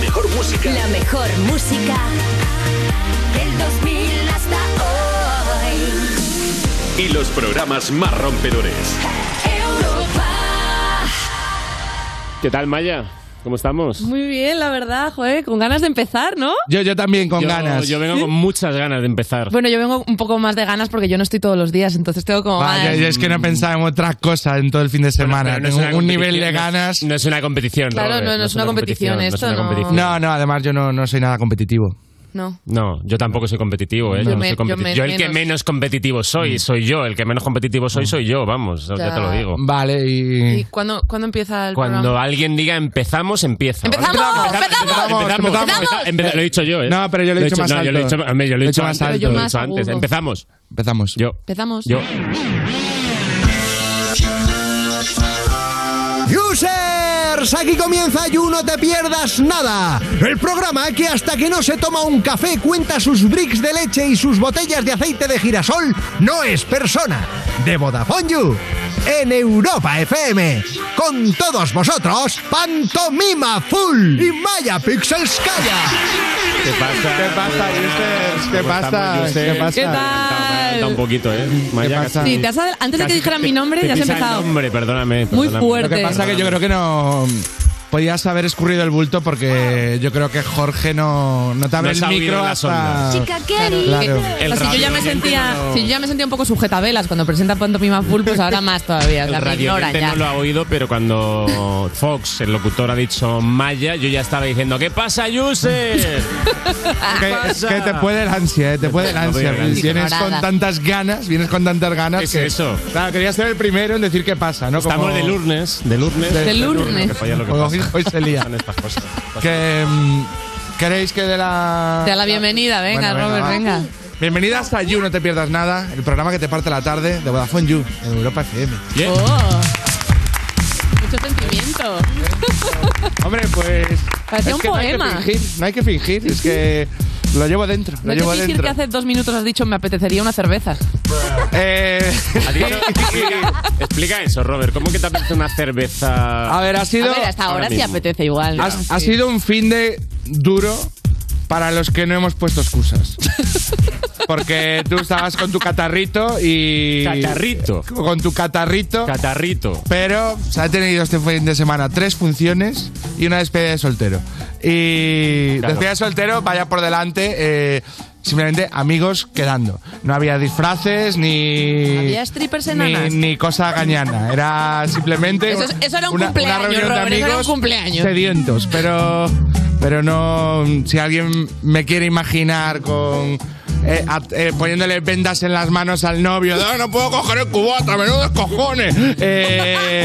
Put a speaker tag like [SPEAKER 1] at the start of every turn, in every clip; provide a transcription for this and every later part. [SPEAKER 1] mejor música.
[SPEAKER 2] La mejor música del 2000 hasta hoy.
[SPEAKER 1] Y los programas más rompedores.
[SPEAKER 3] ¿Qué tal, Maya? ¿Cómo estamos?
[SPEAKER 4] Muy bien, la verdad, joder, con ganas de empezar, ¿no?
[SPEAKER 3] Yo, yo también
[SPEAKER 4] con ganas.
[SPEAKER 3] Yo vengo con muchas ganas de empezar.
[SPEAKER 4] Bueno, yo vengo un poco más de ganas porque yo no estoy todos los días, entonces tengo como
[SPEAKER 3] Va,
[SPEAKER 4] ganas.
[SPEAKER 3] yo- yo
[SPEAKER 5] Es que no pensaba en otra cosa en todo el fin de semana.
[SPEAKER 3] pero no es
[SPEAKER 5] Tengo
[SPEAKER 3] una
[SPEAKER 5] un
[SPEAKER 3] competición,
[SPEAKER 5] nivel de
[SPEAKER 3] no es-
[SPEAKER 5] ganas.
[SPEAKER 3] No es una competición.
[SPEAKER 4] Claro,
[SPEAKER 3] Robert,
[SPEAKER 4] no- no es una competición esto,
[SPEAKER 3] es una
[SPEAKER 4] no.
[SPEAKER 3] competición.
[SPEAKER 5] No, no, además yo no, no soy nada competitivo.
[SPEAKER 4] No.
[SPEAKER 3] No, yo tampoco soy competitivo, ¿eh?
[SPEAKER 4] Yo
[SPEAKER 3] Yo, no
[SPEAKER 4] me-
[SPEAKER 3] soy
[SPEAKER 4] yo
[SPEAKER 3] competi-
[SPEAKER 4] me-
[SPEAKER 3] yo el que
[SPEAKER 4] menos.
[SPEAKER 3] menos competitivo
[SPEAKER 5] Mm.
[SPEAKER 3] soy, soy yo. El que menos competitivo soy, soy yo, vamos, ya te lo digo.
[SPEAKER 5] Vale,
[SPEAKER 4] ¿Y cuándo, cuándo empieza el
[SPEAKER 3] Cuando
[SPEAKER 4] programa?
[SPEAKER 3] alguien diga empezamos, empieza.
[SPEAKER 4] ¡Empezamos!
[SPEAKER 3] Empezamos, empezamos, empezamos. Lo he dicho yo, ¿eh?
[SPEAKER 5] No, pero yo lo he dicho más
[SPEAKER 3] no, Yo lo he
[SPEAKER 5] alto.
[SPEAKER 3] dicho, hombre, yo lo he dicho
[SPEAKER 5] más
[SPEAKER 3] antes,
[SPEAKER 5] alto.
[SPEAKER 3] yo lo he
[SPEAKER 5] Yo
[SPEAKER 3] dicho
[SPEAKER 5] más
[SPEAKER 3] antes.
[SPEAKER 5] agudo.
[SPEAKER 3] Empezamos.
[SPEAKER 5] Empezamos.
[SPEAKER 3] Yo.
[SPEAKER 4] Empezamos.
[SPEAKER 3] Yo.
[SPEAKER 6] Users, aquí comienza You No Te Pierdas Nada, el programa que hasta que no se toma un café cuenta sus bricks de leche y sus botellas de aceite de girasol, no es persona. De Vodafone You, en Europa FM, con todos vosotros, Pantomima Full y Maya Pixels Calla.
[SPEAKER 3] ¿Qué pasa? ¿Qué pasa, users?
[SPEAKER 5] ¿Qué pasa? ¿Qué pasa?
[SPEAKER 4] ¿Qué tal?
[SPEAKER 3] Da un poquito, ¿eh? Maya, casi-
[SPEAKER 4] Sí, te has adel- antes de que
[SPEAKER 3] casi
[SPEAKER 4] dijeran mi nombre,
[SPEAKER 3] te
[SPEAKER 4] ya has
[SPEAKER 3] pisa el
[SPEAKER 4] empezado.
[SPEAKER 3] nombre, perdóname.
[SPEAKER 4] Muy
[SPEAKER 3] perdóname.
[SPEAKER 4] fuerte.
[SPEAKER 5] Lo que pasa que yo creo que no. Podías haber escurrido el bulto porque yo creo que Jorge no, no te abre
[SPEAKER 3] No se ha
[SPEAKER 5] el
[SPEAKER 3] oído
[SPEAKER 5] micro
[SPEAKER 3] en las
[SPEAKER 5] hasta.
[SPEAKER 3] ondas.
[SPEAKER 2] Chica, ¿qué
[SPEAKER 5] Claro,
[SPEAKER 2] dices?
[SPEAKER 5] claro.
[SPEAKER 3] El
[SPEAKER 4] O sea, si yo
[SPEAKER 3] radio
[SPEAKER 4] ya me
[SPEAKER 3] oyente
[SPEAKER 4] sentía,
[SPEAKER 3] no-
[SPEAKER 4] si yo ya me sentía un poco sujeta velas cuando presenta Pantomima Full, pues ahora más todavía. O
[SPEAKER 3] El
[SPEAKER 4] sea, me
[SPEAKER 3] radio
[SPEAKER 4] ignoran
[SPEAKER 3] oyente
[SPEAKER 4] ya.
[SPEAKER 3] no lo ha oído, pero cuando Fox, el locutor, ha dicho Maya, yo ya estaba diciendo ¿Qué pasa, user?
[SPEAKER 4] Ah,
[SPEAKER 5] Que, es que te puede el ansia, ¿eh? te puede el
[SPEAKER 3] No doy
[SPEAKER 5] ansia.
[SPEAKER 3] el ansia.
[SPEAKER 5] Vienes con
[SPEAKER 4] Ignorada.
[SPEAKER 5] tantas ganas, vienes con tantas ganas.
[SPEAKER 3] Es
[SPEAKER 5] que,
[SPEAKER 3] eso.
[SPEAKER 5] Claro, querías ser el primero en decir qué pasa, ¿no?
[SPEAKER 3] Estamos
[SPEAKER 5] Como-
[SPEAKER 3] de Lourdes. De Lourdes.
[SPEAKER 5] De
[SPEAKER 4] Lourdes.
[SPEAKER 3] Que falla lo que
[SPEAKER 5] Hoy-
[SPEAKER 3] pasa.
[SPEAKER 5] hoy se lía.
[SPEAKER 3] Son estas cosas.
[SPEAKER 5] Que, mm, ¿Queréis que de la.
[SPEAKER 4] Te da la bienvenida, venga,
[SPEAKER 5] Bueno,
[SPEAKER 4] Robert,
[SPEAKER 5] va.
[SPEAKER 4] venga.
[SPEAKER 5] Bienvenidas a You, no te pierdas nada, el programa que te parte la tarde de Vodafone You en Europa FM.
[SPEAKER 3] Bien.
[SPEAKER 4] Oh. Mucho sentimiento.
[SPEAKER 5] Hombre, pues.
[SPEAKER 4] Parecía
[SPEAKER 5] es
[SPEAKER 4] un
[SPEAKER 5] que No
[SPEAKER 4] poema.
[SPEAKER 5] hay que fingir, no hay que fingir, es que lo llevo dentro. Lo
[SPEAKER 4] No te
[SPEAKER 5] llevo
[SPEAKER 4] puedo decir
[SPEAKER 5] dentro.
[SPEAKER 4] que hace dos minutos has dicho me apetecería una cerveza.
[SPEAKER 5] Eh,
[SPEAKER 3] Ha dicho- explica, explica eso, Robert. ¿Cómo que te apetece una cerveza?
[SPEAKER 5] a ver, ha
[SPEAKER 4] A
[SPEAKER 5] sido.
[SPEAKER 4] ver, hasta
[SPEAKER 3] ahora
[SPEAKER 4] ahora, sí
[SPEAKER 3] mismo.
[SPEAKER 4] apetece igual. ¿no?
[SPEAKER 5] ha, ha sido un fin de duro para los que no hemos puesto excusas. Porque tú estabas con tu catarrito y.
[SPEAKER 3] Catarrito.
[SPEAKER 5] Con tu catarrito.
[SPEAKER 3] Catarrito.
[SPEAKER 5] Pero se ha tenido este fin de semana tres funciones y una despedida de soltero. Y
[SPEAKER 3] Claro.
[SPEAKER 5] despedida de soltero, vaya por delante, eh, simplemente amigos quedando. No había disfraces ni.
[SPEAKER 4] Había strippers
[SPEAKER 5] ni,
[SPEAKER 4] enanas.
[SPEAKER 5] ni cosa gañana. Era simplemente.
[SPEAKER 4] Eso es- eso era un
[SPEAKER 5] una,
[SPEAKER 4] cumpleaños,
[SPEAKER 5] una reunión
[SPEAKER 4] Robert,
[SPEAKER 5] de
[SPEAKER 4] eso era un
[SPEAKER 5] amigos
[SPEAKER 4] cumpleaños.
[SPEAKER 5] Sedientos, pero. Pero no. Si alguien me quiere imaginar con. eh, a- eh, poniéndole vendas en las manos al novio. "Ah, No puedo coger el cubata, menudos cojones. Eh, eh,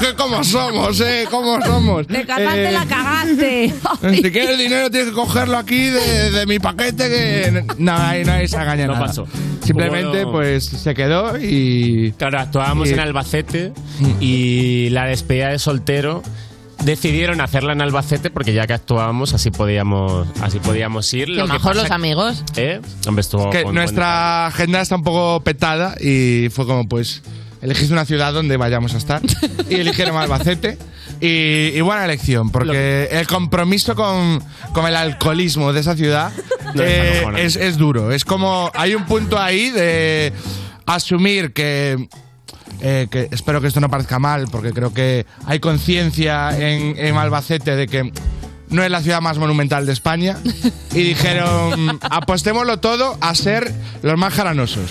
[SPEAKER 5] que ¿Cómo somos, eh? ¿Cómo somos?
[SPEAKER 4] Te cagaste,
[SPEAKER 5] Eh,
[SPEAKER 4] la cagaste.
[SPEAKER 5] Si quieres dinero tienes que cogerlo aquí de, de mi paquete que... No, ahí no hay esa gaña
[SPEAKER 3] No
[SPEAKER 5] nada.
[SPEAKER 3] pasó.
[SPEAKER 5] Simplemente
[SPEAKER 3] Hubo-
[SPEAKER 5] pues se quedó y... Mm.
[SPEAKER 3] Claro, actuábamos
[SPEAKER 5] Sí.
[SPEAKER 3] en Albacete y la despedida de soltero decidieron hacerla en Albacete porque ya que actuábamos así podíamos así podíamos ir.
[SPEAKER 4] Qué
[SPEAKER 3] que
[SPEAKER 4] majos
[SPEAKER 3] pasa-
[SPEAKER 4] los amigos.
[SPEAKER 3] ¿Eh? Hombre, estuvo
[SPEAKER 5] que
[SPEAKER 3] con-
[SPEAKER 5] nuestra agenda está un poco petada y fue como pues elegís una ciudad donde vayamos a estar y eligieron Albacete y, y buena elección porque el compromiso con, con el alcoholismo de esa ciudad
[SPEAKER 3] No,
[SPEAKER 5] eh,
[SPEAKER 3] es acojonante.
[SPEAKER 5] es, es duro es como hay un punto ahí de asumir que eh, que espero que esto no parezca mal, porque creo que hay conciencia en, en Albacete de que no es la ciudad más monumental de España. Y dijeron, Mm, apostémoslo todo a ser los más jaranosos.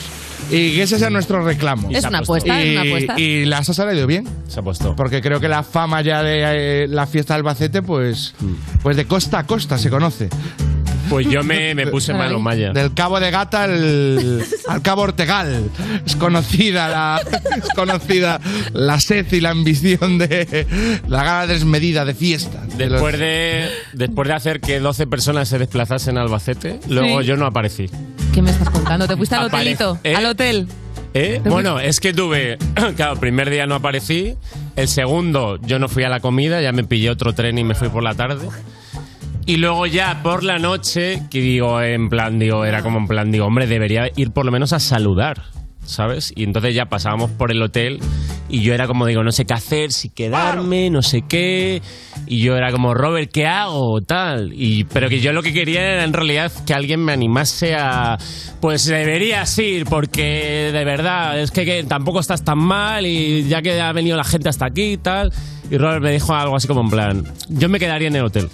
[SPEAKER 5] Y que ese sea nuestro reclamo.
[SPEAKER 4] Es una apuesta, es una apuesta.
[SPEAKER 5] Y, y las ha salido bien,
[SPEAKER 3] Se ha puesto.
[SPEAKER 5] porque creo que la fama ya de eh, la fiesta de Albacete, pues,
[SPEAKER 3] Mm.
[SPEAKER 5] pues de costa a costa se conoce.
[SPEAKER 3] Pues yo me, me puse malo, Maya.
[SPEAKER 5] Del Cabo de Gata al, al Cabo Ortegal. Es conocida, la, es conocida la sed y la ambición de la gana desmedida de fiesta. De los-
[SPEAKER 3] Después de, después de hacer que 12 personas se desplazasen a Albacete, luego
[SPEAKER 4] Sí.
[SPEAKER 3] yo no aparecí.
[SPEAKER 4] ¿Qué me estás contando? ¿Te fuiste al
[SPEAKER 3] Apare-
[SPEAKER 4] hotelito?
[SPEAKER 3] ¿Eh?
[SPEAKER 4] Al hotel.
[SPEAKER 3] ¿Eh? Bueno, es que tuve, claro, el primer día no aparecí, el segundo yo no fui a la comida, ya me pillé otro tren y me fui por la tarde. Y luego ya por la noche, que digo, en plan, digo, era como en plan, digo, hombre, debería ir por lo menos a saludar, ¿sabes? Y entonces ya pasábamos por el hotel y yo era como, digo, no sé qué hacer, si quedarme, no sé qué. Y yo era como, Robert, ¿qué hago? Tal. Y, pero que yo lo que quería era en realidad que alguien me animase a. Pues deberías ir, porque de verdad, es que, que tampoco estás tan mal y ya que ha venido la gente hasta aquí y tal. Y Robert me dijo algo así como en plan: Yo me quedaría en el hotel.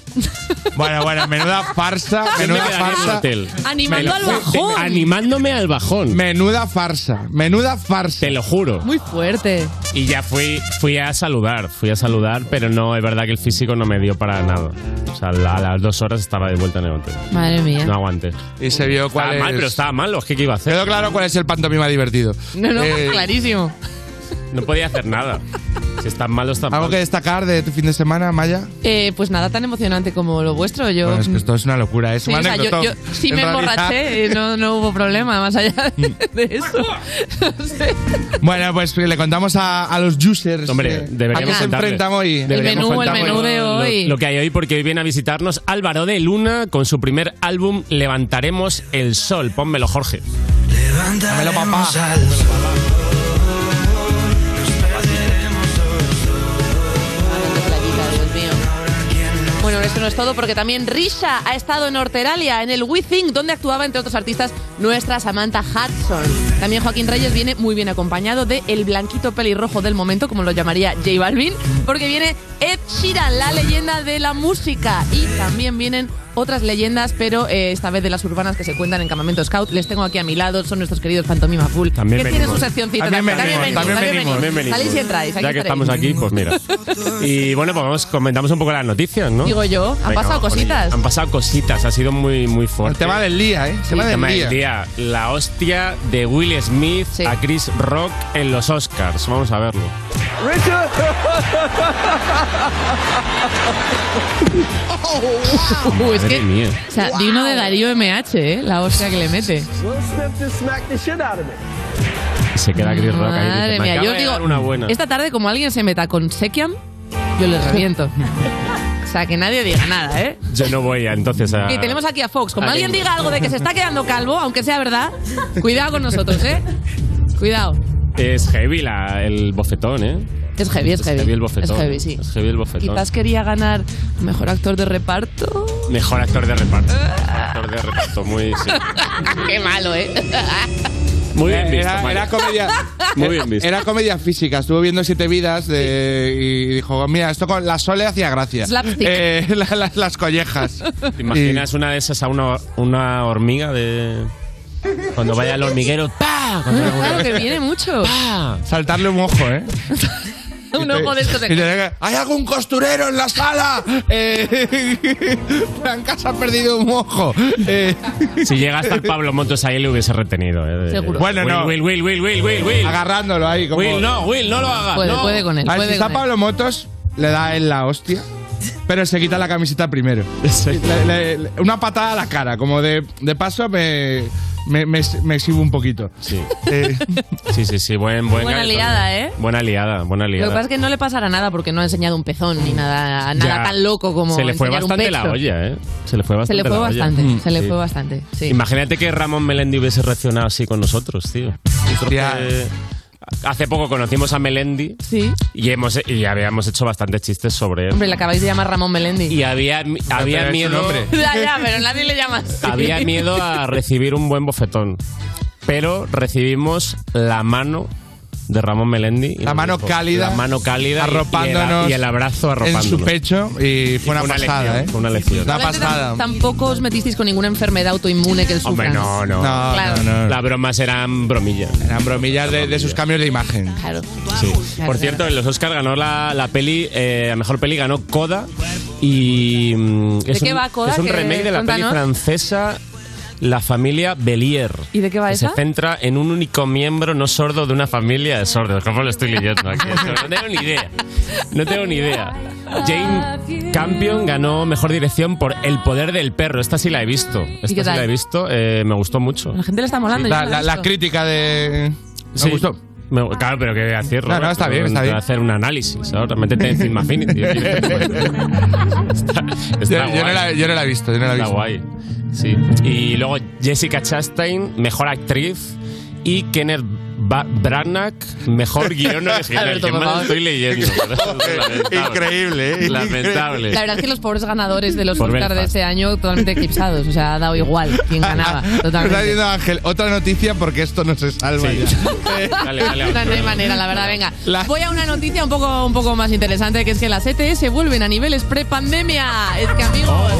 [SPEAKER 5] Bueno, bueno, menuda farsa,
[SPEAKER 3] Yo me quedaría
[SPEAKER 5] menuda
[SPEAKER 3] en el
[SPEAKER 5] farsa.
[SPEAKER 3] hotel.
[SPEAKER 4] Animando al bajón.
[SPEAKER 3] Animándome al bajón.
[SPEAKER 5] Menuda farsa, menuda farsa.
[SPEAKER 3] Te lo juro.
[SPEAKER 4] Muy fuerte.
[SPEAKER 3] Y ya fui, fui a saludar, fui a saludar, pero no, es verdad que el físico no me dio para nada. O sea, la- a las dos horas estaba de vuelta en el hotel.
[SPEAKER 4] Madre mía.
[SPEAKER 3] No aguanté.
[SPEAKER 5] Y se vio cuál
[SPEAKER 3] Estaba
[SPEAKER 5] es.
[SPEAKER 3] mal, pero estaba mal, es que ¿qué iba a hacer?
[SPEAKER 5] Quedó claro cuál es el pantomima divertido.
[SPEAKER 4] No, no,
[SPEAKER 5] Eh,
[SPEAKER 4] clarísimo.
[SPEAKER 3] No podía hacer nada. Si estás malo, estás
[SPEAKER 5] ¿Algo
[SPEAKER 3] mal.
[SPEAKER 5] que destacar de tu fin de semana, Maya?
[SPEAKER 4] Eh, pues nada tan emocionante como lo vuestro. Yo, mm,
[SPEAKER 5] Bueno, es que esto es una locura, ¿eh? es
[SPEAKER 4] sí,
[SPEAKER 5] un
[SPEAKER 4] o sea, yo-
[SPEAKER 5] anecdotón.
[SPEAKER 4] yo sí
[SPEAKER 5] En
[SPEAKER 4] me
[SPEAKER 5] realidad- Mm.
[SPEAKER 4] emborraché, eh, no, no hubo problema más allá de, de eso. No sé.
[SPEAKER 5] Bueno, pues le contamos a, a los users
[SPEAKER 3] Hombre,
[SPEAKER 5] eh, a
[SPEAKER 3] deberíamos
[SPEAKER 5] qué se
[SPEAKER 3] contarle.
[SPEAKER 5] enfrentan hoy. Deberíamos
[SPEAKER 4] menú, el
[SPEAKER 5] contar,
[SPEAKER 4] menú
[SPEAKER 5] bueno,
[SPEAKER 4] de
[SPEAKER 3] Lo-
[SPEAKER 4] hoy.
[SPEAKER 3] Lo, que hay hoy, porque hoy viene a visitarnos Álvaro de Luna con su primer álbum Levantaremos el Sol. Pónmelo, Jorge.
[SPEAKER 5] Dámelo, papá.
[SPEAKER 4] playita, Dios mío. Bueno, eso no es todo porque también Risha ha estado en Horteralia, en el We Think, donde actuaba entre otros artistas nuestra Samantha Hudson. También Joaquín Reyes viene muy bien acompañado de el blanquito pelirrojo del momento, como lo llamaría J Balvin, porque viene Ed Sheeran, la leyenda de la música. Y también vienen otras leyendas, pero eh, esta vez de las urbanas que se cuentan en Campamento Scout. Les tengo aquí a mi lado, son nuestros queridos Pantomima Full,
[SPEAKER 3] También
[SPEAKER 4] que tiene
[SPEAKER 3] venimos.
[SPEAKER 4] su seccioncita.
[SPEAKER 5] También venimos, también venimos,
[SPEAKER 4] Salís y entráis. aquí
[SPEAKER 3] Ya que
[SPEAKER 4] estaréis.
[SPEAKER 3] estamos aquí, pues mira. Y bueno, pues vamos, comentamos un poco las noticias, ¿no?
[SPEAKER 4] Digo yo, han
[SPEAKER 3] Venga,
[SPEAKER 4] pasado
[SPEAKER 3] vamos con
[SPEAKER 4] cositas.
[SPEAKER 3] ello. Han pasado cositas, ha sido muy, muy fuerte.
[SPEAKER 5] El tema del día, ¿eh? El tema
[SPEAKER 3] El
[SPEAKER 5] del
[SPEAKER 3] tema
[SPEAKER 5] día.
[SPEAKER 3] del día. La hostia de Will Smith
[SPEAKER 4] Sí.
[SPEAKER 3] a Chris Rock en los Oscars. Vamos a verlo.
[SPEAKER 4] Uh, es
[SPEAKER 3] Madre
[SPEAKER 4] que,
[SPEAKER 3] mía.
[SPEAKER 4] o sea, digno de Darío MH, ¿eh? la hostia que le mete.
[SPEAKER 3] Y se queda Chris Rock ahí. dice,
[SPEAKER 4] Madre
[SPEAKER 3] "Me
[SPEAKER 4] mía,
[SPEAKER 3] acaba
[SPEAKER 4] yo
[SPEAKER 3] de
[SPEAKER 4] digo,
[SPEAKER 3] dar una buena.
[SPEAKER 4] esta tarde como alguien se meta con Sekiam, yo les reviento. O sea, que nadie diga nada, ¿eh?
[SPEAKER 3] Yo no voy a entonces a.
[SPEAKER 4] Y tenemos aquí a Fox. Como
[SPEAKER 3] Ah,
[SPEAKER 4] alguien
[SPEAKER 3] tengo.
[SPEAKER 4] diga algo de que se está quedando calvo, aunque sea verdad, cuidado con nosotros, ¿eh? Cuidado.
[SPEAKER 3] Es heavy la- el bofetón, ¿eh?
[SPEAKER 4] Es heavy, es heavy.
[SPEAKER 3] heavy el bofetón.
[SPEAKER 4] Es heavy, sí.
[SPEAKER 3] Es heavy el bofetón.
[SPEAKER 4] Quizás quería ganar mejor actor de reparto.
[SPEAKER 3] Mejor actor de reparto. actor de reparto, muy. sí.
[SPEAKER 4] Qué malo, ¿eh?
[SPEAKER 3] Muy bien visto.
[SPEAKER 5] Era,
[SPEAKER 3] Mario.
[SPEAKER 5] era comedia,
[SPEAKER 3] Muy bien visto.
[SPEAKER 5] era comedia física. Estuvo viendo Siete Vidas de- y dijo: Mira, esto con la Sole hacía gracia.
[SPEAKER 4] Slapstick.
[SPEAKER 5] Eh, la- la- las collejas.
[SPEAKER 3] ¿Te imaginas una de esas a una, una hormiga de. Cuando vaya al hormiguero, ¡pa! Cuando-
[SPEAKER 4] claro que viene mucho.
[SPEAKER 3] ¡pa!
[SPEAKER 5] Y saltarle un ojo, ¿eh?
[SPEAKER 4] Un ojo de estos de
[SPEAKER 5] Y te diga, ¡Hay algún costurero en la sala! Eh, Blanca se ha perdido un ojo. Eh,
[SPEAKER 3] Si llega hasta el Pablo Montos ahí, le hubiese retenido. ¿eh? De-
[SPEAKER 4] Seguro.
[SPEAKER 5] Bueno,
[SPEAKER 3] Will,
[SPEAKER 5] no.
[SPEAKER 3] Will, Will, Will, Will, Will, Will.
[SPEAKER 5] agarrándolo ahí. Como,
[SPEAKER 3] Will, no, Will, no lo hagas.
[SPEAKER 4] Puede,
[SPEAKER 3] no.
[SPEAKER 4] puede con él.
[SPEAKER 5] A ver,
[SPEAKER 4] puede
[SPEAKER 5] si
[SPEAKER 4] con
[SPEAKER 5] está
[SPEAKER 4] él.
[SPEAKER 5] Pablo Motos, le da en la hostia, pero se quita la camiseta primero.
[SPEAKER 3] Sí.
[SPEAKER 5] Le- le- le- una patada a la cara, como de, de paso me, me, me, me exhibo un poquito.
[SPEAKER 3] Sí.
[SPEAKER 5] Eh,
[SPEAKER 3] Sí, sí, sí, buen, buen
[SPEAKER 4] Buena
[SPEAKER 3] cabezón.
[SPEAKER 4] liada, ¿eh?
[SPEAKER 3] Buena liada, buena
[SPEAKER 4] Lo que pasa es
[SPEAKER 3] liada.
[SPEAKER 4] que no le pasará nada porque no ha enseñado un pezón ni nada, nada
[SPEAKER 3] Ya.
[SPEAKER 4] tan loco como
[SPEAKER 3] Se le fue
[SPEAKER 4] enseñar un
[SPEAKER 3] bastante la
[SPEAKER 4] pecho.
[SPEAKER 3] olla, ¿eh? Se le fue
[SPEAKER 4] Se
[SPEAKER 3] bastante
[SPEAKER 4] le fue
[SPEAKER 3] la olla.
[SPEAKER 4] bastante,
[SPEAKER 3] Mm.
[SPEAKER 4] se le
[SPEAKER 3] Sí.
[SPEAKER 4] fue bastante. Sí.
[SPEAKER 3] Imagínate que Ramón Melendi hubiese reaccionado así con nosotros, tío. Yo creo
[SPEAKER 5] Hostia.
[SPEAKER 3] que hace poco conocimos a Melendi
[SPEAKER 4] Sí.
[SPEAKER 3] y, hemos, y habíamos hecho bastantes chistes sobre él.
[SPEAKER 4] Hombre, le acabáis de llamar Ramón Melendi.
[SPEAKER 3] Y había, había
[SPEAKER 5] pero es un
[SPEAKER 3] miedo.
[SPEAKER 5] hombre.
[SPEAKER 4] Ya, ya, pero nadie le llama así.
[SPEAKER 3] Había miedo a recibir un buen bofetón. Pero recibimos la mano de Ramón Melendi. y
[SPEAKER 5] La
[SPEAKER 3] nos
[SPEAKER 5] mano cálida,
[SPEAKER 3] La mano cálida. y- y el-
[SPEAKER 5] arropándonos
[SPEAKER 3] Y el, abrazo
[SPEAKER 5] en
[SPEAKER 3] arropándonos.
[SPEAKER 5] su pecho y
[SPEAKER 3] Fue
[SPEAKER 5] fue una, pasada,
[SPEAKER 3] lección,
[SPEAKER 5] ¿eh?
[SPEAKER 3] Fue una lección.
[SPEAKER 5] Una
[SPEAKER 4] Aparte, tam-
[SPEAKER 5] pasada.
[SPEAKER 4] Tampoco os metisteis con ninguna enfermedad autoinmune que él sufra.
[SPEAKER 3] Hombre, no, no.
[SPEAKER 5] No,
[SPEAKER 4] Claro.
[SPEAKER 5] no, no.
[SPEAKER 3] Las bromas eran bromillas.
[SPEAKER 5] Eran bromillas de, de sus cambios de imagen.
[SPEAKER 4] Claro.
[SPEAKER 3] Por cierto, en los Oscars ganó la, la peli, eh, la mejor peli ganó Coda. Y. mm, es
[SPEAKER 4] qué
[SPEAKER 3] un,
[SPEAKER 4] va Coda?
[SPEAKER 3] Es un
[SPEAKER 4] Que
[SPEAKER 3] remake de la
[SPEAKER 4] cuéntanos.
[SPEAKER 3] peli francesa La familia Belier.
[SPEAKER 4] ¿Y de qué va
[SPEAKER 3] que
[SPEAKER 4] esa?
[SPEAKER 3] Se centra en un único miembro no sordo de una familia de sordos. ¿Cómo lo estoy leyendo aquí? No tengo ni idea. No tengo ni idea. Jane Campion ganó mejor dirección por El poder del perro. Esta sí la he visto. Esta sí
[SPEAKER 4] qué tal?
[SPEAKER 3] la he visto. Eh, me gustó mucho.
[SPEAKER 4] La gente le está molando. yo
[SPEAKER 5] La,
[SPEAKER 4] no lo he
[SPEAKER 5] la- la
[SPEAKER 4] visto.
[SPEAKER 5] crítica de. ¿Me
[SPEAKER 3] Sí.
[SPEAKER 5] gustó?
[SPEAKER 3] Me gu- claro, pero qué voy a decir,
[SPEAKER 5] No, no,
[SPEAKER 3] Robert?
[SPEAKER 5] está bien, está
[SPEAKER 3] Te voy
[SPEAKER 5] bien.
[SPEAKER 3] a hacer un análisis. Ahora métete en Film Affinity. está
[SPEAKER 5] Yo,
[SPEAKER 3] está
[SPEAKER 5] yo no la,
[SPEAKER 3] guay.
[SPEAKER 5] yo no la he visto, yo no la he
[SPEAKER 3] Está
[SPEAKER 5] visto.
[SPEAKER 3] guay. Sí. Y luego Jessica Chastain, mejor actriz. Y Kenneth Ba- Branagh, mejor guión original.
[SPEAKER 4] Alberto,
[SPEAKER 3] que
[SPEAKER 4] por
[SPEAKER 3] me lo
[SPEAKER 4] favor.
[SPEAKER 3] estoy leyendo.
[SPEAKER 5] Increíble, ¿eh?
[SPEAKER 3] Lamentable.
[SPEAKER 4] La verdad es que los pobres ganadores de los
[SPEAKER 3] Por
[SPEAKER 4] Oscars de
[SPEAKER 3] Belfast.
[SPEAKER 4] este año totalmente eclipsados. O sea, ha dado igual quién ganaba.
[SPEAKER 5] Está
[SPEAKER 4] Totalmente.
[SPEAKER 5] diciendo Ángel, otra noticia porque esto no se salva ya.
[SPEAKER 3] Dale, dale,
[SPEAKER 4] No, no hay manera, la verdad, venga. Voy a una noticia un poco, un poco más interesante, que es que las ETS vuelven a niveles pre-pandemia. Es que, amigos,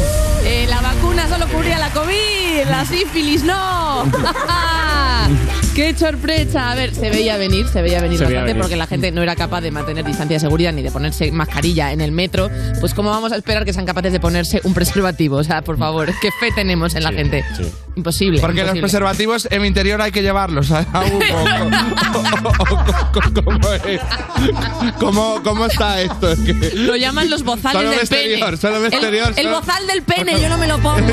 [SPEAKER 4] eh, la vacuna solo cubría la COVID, la sífilis no. ¡Qué sorpresa! A ver, se veía venir, se veía venir
[SPEAKER 7] Se veía
[SPEAKER 4] bastante
[SPEAKER 7] venir.
[SPEAKER 4] porque la gente no era capaz de mantener distancia de seguridad ni de ponerse mascarilla en el metro. Pues cómo vamos a esperar que sean capaces de ponerse un preservativo, o sea, por favor, qué fe tenemos en la gente. Imposible.
[SPEAKER 5] Porque los
[SPEAKER 4] imposible.
[SPEAKER 5] preservativos en mi interior hay que llevarlos a a un poco. ¿Cómo es? ¿Cómo, cómo está esto? Es que- Eh,
[SPEAKER 4] Lo llaman los bozales
[SPEAKER 5] Solo
[SPEAKER 4] del
[SPEAKER 5] exterior,
[SPEAKER 4] pene.
[SPEAKER 5] solo
[SPEAKER 4] El-
[SPEAKER 5] exterior,
[SPEAKER 4] el
[SPEAKER 5] solo-
[SPEAKER 4] bozal del pene, yo no me lo pongo.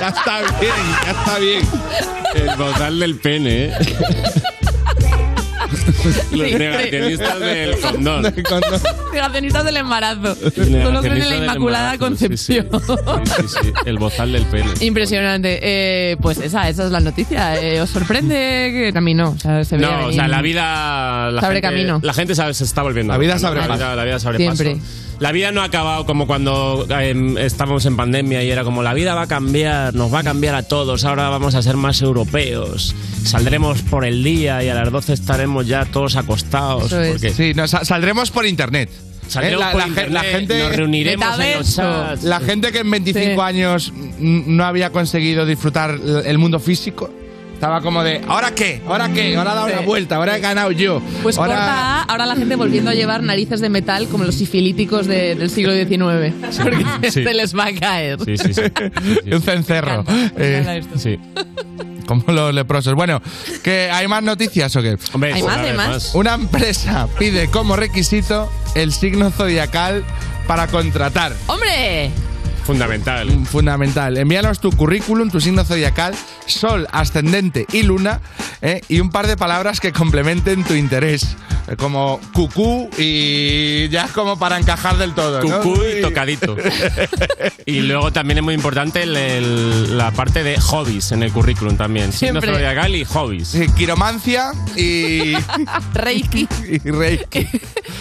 [SPEAKER 5] Ya está bien, ya está bien.
[SPEAKER 3] El bozal del pene, ¿eh? Los
[SPEAKER 4] Sí.
[SPEAKER 3] negacionistas del condón.
[SPEAKER 4] Negacionistas del embarazo. Solo creen en la
[SPEAKER 3] del
[SPEAKER 4] Inmaculada
[SPEAKER 3] embarazo,
[SPEAKER 4] Concepción.
[SPEAKER 3] Sí, sí, el bozal del pene.
[SPEAKER 4] Impresionante. Eh, pues esa, esa es la noticia. Eh, ¿Os sorprende? Que a mí no. O sea, se veía
[SPEAKER 3] No, o
[SPEAKER 4] venir.
[SPEAKER 3] sea, la vida. La
[SPEAKER 4] Sobre
[SPEAKER 3] gente,
[SPEAKER 4] camino.
[SPEAKER 3] La gente sabe, se está volviendo.
[SPEAKER 5] La vida
[SPEAKER 3] loca, ¿no?
[SPEAKER 5] sobre
[SPEAKER 3] La
[SPEAKER 5] paso.
[SPEAKER 3] vida, la vida sobre paso.
[SPEAKER 4] Siempre.
[SPEAKER 3] La vida no ha acabado como cuando eh, estábamos en pandemia y era como la vida va a cambiar, nos va a cambiar a todos, ahora vamos a ser más europeos, saldremos por el día y a las 12 estaremos ya todos acostados.
[SPEAKER 5] Eso es.
[SPEAKER 3] Sí,
[SPEAKER 5] saldremos por internet. Eh,
[SPEAKER 3] Saldremos por
[SPEAKER 5] gen-
[SPEAKER 3] internet, eh, nos reuniremos en los Metaverso. chats.
[SPEAKER 5] La gente que en 25 años mm, no había conseguido disfrutar l- el mundo físico estaba como de ¿ahora qué? ¿ahora qué? ahora he dado
[SPEAKER 4] Sí.
[SPEAKER 5] la vuelta ahora he ganado yo
[SPEAKER 4] Pues
[SPEAKER 5] ahora...
[SPEAKER 4] corta A, ahora la gente volviendo a llevar narices de metal como los sifilíticos de- del siglo XIX. Porque
[SPEAKER 5] Sí.
[SPEAKER 4] se les va a caer.
[SPEAKER 5] Un cencerro. Eh,
[SPEAKER 4] encanta esto.
[SPEAKER 5] Como los leprosos. Bueno, que ¿hay más noticias o qué?
[SPEAKER 4] Hay pues, más, hay más. más.
[SPEAKER 5] Una empresa pide como requisito el signo zodiacal para contratar. Mm,
[SPEAKER 4] ¡Hombre!
[SPEAKER 3] Fundamental.
[SPEAKER 5] Fundamental. Envíanos tu currículum, tu signo zodiacal, sol, ascendente y luna, ¿eh? y un par de palabras que complementen tu interés. eh, Como cucú y ya es como para encajar del todo. ¿no?
[SPEAKER 3] Cucú y tocadito. y luego también es muy importante el- el- la parte de hobbies en el currículum también. Signo
[SPEAKER 5] Siempre.
[SPEAKER 3] zodiacal y hobbies.
[SPEAKER 5] Sí, Quiromancia y,
[SPEAKER 4] Reiki.
[SPEAKER 5] y reiki.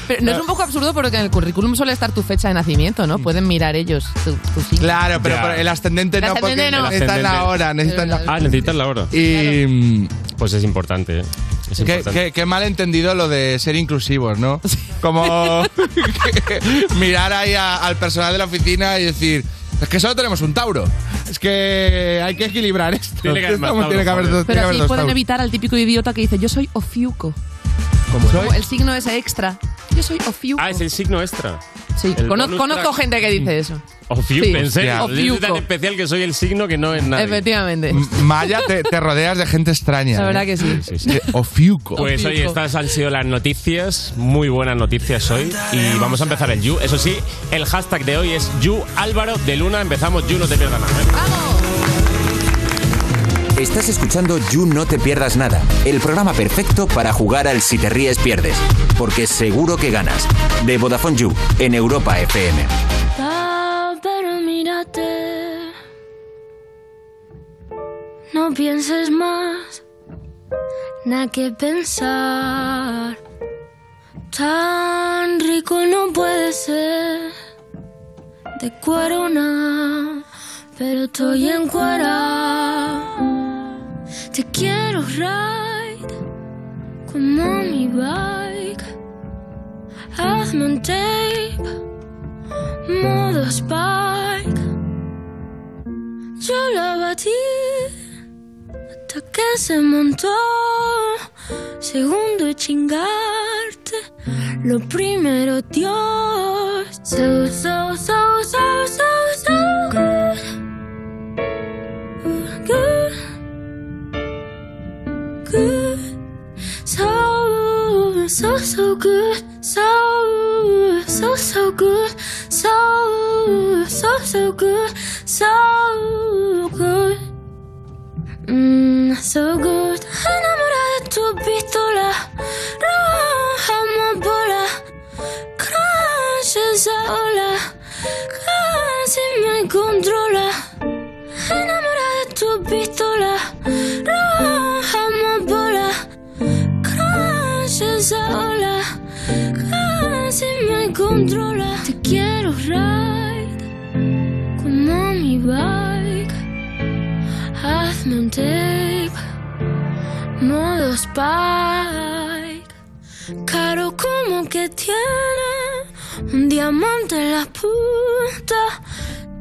[SPEAKER 4] Pero no es un poco absurdo porque en el currículum suele estar tu fecha de nacimiento, ¿no? Pueden mirar ellos tu, tu signo.
[SPEAKER 5] Claro, pero, pero el ascendente
[SPEAKER 4] El
[SPEAKER 5] no,
[SPEAKER 4] ascendente
[SPEAKER 5] porque
[SPEAKER 4] no.
[SPEAKER 5] necesitan la hora, necesitan la
[SPEAKER 3] Ah, necesitas la hora.
[SPEAKER 5] Y.
[SPEAKER 3] Pues es importante. ¿eh? Es
[SPEAKER 5] Qué,
[SPEAKER 3] importante.
[SPEAKER 5] qué- qué malentendido lo de ser inclusivos, ¿no? Como que mirar ahí a- al personal de la oficina y decir, es que solo tenemos un Tauro. Es que hay que equilibrar esto.
[SPEAKER 3] Tiene que haber más
[SPEAKER 5] Estamos-
[SPEAKER 3] Tauros,
[SPEAKER 5] tiene que haber
[SPEAKER 3] joder.
[SPEAKER 5] dos- tiene que
[SPEAKER 4] Pero
[SPEAKER 5] haber
[SPEAKER 4] así
[SPEAKER 5] dos
[SPEAKER 4] pueden
[SPEAKER 5] Tauros.
[SPEAKER 4] evitar al típico idiota que dice yo soy ofiuco.
[SPEAKER 5] soy?
[SPEAKER 4] Como el signo ese extra. Yo soy ofiuco.
[SPEAKER 3] Ah, es el signo extra.
[SPEAKER 4] Sí,
[SPEAKER 3] El
[SPEAKER 4] Conoz-
[SPEAKER 3] bonus
[SPEAKER 4] conozco
[SPEAKER 3] track. Mm.
[SPEAKER 4] gente que dice eso.
[SPEAKER 3] Ofiu,
[SPEAKER 4] Sí.
[SPEAKER 3] en serio.
[SPEAKER 4] Hostia.
[SPEAKER 3] Yo soy tan
[SPEAKER 4] Ofiuco.
[SPEAKER 3] especial que soy el signo que no es nada.
[SPEAKER 4] Efectivamente.
[SPEAKER 3] Mm.
[SPEAKER 5] Maya, te, te rodeas de gente extraña.
[SPEAKER 4] La
[SPEAKER 5] ¿eh?
[SPEAKER 4] verdad que sí. Sí,
[SPEAKER 5] Ofiuco.
[SPEAKER 3] Pues oye, estas han sido las noticias, muy buenas noticias hoy. Y vamos a empezar el You. Eso sí, el hashtag de hoy es You Álvaro de Luna. Empezamos You, no te pierdas nada. ¿eh?
[SPEAKER 8] Estás escuchando You No Te Pierdas Nada, el programa perfecto para jugar al Si Te Ríes Pierdes, porque seguro que ganas. De Vodafone You, en Europa FM.
[SPEAKER 9] Ah, pero mírate. No pienses más, nada que pensar. Tan rico no puede ser de cuarona, pero estoy en cuara. Te quiero ride como mi bike. Hazme un tape modo Spike. Yo la batí hasta que se montó. Segundo chingarte, lo primero Dios. So, so, so, so, so, so good. Good. Good. So, so, so good. So, so, so good. So, so, so good. So good. Mm, so good. Enamorada de tu pistola. Roja bola. Crash esa ola. Casi me controla. Enamorada de tu pistola. Roja bola. sola, casi me controla. Te quiero ride como mi bike. Hazme un tape, modo spike. Caro como que tiene un diamante en la punta.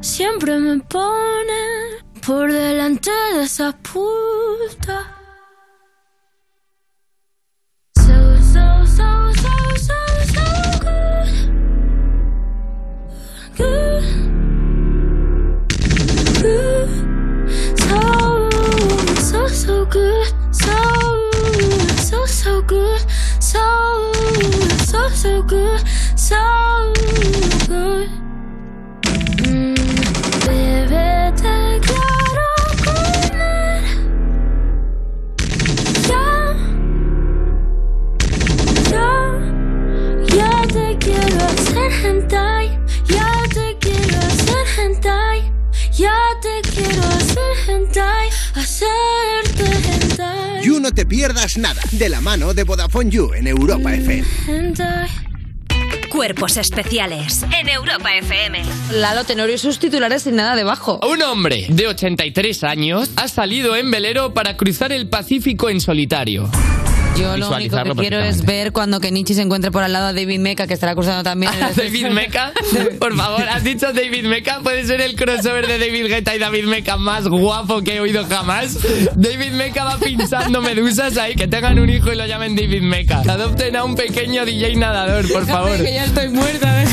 [SPEAKER 9] Siempre me pone por delante de esa puta. So, so, so, so, so, so good. Good. Good. So, so, so good. So, so, so good. So, so, so good. So good. Mm, bébete claro con él. Ya. Ya, ya te quiero hacer hentai, ya te quiero hacer hentai, ya te quiero hacer hentai, hacerte hentai,
[SPEAKER 10] You No Te Pierdas Nada, de la mano de Vodafone You en Europa FM.
[SPEAKER 9] hentai.
[SPEAKER 11] Cuerpos especiales en Europa FM.
[SPEAKER 12] Lalo Tenorio y sus titulares sin nada debajo.
[SPEAKER 13] Un hombre de 83 años ha salido en velero para cruzar el Pacífico en solitario.
[SPEAKER 12] Yo lo único que
[SPEAKER 13] Visualizarlo
[SPEAKER 12] quiero es ver cuando Kenichi se encuentre por al lado a David Meca, que estará cruzando también. el-
[SPEAKER 13] David Meca, por favor, has dicho David Meca, puede ser el crossover de David Guetta y David Meca más guapo que he oído jamás. David Meca va pinchando medusas ahí, que tengan un hijo y lo llamen David Meca. Adopten a un pequeño DJ nadador, por favor.
[SPEAKER 12] Que ya estoy muerta. ¿eh?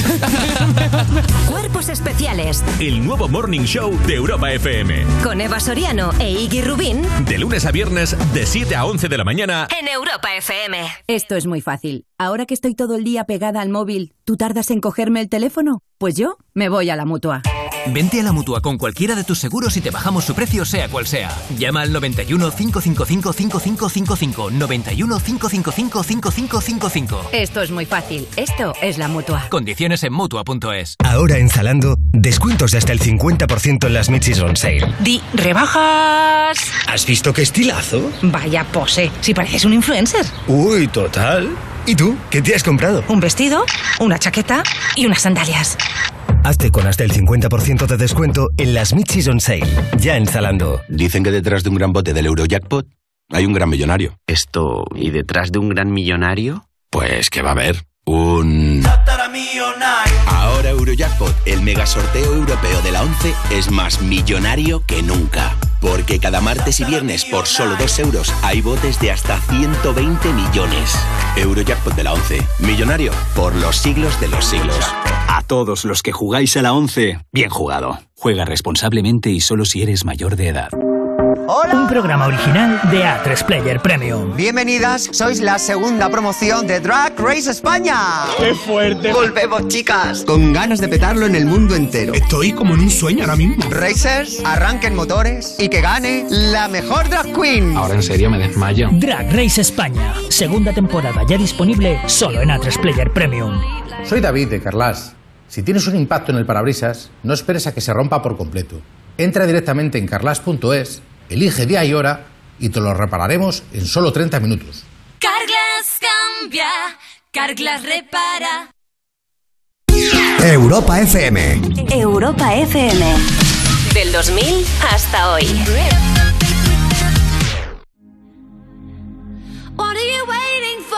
[SPEAKER 11] Cuerpos especiales
[SPEAKER 14] El nuevo Morning Show de Europa FM.
[SPEAKER 11] con Eva Soriano e Iggy Rubín
[SPEAKER 14] De lunes a viernes, de 7 a 11 de la mañana.
[SPEAKER 11] en Europa FM.
[SPEAKER 15] Esto es muy fácil. Ahora que estoy todo el día pegada al móvil, ¿tú tardas en cogerme el teléfono? Pues yo me voy a la mutua.
[SPEAKER 16] Vente a la mutua con cualquiera de tus seguros y te bajamos su precio, sea cual sea. Llama al 91 555 5555. 91 555 5555.
[SPEAKER 15] Esto es muy fácil. Esto es la mutua.
[SPEAKER 16] Condiciones en mutua.es.
[SPEAKER 17] Ahora en Zalando, descuentos de hasta el 50% en las Mid-Season Sale.
[SPEAKER 18] Di, rebajas.
[SPEAKER 17] ¿Has visto qué estilazo?
[SPEAKER 18] Vaya pose, si pareces un influencer.
[SPEAKER 17] Uy, total. ¿Y tú? ¿Qué te has comprado?
[SPEAKER 18] Un vestido, una chaqueta y unas sandalias.
[SPEAKER 17] Hazte con hasta el 50% de descuento en las Mid-Season Sale. Ya en Zalando.
[SPEAKER 19] Dicen que detrás de un gran bote del Eurojackpot hay un gran millonario. Esto, ¿y detrás de un gran millonario? Pues que va a haber un...
[SPEAKER 10] Ahora Eurojackpot, el mega sorteo europeo de la 11, es más millonario que nunca. Porque cada martes y viernes por solo 2 euros hay botes de hasta 120 millones. Eurojackpot de la 11, millonario por los siglos de los siglos.
[SPEAKER 20] A todos los que jugáis a la 11, bien jugado. Juega responsablemente y solo si eres mayor de edad.
[SPEAKER 21] Un programa original de A3 Player Premium.
[SPEAKER 22] Bienvenidas, sois la segunda promoción de Drag Race España.
[SPEAKER 23] ¡Qué fuerte!
[SPEAKER 22] Volvemos, chicas. Con ganas de petarlo en el mundo entero. Estoy como en un sueño ahora mismo. Racers, arranquen motores y que gane la mejor drag queen.
[SPEAKER 24] Ahora en serio me desmayo.
[SPEAKER 21] Drag Race España, segunda temporada ya disponible solo en A3 Player Premium.
[SPEAKER 25] Soy David de Carlas. Si tienes un impacto en el parabrisas, no esperes a que se rompa por completo. Entra directamente en carlas.es, elige día y hora y te lo repararemos en solo 30 minutos.
[SPEAKER 9] Carglass cambia, Carglass repara.
[SPEAKER 26] Europa FM.
[SPEAKER 11] Europa FM. Del 2000 hasta hoy.
[SPEAKER 9] What are you waiting for?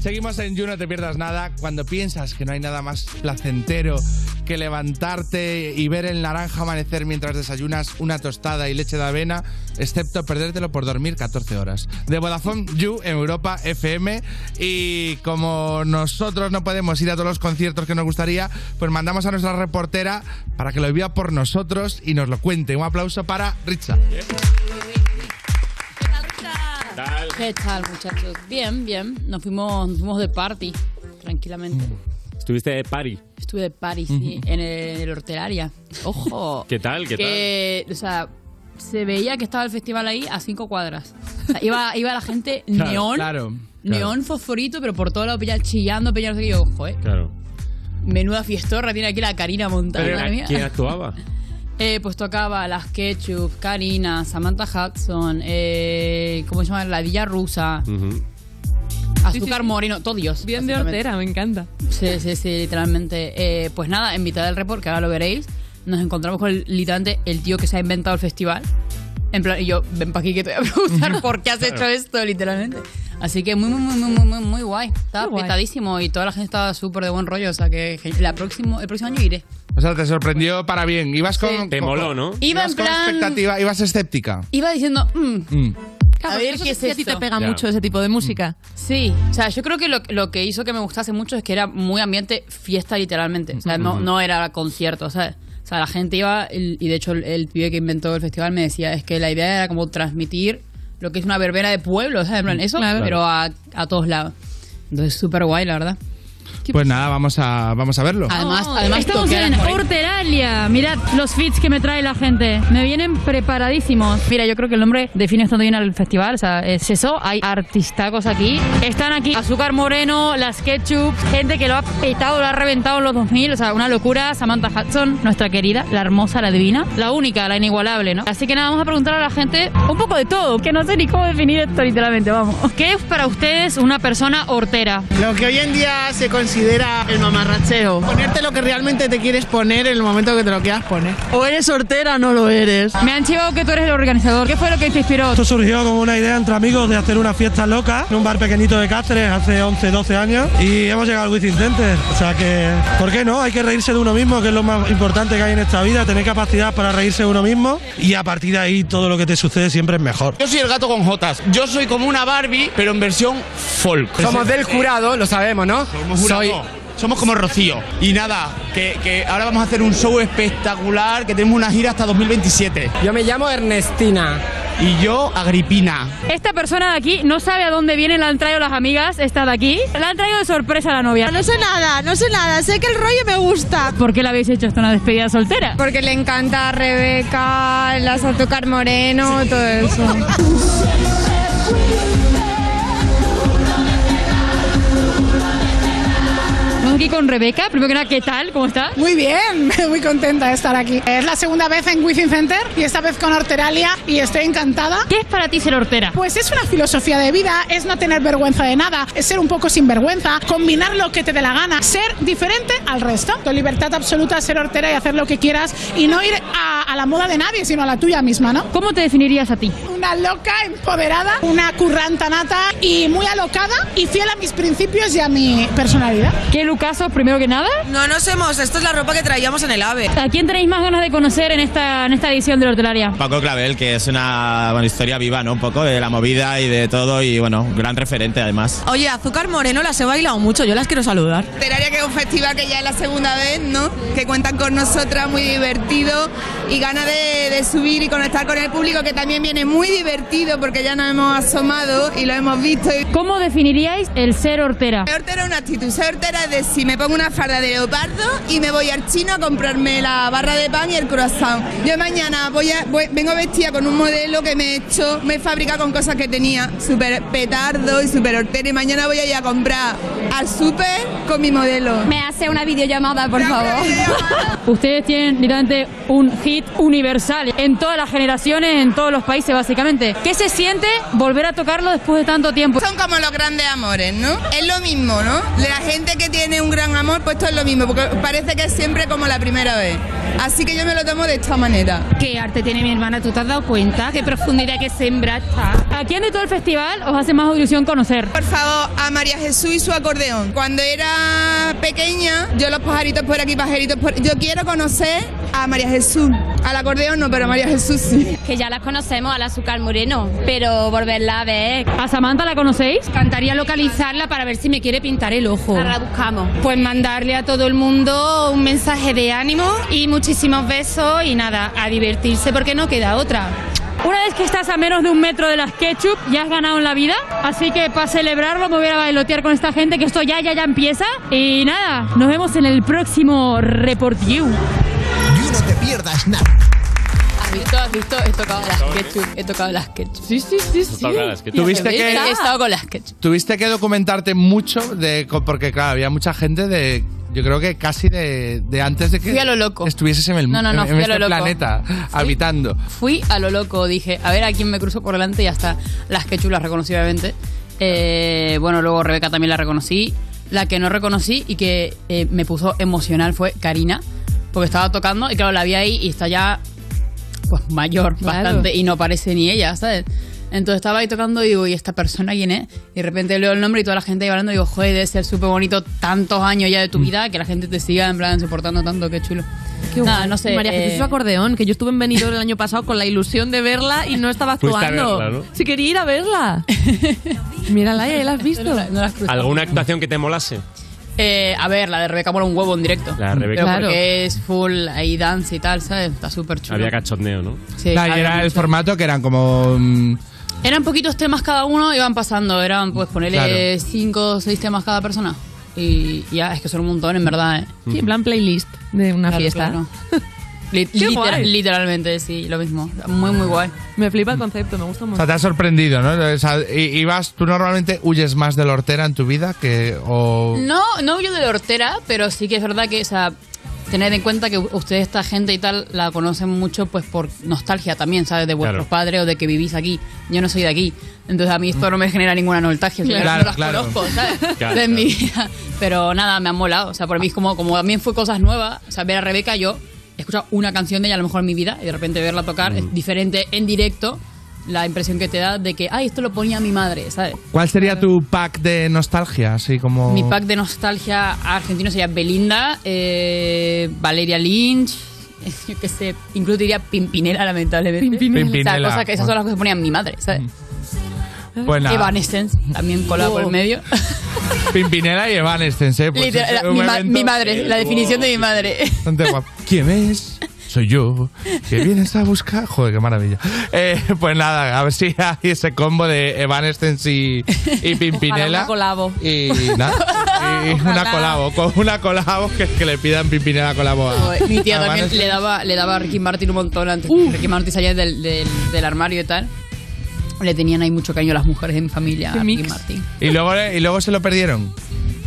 [SPEAKER 5] Seguimos en You, no te pierdas nada. Cuando piensas que no hay nada más placentero que levantarte y ver el naranja amanecer mientras desayunas una tostada y leche de avena, excepto perdértelo por dormir 14 horas. De Vodafone You en Europa FM. Y como nosotros no podemos ir a todos los conciertos que nos gustaría, pues mandamos a nuestra reportera para que lo viva por nosotros y nos lo cuente. Un aplauso para Richa.
[SPEAKER 6] ¿Qué tal, muchachos? Bien, bien. Nos fuimos, nos fuimos de party, tranquilamente.
[SPEAKER 3] Mm. Estuviste de party.
[SPEAKER 6] Estuve de party, sí, en el, en el Hortelaria. Ojo.
[SPEAKER 3] ¿Qué tal? ¿Qué
[SPEAKER 6] que, O sea, se veía que estaba el festival ahí a cinco cuadras. O sea, iba, iba la gente
[SPEAKER 3] Claro,
[SPEAKER 6] neón,
[SPEAKER 3] claro,
[SPEAKER 6] neón
[SPEAKER 3] claro.
[SPEAKER 6] fosforito, pero por todo lado pilla chillando, pilla no sé qué. Y yo, ojo, eh.
[SPEAKER 3] tal? Claro.
[SPEAKER 6] Menuda fiestorra tiene aquí la Karina montada. madre mía.
[SPEAKER 3] ¿Quién actuaba?
[SPEAKER 6] Eh, pues tocaba Las Ketchup, Karina, Samantha Hudson, eh, ¿cómo se llama? La Villa Rusa. Azúcar Moreno, todo Dios. Bien
[SPEAKER 16] de hortera,
[SPEAKER 6] me encanta. Sí, sí, sí, literalmente. Eh, pues nada, en mitad del report, que ahora lo veréis, nos encontramos con el, literalmente el tío que se ha inventado el festival. En plan, y yo, ven pa' aquí que te voy a preguntar por qué has Claro. hecho esto, literalmente. Así que muy, muy, muy, muy, muy, muy, muy guay. Estaba
[SPEAKER 5] Qué guay.
[SPEAKER 6] petadísimo y toda la gente estaba súper de buen rollo. O sea que gen- la próximo, el próximo año iré.
[SPEAKER 5] O sea, te sorprendió para bien. Ibas con.
[SPEAKER 3] Te
[SPEAKER 5] con-
[SPEAKER 3] moló, ¿no?
[SPEAKER 6] Iba en
[SPEAKER 5] Ibas con
[SPEAKER 6] plan-
[SPEAKER 5] expectativa, ibas escéptica.
[SPEAKER 6] Iba diciendo, "Mm,
[SPEAKER 5] Mm.
[SPEAKER 6] a ver qué es
[SPEAKER 4] a ti te
[SPEAKER 6] esto".
[SPEAKER 4] pega
[SPEAKER 5] Ya. Mm.
[SPEAKER 4] mucho ese tipo de música.
[SPEAKER 6] Sí, o sea, yo creo que lo, lo que hizo que me gustase mucho es que era muy ambiente fiesta literalmente, o sea, no,
[SPEAKER 4] Ujú.
[SPEAKER 6] no era concierto, ¿sabes? O sea, la gente iba, el- y de hecho el, el pibe que inventó el festival me decía, es que la idea era como transmitir lo que es una verbena de pueblo, ¿sabes? En plan, eso,
[SPEAKER 5] Mm. Claro.
[SPEAKER 6] pero a, a todos lados. Entonces, súper guay, la verdad.
[SPEAKER 5] Pues nada, vamos a, vamos a verlo.
[SPEAKER 6] Además, además
[SPEAKER 16] Estamos
[SPEAKER 6] toqué a
[SPEAKER 16] en
[SPEAKER 6] las Morena.
[SPEAKER 16] Horteralia. Mirad los feeds que me trae la gente. Me vienen preparadísimos. Mira, yo creo que el nombre define bastante bien al festival. O sea, es eso. Hay artistacos aquí. Están aquí Azúcar Moreno, las Ketchup, gente que lo ha petado, lo ha reventado en los 2000. O sea, una locura. Samantha Hudson, nuestra querida, la hermosa, la divina, la única, la inigualable, ¿no? Así que nada, vamos a preguntar a la gente un poco de todo, que no sé ni cómo definir esto literalmente, vamos. ¿Qué es para ustedes una persona hortera?
[SPEAKER 15] Lo que hoy en día se considera el mamarracheo. Ponerte lo que realmente te quieres poner en el momento que te lo quieras poner. O eres hortera o no lo eres.
[SPEAKER 16] Me han chivado que tú eres el organizador. ¿Qué fue lo que te inspiró?
[SPEAKER 27] Esto surgió como una idea entre amigos de hacer una fiesta loca en un bar pequeñito de Cáceres hace 11, 12 años y hemos llegado al Within Center. O sea que, ¿por qué no? Hay que reírse de uno mismo, que es lo más importante que hay en esta vida, tener capacidad para reírse de uno mismo y a partir de ahí todo lo que te sucede siempre es mejor.
[SPEAKER 15] Yo soy Ah. el gato con jotas. Yo soy como una Barbie, pero en versión folk. Somos
[SPEAKER 6] Eh,
[SPEAKER 15] del jurado, lo sabemos, ¿no? Somos Somos como Rocío. Y nada, que, que ahora vamos a hacer un show espectacular, que tenemos una gira hasta 2027. Yo me llamo Ernestina. Y yo Agripina.
[SPEAKER 16] Esta persona de aquí no sabe a dónde viene, la han traído las amigas, está de aquí. La han traído de sorpresa a la novia. No sé nada, no sé nada, sé que el rollo me gusta. ¿Por qué la habéis hecho hasta una despedida soltera?
[SPEAKER 28] Porque le encanta a Rebeca, las Azúcar Moreno, todo eso.
[SPEAKER 16] Estamos aquí con Rebeca, primero que nada, ¿qué tal? ¿Cómo está?
[SPEAKER 28] Muy bien, muy contenta de estar aquí. Es la segunda vez en Within Center y esta vez con Horteralia y estoy encantada.
[SPEAKER 16] ¿Qué es para ti ser hortera?
[SPEAKER 28] Pues es una filosofía de vida, es no tener vergüenza de nada, es ser un poco sinvergüenza, combinar lo que te dé la gana, ser diferente al resto. Tu libertad absoluta, ser hortera y hacer lo que quieras y no ir a, a la moda de nadie, sino a la tuya misma, ¿no?
[SPEAKER 16] ¿Cómo te definirías a ti?
[SPEAKER 28] Una loca, empoderada, una curranta nata y muy alocada y fiel a mis principios y a mi personalidad.
[SPEAKER 16] ¿Qué Lucaso, primero que nada?
[SPEAKER 29] No nos hemos, esto es la ropa que traíamos en el AVE.
[SPEAKER 16] ¿A quién tenéis más ganas de conocer en esta, en esta edición de la hortelaria?
[SPEAKER 30] Paco Clavel, que es una bueno, historia viva, ¿no? Un poco de la movida y de todo, y bueno, un gran referente además.
[SPEAKER 29] Oye, Azúcar Moreno las he bailado mucho, yo las quiero saludar.
[SPEAKER 23] Literaria, que es un festival que ya es la segunda vez, ¿no? Que cuentan con nosotras, muy divertido y ganas de, de subir y conectar con el público, que también viene muy divertido porque ya nos hemos asomado y lo hemos visto.
[SPEAKER 16] ¿Cómo definiríais el ser hortera?
[SPEAKER 23] Ser hortera es una actitud, ser hortera es decir, me pongo una farda de leopardo y me voy al chino a comprarme la barra de pan y el croissant. Yo mañana voy a- voy- vengo vestida con un modelo que me he hecho, me he fabricado con cosas que tenía, súper petardo y súper hortera y mañana voy a ir a comprar al súper con mi modelo.
[SPEAKER 28] Me hace una videollamada, por favor.
[SPEAKER 16] Ustedes tienen literalmente un hit universal en todas las generaciones, en todos los países
[SPEAKER 31] francamente. ¿Qué se siente volver a tocarlo después de tanto tiempo?
[SPEAKER 23] Son como los grandes amores, ¿no? Es lo mismo, ¿no? De la gente que tiene un gran amor, pues esto es lo mismo, porque parece que es siempre como la primera vez. Así que yo me lo tomo de esta manera.
[SPEAKER 32] ¿Qué arte tiene mi hermana? ¿Tú te has dado cuenta? ¿Qué profundidad que sembra está?
[SPEAKER 31] ¿A quién de todo el festival os hace más ilusión conocer?
[SPEAKER 23] Por favor, a María Jesús y su acordeón. Cuando era pequeña, yo los pajaritos por aquí, pajaritos por... Yo quiero conocer a María Jesús. Al acordeón no, pero a María Jesús sí.
[SPEAKER 32] Que ya las conocemos al azúcar moreno, pero volverla a ver.
[SPEAKER 31] ¿A Samantha la conocéis?
[SPEAKER 32] Cantaría localizarla para ver si me quiere pintar el ojo. Ahora la buscamos. Pues mandarle a todo el mundo un mensaje de ánimo y muchísimos besos y nada, a divertirse porque no queda otra.
[SPEAKER 31] Una vez que estás a menos de un metro de las ketchup, ya has ganado en la vida. Así que para celebrarlo me voy a bailotear con esta gente, que esto ya, ya, ya empieza. Y nada, nos vemos en el próximo Report You.
[SPEAKER 4] no te pierdas nada. ¿Has visto? ¿Has visto? He tocado las ketchup. He tocado las ketchup. Sí, sí, sí. sí.
[SPEAKER 5] Tuviste que-
[SPEAKER 4] He estado con las ketchup.
[SPEAKER 5] Tuviste que documentarte mucho de co- porque claro, había mucha gente de yo creo que casi de, de antes de que
[SPEAKER 4] Fui a lo loco.
[SPEAKER 5] estuvieses en el
[SPEAKER 4] No, no, no,
[SPEAKER 5] en
[SPEAKER 4] fui a
[SPEAKER 5] este
[SPEAKER 4] lo loco.
[SPEAKER 5] planeta habitando.
[SPEAKER 4] Fui a lo loco, dije, a ver a quién me cruzo por delante y hasta las que chulas reconocí obviamente.
[SPEAKER 6] Eh, bueno, luego Rebeca también la reconocí. La que no reconocí y que eh, me puso emocional fue Karina, porque estaba tocando y claro, la vi ahí y está ya pues mayor
[SPEAKER 4] Claro.
[SPEAKER 6] bastante y no parece ni ella, ¿sabes? Entonces estaba ahí tocando y digo, ¿y esta persona quién es? Y de repente leo el nombre y toda la gente ahí hablando y digo, joder, debe ser súper bonito tantos años ya de
[SPEAKER 4] Mm.
[SPEAKER 6] tu vida que la gente te siga en plan soportando tanto, qué chulo. Nada, no sé.
[SPEAKER 4] María Jesús
[SPEAKER 6] eh,
[SPEAKER 4] su acordeón, que yo estuve en Benidorm el año pasado con la ilusión de verla y no estaba
[SPEAKER 3] Fuiste a
[SPEAKER 4] actuando.
[SPEAKER 3] verla, ¿no?
[SPEAKER 4] Si quería ir a verla. Mírala, ya la has visto.
[SPEAKER 3] ¿Alguna actuación que te molase?
[SPEAKER 6] Eh, a ver, la de Rebeca mola un huevo en directo.
[SPEAKER 3] La de Rebeca.
[SPEAKER 6] Pero
[SPEAKER 3] Claro.
[SPEAKER 6] porque es full ahí dance y tal, ¿sabes? Está súper chulo.
[SPEAKER 3] Había cachondeo, ¿no?
[SPEAKER 6] Sí,
[SPEAKER 5] Claro, y
[SPEAKER 6] había
[SPEAKER 5] era el
[SPEAKER 6] mucho.
[SPEAKER 5] formato que eran como mm,
[SPEAKER 6] Eran poquitos temas cada uno, iban pasando. Eran, pues, ponerle
[SPEAKER 5] Claro.
[SPEAKER 6] cinco o seis temas cada persona. Y ya, es que son un montón, en verdad, ¿eh?
[SPEAKER 3] Mm.
[SPEAKER 4] Sí, en plan playlist de una
[SPEAKER 6] Claro,
[SPEAKER 4] fiesta.
[SPEAKER 6] claro. Li-
[SPEAKER 4] Qué
[SPEAKER 6] litera-
[SPEAKER 4] guay.
[SPEAKER 6] literalmente, sí, lo mismo. Muy, muy guay.
[SPEAKER 4] Me flipa el concepto, me gusta
[SPEAKER 5] o
[SPEAKER 4] mucho.
[SPEAKER 5] sea, te ha sorprendido, ¿no? O sea, y, y vas- tú normalmente huyes más de la hortera en tu vida que o
[SPEAKER 6] No, no yo de la hortera, pero sí que es verdad que, o sea, tener en cuenta que ustedes, esta gente y tal, la conocen mucho pues por nostalgia también, ¿sabes? De vuestros
[SPEAKER 5] Claro.
[SPEAKER 6] padres o de que vivís aquí. Yo no soy de aquí. Entonces a mí esto no me genera ninguna nostalgia. Yo
[SPEAKER 5] Claro,
[SPEAKER 6] no las
[SPEAKER 5] claro.
[SPEAKER 6] conozco, ¿sabes?
[SPEAKER 5] Claro,
[SPEAKER 6] de mi vida. Pero nada, me han molado. O sea, por mí es como, como también fue cosas nuevas. O sea, ver a Rebeca, yo he escuchado una canción de ella a lo mejor en mi vida y de repente verla tocar
[SPEAKER 5] Mm.
[SPEAKER 6] es diferente en directo la impresión que te da de que, ay, esto lo ponía mi madre, ¿sabes?
[SPEAKER 5] ¿Cuál sería tu pack de nostalgia, así como
[SPEAKER 6] Mi pack de nostalgia argentino sería Belinda, eh, Valeria Lynch, yo qué sé, incluso diría Pimpinela, lamentablemente.
[SPEAKER 5] Pimpinela.
[SPEAKER 6] O sea,
[SPEAKER 5] Pimpinela,
[SPEAKER 6] cosas que esas son las cosas que ponía mi madre, ¿sabes?
[SPEAKER 5] Pues nada.
[SPEAKER 6] Evanescence, también colado por el
[SPEAKER 5] Oh.
[SPEAKER 6] medio.
[SPEAKER 5] Pimpinela y Evanescence, eh? Pues
[SPEAKER 6] Literal,
[SPEAKER 5] es
[SPEAKER 6] la-
[SPEAKER 5] un
[SPEAKER 6] mi, ma-
[SPEAKER 5] evento
[SPEAKER 6] mi madre, la definición de mi madre.
[SPEAKER 5] bastante guapo. ¿Quién es? Soy yo. ¿Qué vienes a buscar? Joder, qué maravilla. Eh, pues nada, a ver si hay ese combo de Evanescence y, y
[SPEAKER 4] Ojalá
[SPEAKER 5] Pimpinela.
[SPEAKER 4] una colabo.
[SPEAKER 5] Y nada, y una colabo, con una colabo que, que le pidan Pimpinela colabo a
[SPEAKER 6] Pues, Mi tía
[SPEAKER 5] a
[SPEAKER 6] también
[SPEAKER 5] Evanescence.
[SPEAKER 6] le daba, le daba a Ricky Martin un montón antes. Ricky Martin salía del, del- del armario y tal. Le tenían ahí mucho cariño las mujeres de mi familia
[SPEAKER 4] Qué
[SPEAKER 6] a Ricky
[SPEAKER 4] mix.
[SPEAKER 6] Martin.
[SPEAKER 5] Y luego, le- y luego se lo perdieron.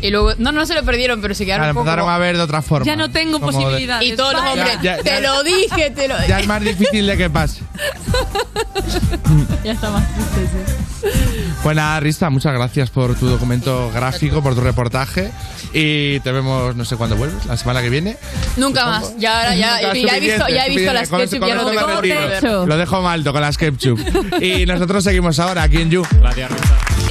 [SPEAKER 6] Y luego, no, no se lo perdieron, pero se quedaron
[SPEAKER 5] Claro,
[SPEAKER 6] un poco
[SPEAKER 5] empezaron
[SPEAKER 6] como-
[SPEAKER 5] a ver de otra forma.
[SPEAKER 6] Ya no tengo
[SPEAKER 5] Como de-
[SPEAKER 6] posibilidades. Y todos los
[SPEAKER 5] Vaya.
[SPEAKER 6] hombres,
[SPEAKER 5] Ya- ya-
[SPEAKER 6] te lo dije, te lo
[SPEAKER 5] Ya es más difícil de que pase.
[SPEAKER 6] Ya está más triste,
[SPEAKER 5] Pues nada, Rista, muchas gracias por tu documento gráfico, por tu reportaje. Y te vemos, no sé cuándo vuelves, la semana que viene.
[SPEAKER 6] Nunca más. Ya, ahora, ya,
[SPEAKER 5] Nunca es
[SPEAKER 6] ya he visto, ya he
[SPEAKER 5] suficiente,
[SPEAKER 6] visto las
[SPEAKER 5] con-
[SPEAKER 6] ketchup
[SPEAKER 5] con
[SPEAKER 6] y ya no
[SPEAKER 5] esto
[SPEAKER 6] tengo
[SPEAKER 5] me
[SPEAKER 6] que
[SPEAKER 5] retiro.
[SPEAKER 6] volver.
[SPEAKER 5] Lo dejo mal con las ketchup. Y nosotros seguimos ahora aquí en You. Gracias,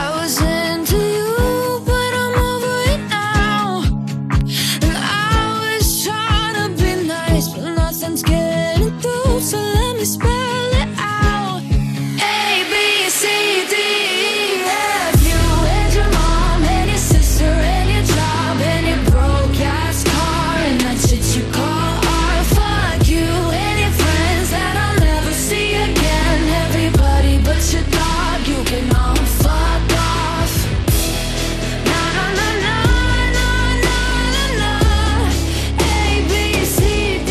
[SPEAKER 33] I was into you, but I'm over it now. And I was trying to be nice, but nothing's getting through. So let me spell it out. A, B, C, D, E, F. You and your mom, and your sister, and your job, and your broke ass car, and that shit you call art. Fuck you and your friends that I'll never see again. Everybody but your dog, you can all fuck off. Na na na na na na na na. A B C D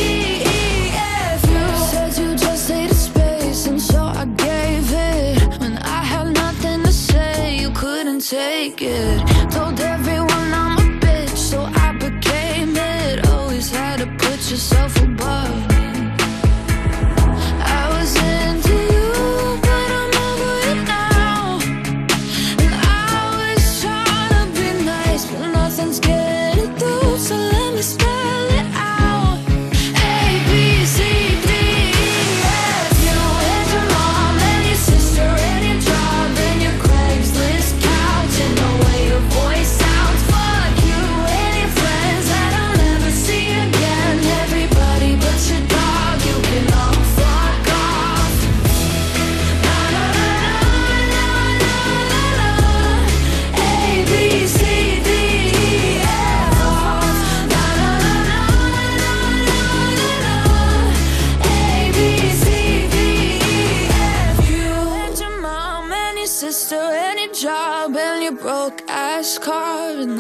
[SPEAKER 33] E F. You said you just needed space, and so I gave it. When I had nothing to say, you couldn't take it. Told everyone I'm a bitch, so I became it. Always had to put yourself above. me. I was into you, but I'm over it now. You can all fuck off.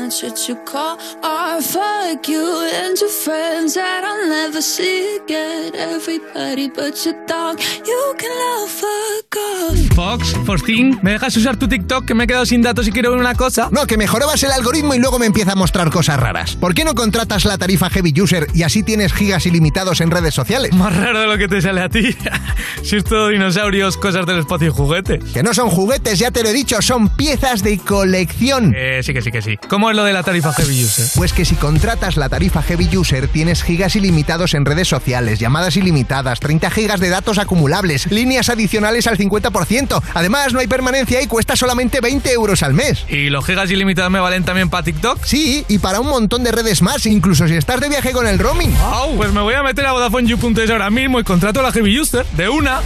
[SPEAKER 33] Shit you call art, fuck you and your friends that I'll never see again. Everybody but your dog, you can love fuck off.
[SPEAKER 14] Fox, Forstin, ¿me dejas usar tu TikTok que me he quedado sin datos y quiero ver una cosa?
[SPEAKER 22] No, que mejorabas el algoritmo y luego me empieza a mostrar cosas raras. ¿Por qué no contratas la tarifa Heavy User y así tienes gigas ilimitados en redes sociales?
[SPEAKER 14] Más raro de lo que te sale a ti. si es todo dinosaurios, cosas del espacio y juguetes.
[SPEAKER 22] Que no son juguetes, ya te lo he dicho, son piezas de colección.
[SPEAKER 14] Eh, sí que sí que sí. ¿Cómo es lo de la tarifa Heavy User?
[SPEAKER 22] Pues que si contratas la tarifa Heavy User tienes gigas ilimitados en redes sociales, llamadas ilimitadas, 30 gigas de datos acumulables, líneas adicionales al 50%. Además, no hay permanencia y cuesta solamente 20 euros al mes.
[SPEAKER 14] ¿Y los gigas ilimitados me valen también para TikTok?
[SPEAKER 22] Sí, y para un montón de redes más, incluso si estás de viaje con el roaming.
[SPEAKER 14] Au, Pues me voy a meter a VodafoneYou.es ahora mismo y contrato a la Heavy User de una.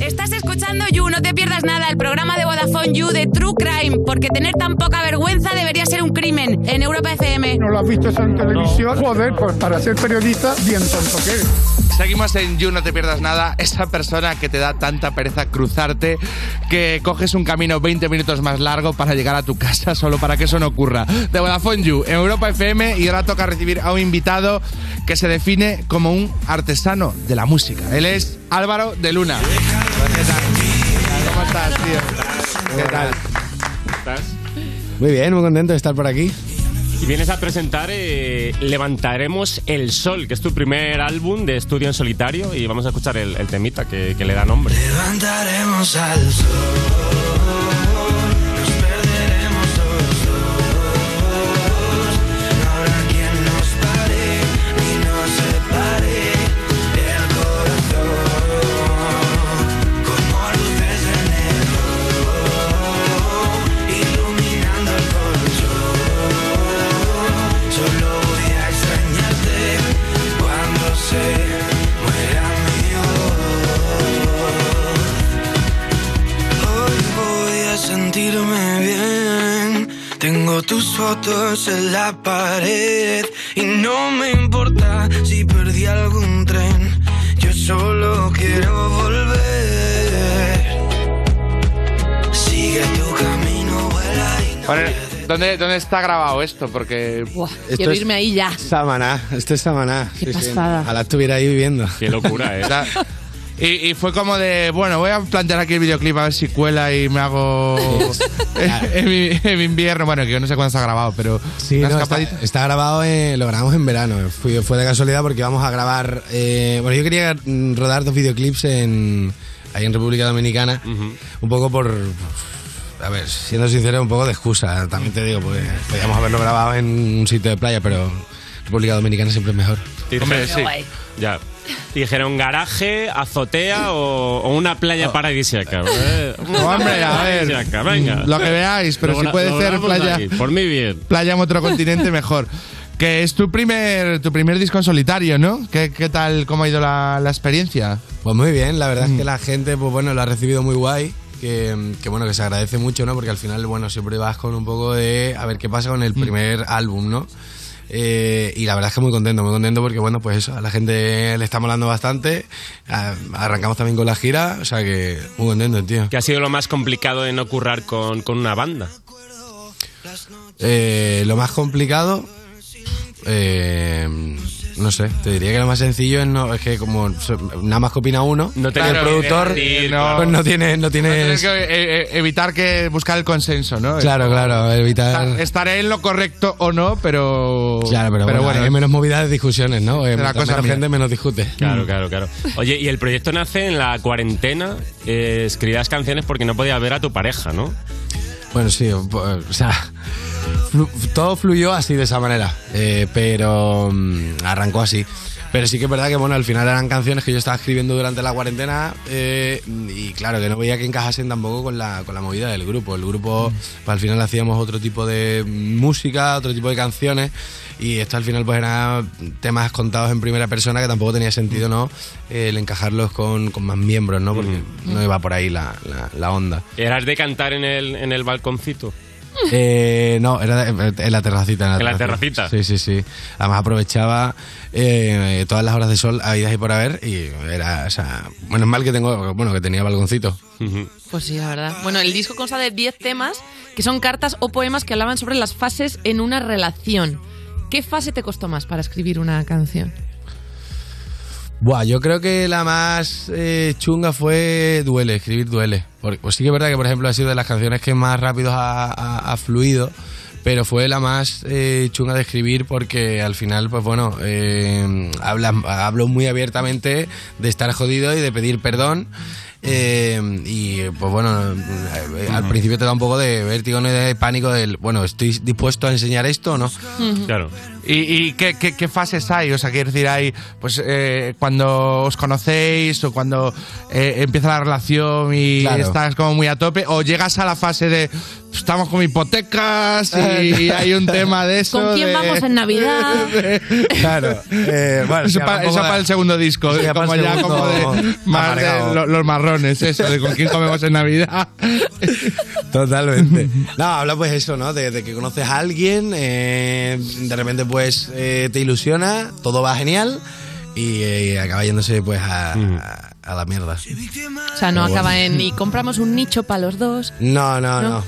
[SPEAKER 29] Estás escuchando You, no te pierdas nada, el programa de Vodafone You de True Crime, porque tener tan poca vergüenza debería ser un crimen en Europa FM.
[SPEAKER 34] ¿No lo has visto eso en televisión? Joder, pues para ser periodista, bien tonto que eres.
[SPEAKER 5] Seguimos en You, no te pierdas nada. Esa persona que te da tanta pereza cruzarte que coges un camino 20 minutos más largo para llegar a tu casa solo para que eso no ocurra. De Vodafone You, en Europa FM y ahora toca recibir a un invitado que se define como un artesano de la música. Él es Álvaro de Luna. ¿Qué tal? ¿Cómo estás, tío? ¿Qué tal?
[SPEAKER 35] Muy bien, muy contento de estar por aquí.
[SPEAKER 3] Y vienes a presentar eh, Levantaremos el Sol, que es tu primer álbum de estudio en solitario y vamos a escuchar el, el temita que, que le da nombre.
[SPEAKER 33] Levantaremos al sol. Nos perderemos los dos. No habrá quien nos pare ni nos separe del corazón. Como luces en el sol, iluminando el colchón. Solo voy a extrañarte cuando se muera mi voz. Hoy voy a sentirme bien. Tengo tus fotos en la pared y no me importa si perdí algún tren. Yo solo quiero volver. Sigue tu camino, vuela y
[SPEAKER 5] Ahora, ¿dónde, ¿Dónde está grabado esto? Porque...
[SPEAKER 35] Esto
[SPEAKER 4] Quiero
[SPEAKER 35] es-
[SPEAKER 4] irme ahí ya.
[SPEAKER 35] Samaná, esto es Samaná.
[SPEAKER 4] Qué pasada.
[SPEAKER 35] Ojalá estuviera ahí viviendo.
[SPEAKER 3] Qué locura,
[SPEAKER 5] O sea, y, y fue como de, bueno, voy a plantear aquí el videoclip a ver si cuela y me hago en, mi, en mi invierno. Bueno, que yo no sé cuándo se ha grabado, pero
[SPEAKER 35] Sí,
[SPEAKER 5] una
[SPEAKER 35] no, está,
[SPEAKER 5] escapadita.
[SPEAKER 35] está grabado, en- lo grabamos en verano. Fui- fue de casualidad porque íbamos a grabar. eh, bueno, yo quería mm, rodar dos videoclips en, ahí en República Dominicana. Un poco por. A ver, siendo sincero, un poco de excusa. También te digo, pues podíamos haberlo grabado en un sitio de playa, pero República Dominicana siempre es mejor.
[SPEAKER 3] Hombre, sí. Ya. Dijeron garaje, azotea o, o una playa paradisíaca. ¿eh?
[SPEAKER 5] No, hombre, a ver,
[SPEAKER 3] Paradisíaca, venga.
[SPEAKER 5] lo que veáis, pero
[SPEAKER 3] Lo
[SPEAKER 5] si
[SPEAKER 3] gra-
[SPEAKER 5] puede
[SPEAKER 3] lo
[SPEAKER 5] ser
[SPEAKER 3] grabamos
[SPEAKER 5] playa-
[SPEAKER 3] aquí, por mi bien.
[SPEAKER 5] Playa en otro continente mejor. Que es tu primer, tu primer disco en solitario, ¿no? ¿Qué, qué tal, cómo ha ido la, la experiencia? Mm.
[SPEAKER 35] Pues muy bien, la verdad es que la gente, pues bueno, lo ha recibido muy guay. Que, que bueno, que se agradece mucho, ¿no? Porque al final, bueno, siempre vas con un poco de a ver qué pasa con el primer álbum, ¿no? Eh, y la verdad es que muy contento, muy contento porque, bueno, pues eso, a la gente le está molando bastante. A- arrancamos también con la gira, o sea que muy contento, tío.
[SPEAKER 3] Que ha sido lo más complicado de no currar con, con una banda.
[SPEAKER 35] Eh, lo más complicado, eh, no sé, te diría que lo más sencillo es, no, es que como so- nada más que opina uno, no
[SPEAKER 5] te-
[SPEAKER 35] el
[SPEAKER 5] Claro,
[SPEAKER 35] productor,
[SPEAKER 5] eh,
[SPEAKER 35] no,
[SPEAKER 5] no.
[SPEAKER 35] pues no tiene, no
[SPEAKER 5] No
[SPEAKER 35] tiene
[SPEAKER 5] tienes que, eh, eh, evitar que buscar el consenso, ¿no?
[SPEAKER 35] Claro, claro, evitar.
[SPEAKER 5] Estaré en lo correcto o no, pero.
[SPEAKER 35] Claro, pero, bueno, hay menos movidas de discusiones, ¿no? Eh,
[SPEAKER 5] La
[SPEAKER 35] mientras
[SPEAKER 5] cosa
[SPEAKER 35] menos
[SPEAKER 5] mía.
[SPEAKER 35] gente, menos discute.
[SPEAKER 3] Claro, claro, claro. Oye, y el proyecto nace en la cuarentena. Eh, escribías canciones porque no podías ver a tu pareja, ¿no?
[SPEAKER 35] Bueno, sí, pues, o sea, flu- todo fluyó así de esa manera, eh, pero mm, arrancó así. Pero sí que es verdad que, bueno, al final eran canciones que yo estaba escribiendo durante la cuarentena eh, y claro, que no veía que encajasen tampoco con la, con la movida del grupo. El grupo, pues, al final hacíamos otro tipo de música, otro tipo de canciones y esto al final pues eran temas contados en primera persona que tampoco tenía sentido, ¿no? El encajarlos con, con más miembros, ¿no? Porque no iba por ahí la- la- la onda.
[SPEAKER 3] ¿Eras de cantar en el, en el balconcito?
[SPEAKER 35] Eh, no, era en la terracita.
[SPEAKER 3] En la terracita.
[SPEAKER 35] Sí, sí, sí. Además aprovechaba eh, todas las horas de sol habidas y por haber y era, o sea, menos mal que tengo, bueno, que tenía balconcito.
[SPEAKER 4] Pues sí, la verdad. Bueno, el disco consta de 10 temas que son cartas o poemas que hablaban sobre las fases en una relación. ¿Qué fase te costó más para escribir una canción?
[SPEAKER 35] Buah, yo creo que la más eh, chunga fue Duele, escribir Duele. Porque, pues sí que es verdad que, por ejemplo, ha sido de las canciones que más rápido ha, ha- ha fluido, pero fue la más eh, chunga de escribir porque al final, pues bueno, eh, habla- hablo muy abiertamente de estar jodido y de pedir perdón. Eh, y pues bueno, eh, al principio te da un poco de vértigo, ¿no? y de pánico del, bueno, ¿estoy dispuesto a enseñar esto o no?
[SPEAKER 3] Claro.
[SPEAKER 5] ¿Y, y qué, qué- qué fases hay? O sea, quiero decir, hay pues eh, cuando os conocéis o cuando eh, empieza la relación y
[SPEAKER 35] Claro.
[SPEAKER 5] estás como muy a tope, o llegas a la fase de estamos con hipotecas y hay un tema de eso.
[SPEAKER 4] ¿Con quién
[SPEAKER 5] de-
[SPEAKER 4] vamos en Navidad?
[SPEAKER 35] Claro. eh, bueno,
[SPEAKER 5] eso
[SPEAKER 35] sí,
[SPEAKER 5] para,
[SPEAKER 35] tampoco
[SPEAKER 5] eso
[SPEAKER 35] da-
[SPEAKER 5] para el segundo disco,
[SPEAKER 35] Sí, ya para
[SPEAKER 5] como
[SPEAKER 35] el
[SPEAKER 5] ya
[SPEAKER 35] segundo
[SPEAKER 5] como de, más de
[SPEAKER 35] amargado.
[SPEAKER 5] lo- los marrones, eso, de con quién comemos en Navidad.
[SPEAKER 35] Totalmente. No, habla pues eso, ¿no? De, de que conoces a alguien, eh, de repente pues eh, te ilusiona, todo va genial y eh, acaba yéndose pues a,
[SPEAKER 5] Mm.
[SPEAKER 35] a- a la mierda.
[SPEAKER 4] O sea, no
[SPEAKER 35] Pero
[SPEAKER 4] acaba
[SPEAKER 35] bueno.
[SPEAKER 4] en y compramos un nicho para los dos.
[SPEAKER 35] No, no, no.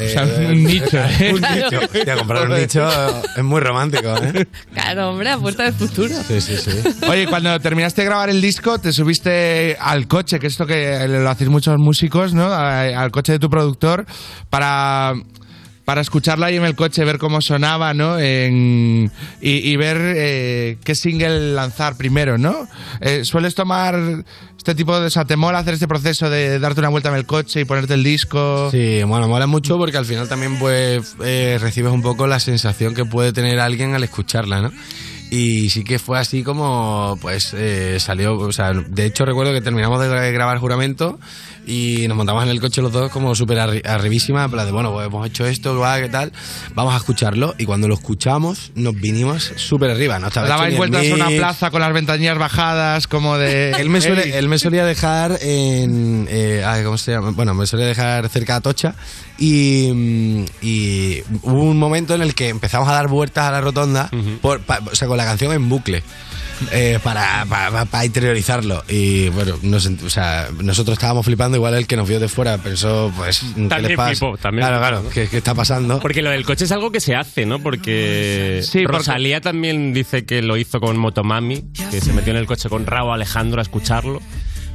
[SPEAKER 35] Eh,
[SPEAKER 5] sea, un nicho, ¿eh?
[SPEAKER 35] Un nicho. Hostia, comprar un nicho eh, es muy romántico, ¿eh?
[SPEAKER 4] Claro, hombre, apuesta de futuro.
[SPEAKER 35] Sí, sí, sí.
[SPEAKER 5] Oye, cuando terminaste de grabar el disco, te subiste al coche, que esto que lo hacéis muchos músicos, ¿no? A- Al coche de tu productor para para escucharlo ahí en el coche, ver cómo sonaba, ¿no? En- y, y ver eh, qué single lanzar primero, ¿no? Eh, ¿Sueles tomar este tipo de... O sea, ¿te mola hacer este proceso de darte una vuelta en el coche y ponerte el disco?
[SPEAKER 35] Sí, bueno, mola mucho porque al final también pues eh, recibes un poco la sensación que puede tener alguien al escucharla, ¿no? Y sí que fue así como pues eh, salió, o sea, de hecho recuerdo que terminamos de gra- grabar juramento y nos montamos en el coche los dos como súper arri- arribísima, en plan de bueno, pues hemos hecho esto, guau, qué tal, vamos a escucharlo y cuando lo escuchamos nos vinimos súper arriba, ¿no? Estaba hecho
[SPEAKER 5] Dabais
[SPEAKER 35] ni el
[SPEAKER 5] vueltas a una
[SPEAKER 35] mix,
[SPEAKER 5] plaza con las ventanillas bajadas, como de...
[SPEAKER 35] él me,
[SPEAKER 5] Ey.
[SPEAKER 35] suele, él me solía dejar en. eh, ay, ¿Cómo se llama? Bueno, me solía dejar cerca de Atocha. Y, mm, y hubo un momento en el que empezamos a dar vueltas a la rotonda, por, pa- o sea, con la canción en bucle. eh, para, pa- pa- pa interiorizarlo y bueno nos ent- o sea, nosotros estábamos flipando igual el que nos vio de fuera pensó pues ¿qué
[SPEAKER 3] También
[SPEAKER 35] les pasa?
[SPEAKER 3] flipó, también
[SPEAKER 35] claro
[SPEAKER 3] flipó,
[SPEAKER 35] claro ¿qué, qué está pasando
[SPEAKER 3] Porque lo del coche es algo que se hace, ¿no? Porque
[SPEAKER 35] Sí, porque-
[SPEAKER 3] Rosalía también dice que lo hizo con Motomami, que se metió en el coche con Rao Alejandro a escucharlo.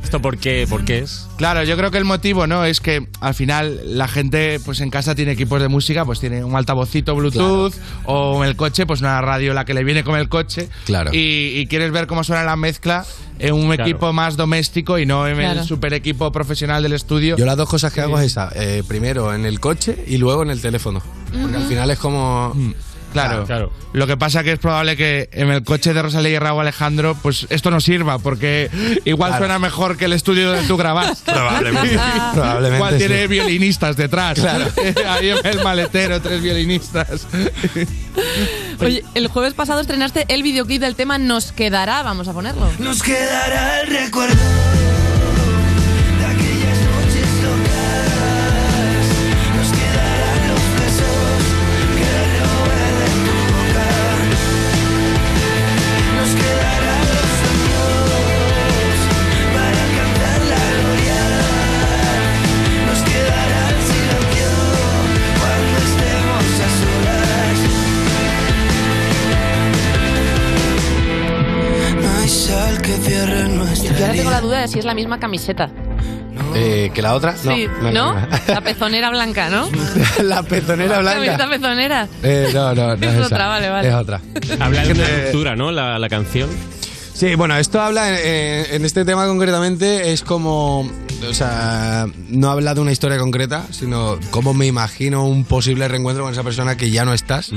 [SPEAKER 3] ¿Esto por qué, por qué es?
[SPEAKER 5] Claro, yo creo que el motivo, ¿no? Es que al final la gente, pues en casa tiene equipos de música, pues tiene un altavocito Bluetooth o en el coche, pues una radio la que le viene con el coche.
[SPEAKER 35] Claro.
[SPEAKER 5] Y, y quieres ver cómo suena la mezcla en un
[SPEAKER 35] Claro.
[SPEAKER 5] equipo más doméstico y no en
[SPEAKER 35] Claro.
[SPEAKER 5] el super equipo profesional del estudio.
[SPEAKER 35] Yo las dos cosas que hago es esa. eh, primero en el coche y luego en el teléfono. Porque al final es como...
[SPEAKER 5] Mm. Claro. Lo que pasa que es probable que en el coche de Rosalía y Raúl Alejandro, pues esto no sirva, porque igual
[SPEAKER 35] Claro.
[SPEAKER 5] suena mejor que el estudio donde tú grabas.
[SPEAKER 35] Probablemente. Probablemente,
[SPEAKER 5] Igual tiene
[SPEAKER 35] sí.
[SPEAKER 5] violinistas detrás.
[SPEAKER 35] Claro.
[SPEAKER 5] Ahí en el maletero, tres violinistas.
[SPEAKER 4] Oye, el jueves pasado estrenaste el videoclip del tema Nos quedará, vamos a ponerlo.
[SPEAKER 9] Nos quedará el recuerdo.
[SPEAKER 36] Nos quedarán los besos que roban en tu boca. Nos quedarán los sueños para cantar la gloria. Nos quedará el silencio cuando estemos a solas. No hay sol que cierre nuestra
[SPEAKER 4] Yo ahora tengo
[SPEAKER 36] herida.
[SPEAKER 4] la duda de si es la misma camiseta.
[SPEAKER 35] Eh, ¿Que la otra?
[SPEAKER 4] sí,
[SPEAKER 35] no,
[SPEAKER 4] ¿no?
[SPEAKER 35] no.
[SPEAKER 4] La pezonera blanca, ¿no?
[SPEAKER 35] La pezonera
[SPEAKER 4] Camiseta
[SPEAKER 35] blanca.
[SPEAKER 4] pezonera.
[SPEAKER 35] Eh, no, no, no
[SPEAKER 4] Ah, Es
[SPEAKER 35] es, esa.
[SPEAKER 4] otra, vale, vale.
[SPEAKER 35] Es otra.
[SPEAKER 3] Habla de
[SPEAKER 35] Es que
[SPEAKER 3] una
[SPEAKER 35] te-
[SPEAKER 3] ruptura, ¿no? La, la canción.
[SPEAKER 35] Sí, bueno, esto habla, eh, en este tema concretamente, es como, o sea, no habla de una historia concreta, sino cómo me imagino un posible reencuentro con esa persona que ya no estás.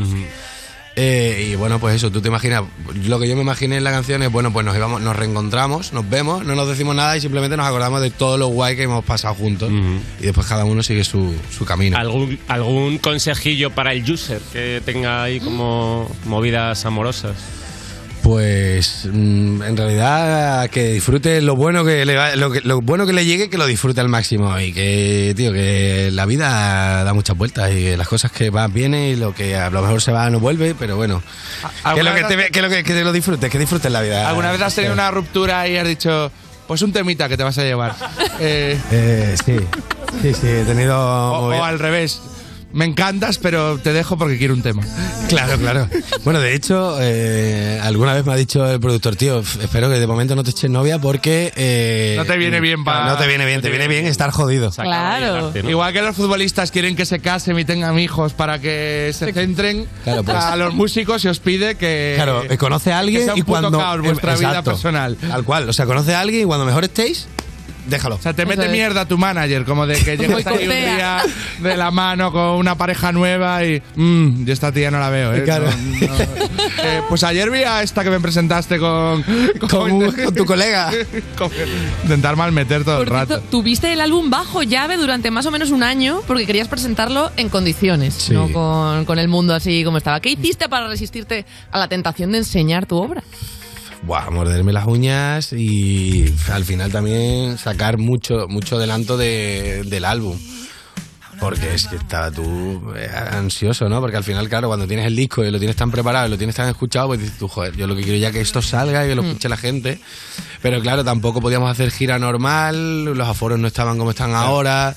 [SPEAKER 35] Eh, y bueno, pues eso, tú te imaginas, lo que yo me imaginé en la canción es, bueno, pues nos, íbamos, nos reencontramos, nos vemos, no nos decimos nada y simplemente nos acordamos de todo lo guay que hemos pasado juntos. Y después cada uno sigue su, su camino.
[SPEAKER 3] ¿Algún, ¿Algún consejillo para el user que tenga ahí como movidas amorosas?
[SPEAKER 35] Pues mm, en realidad que disfrute lo bueno que le va- lo, que- lo bueno que le llegue que lo disfrute al máximo y que tío que la vida da muchas vueltas y que las cosas que van vienen y lo que a lo mejor se va no vuelve pero bueno que
[SPEAKER 5] ¿alguna
[SPEAKER 35] lo que,
[SPEAKER 5] vez
[SPEAKER 35] te, ve- que lo que, que te lo disfrutes que disfrutes la vida Eh,
[SPEAKER 5] ¿Alguna vez has tenido
[SPEAKER 35] Ah,
[SPEAKER 5] una ruptura y has dicho, pues un temita que te vas a llevar? Eh,
[SPEAKER 35] Eh, sí sí sí he tenido
[SPEAKER 5] o, o al revés, me encantas, pero te dejo porque quiero un tema.
[SPEAKER 35] Claro, claro. Bueno, de hecho, eh, alguna vez me ha dicho el productor, tío, f- espero que de momento no te eches novia porque... eh,
[SPEAKER 5] No te viene bien pa-
[SPEAKER 35] No te viene bien, te viene bien estar jodido.
[SPEAKER 5] Igual que los futbolistas quieren que se casen y tengan hijos para que se centren
[SPEAKER 35] Claro, pues.
[SPEAKER 5] a los músicos y os pide que
[SPEAKER 35] Claro, eh, conoce a
[SPEAKER 5] que
[SPEAKER 35] alguien
[SPEAKER 5] sea un
[SPEAKER 35] y
[SPEAKER 5] puto
[SPEAKER 35] cuando...
[SPEAKER 5] caos vuestra
[SPEAKER 35] eh,
[SPEAKER 5] vida
[SPEAKER 35] exacto,
[SPEAKER 5] personal.
[SPEAKER 35] Tal cual, o sea, conoce a alguien y cuando mejor estéis, déjalo.
[SPEAKER 5] O sea, te
[SPEAKER 35] Eso
[SPEAKER 5] mete
[SPEAKER 35] es.
[SPEAKER 5] mierda tu manager, como de que llegas aquí un día de la mano con una pareja nueva y. Mmm, yo esta tía no la veo, ¿eh?
[SPEAKER 35] Claro.
[SPEAKER 5] No, no. Eh, pues ayer vi a esta que me presentaste con. Con,
[SPEAKER 35] con tu colega.
[SPEAKER 5] Con- intentar mal meter todo el rato.
[SPEAKER 4] Tuviste el álbum bajo llave durante más o menos un año porque querías presentarlo en condiciones,
[SPEAKER 5] Sí.
[SPEAKER 4] no con, con el mundo así como estaba. ¿Qué hiciste para resistirte a la tentación de enseñar tu obra?
[SPEAKER 35] Buah, morderme las uñas y al final también sacar mucho, mucho adelanto de- del álbum. Porque es que estaba tú eh, ansioso, ¿no? Porque al final, claro, cuando tienes el disco y lo tienes tan preparado y lo tienes tan escuchado, pues dices tú, joder, yo lo que quiero ya que esto salga y que lo
[SPEAKER 37] Mm.
[SPEAKER 35] escuche la gente. Pero claro, tampoco podíamos hacer gira normal, los aforos no estaban como están ahora.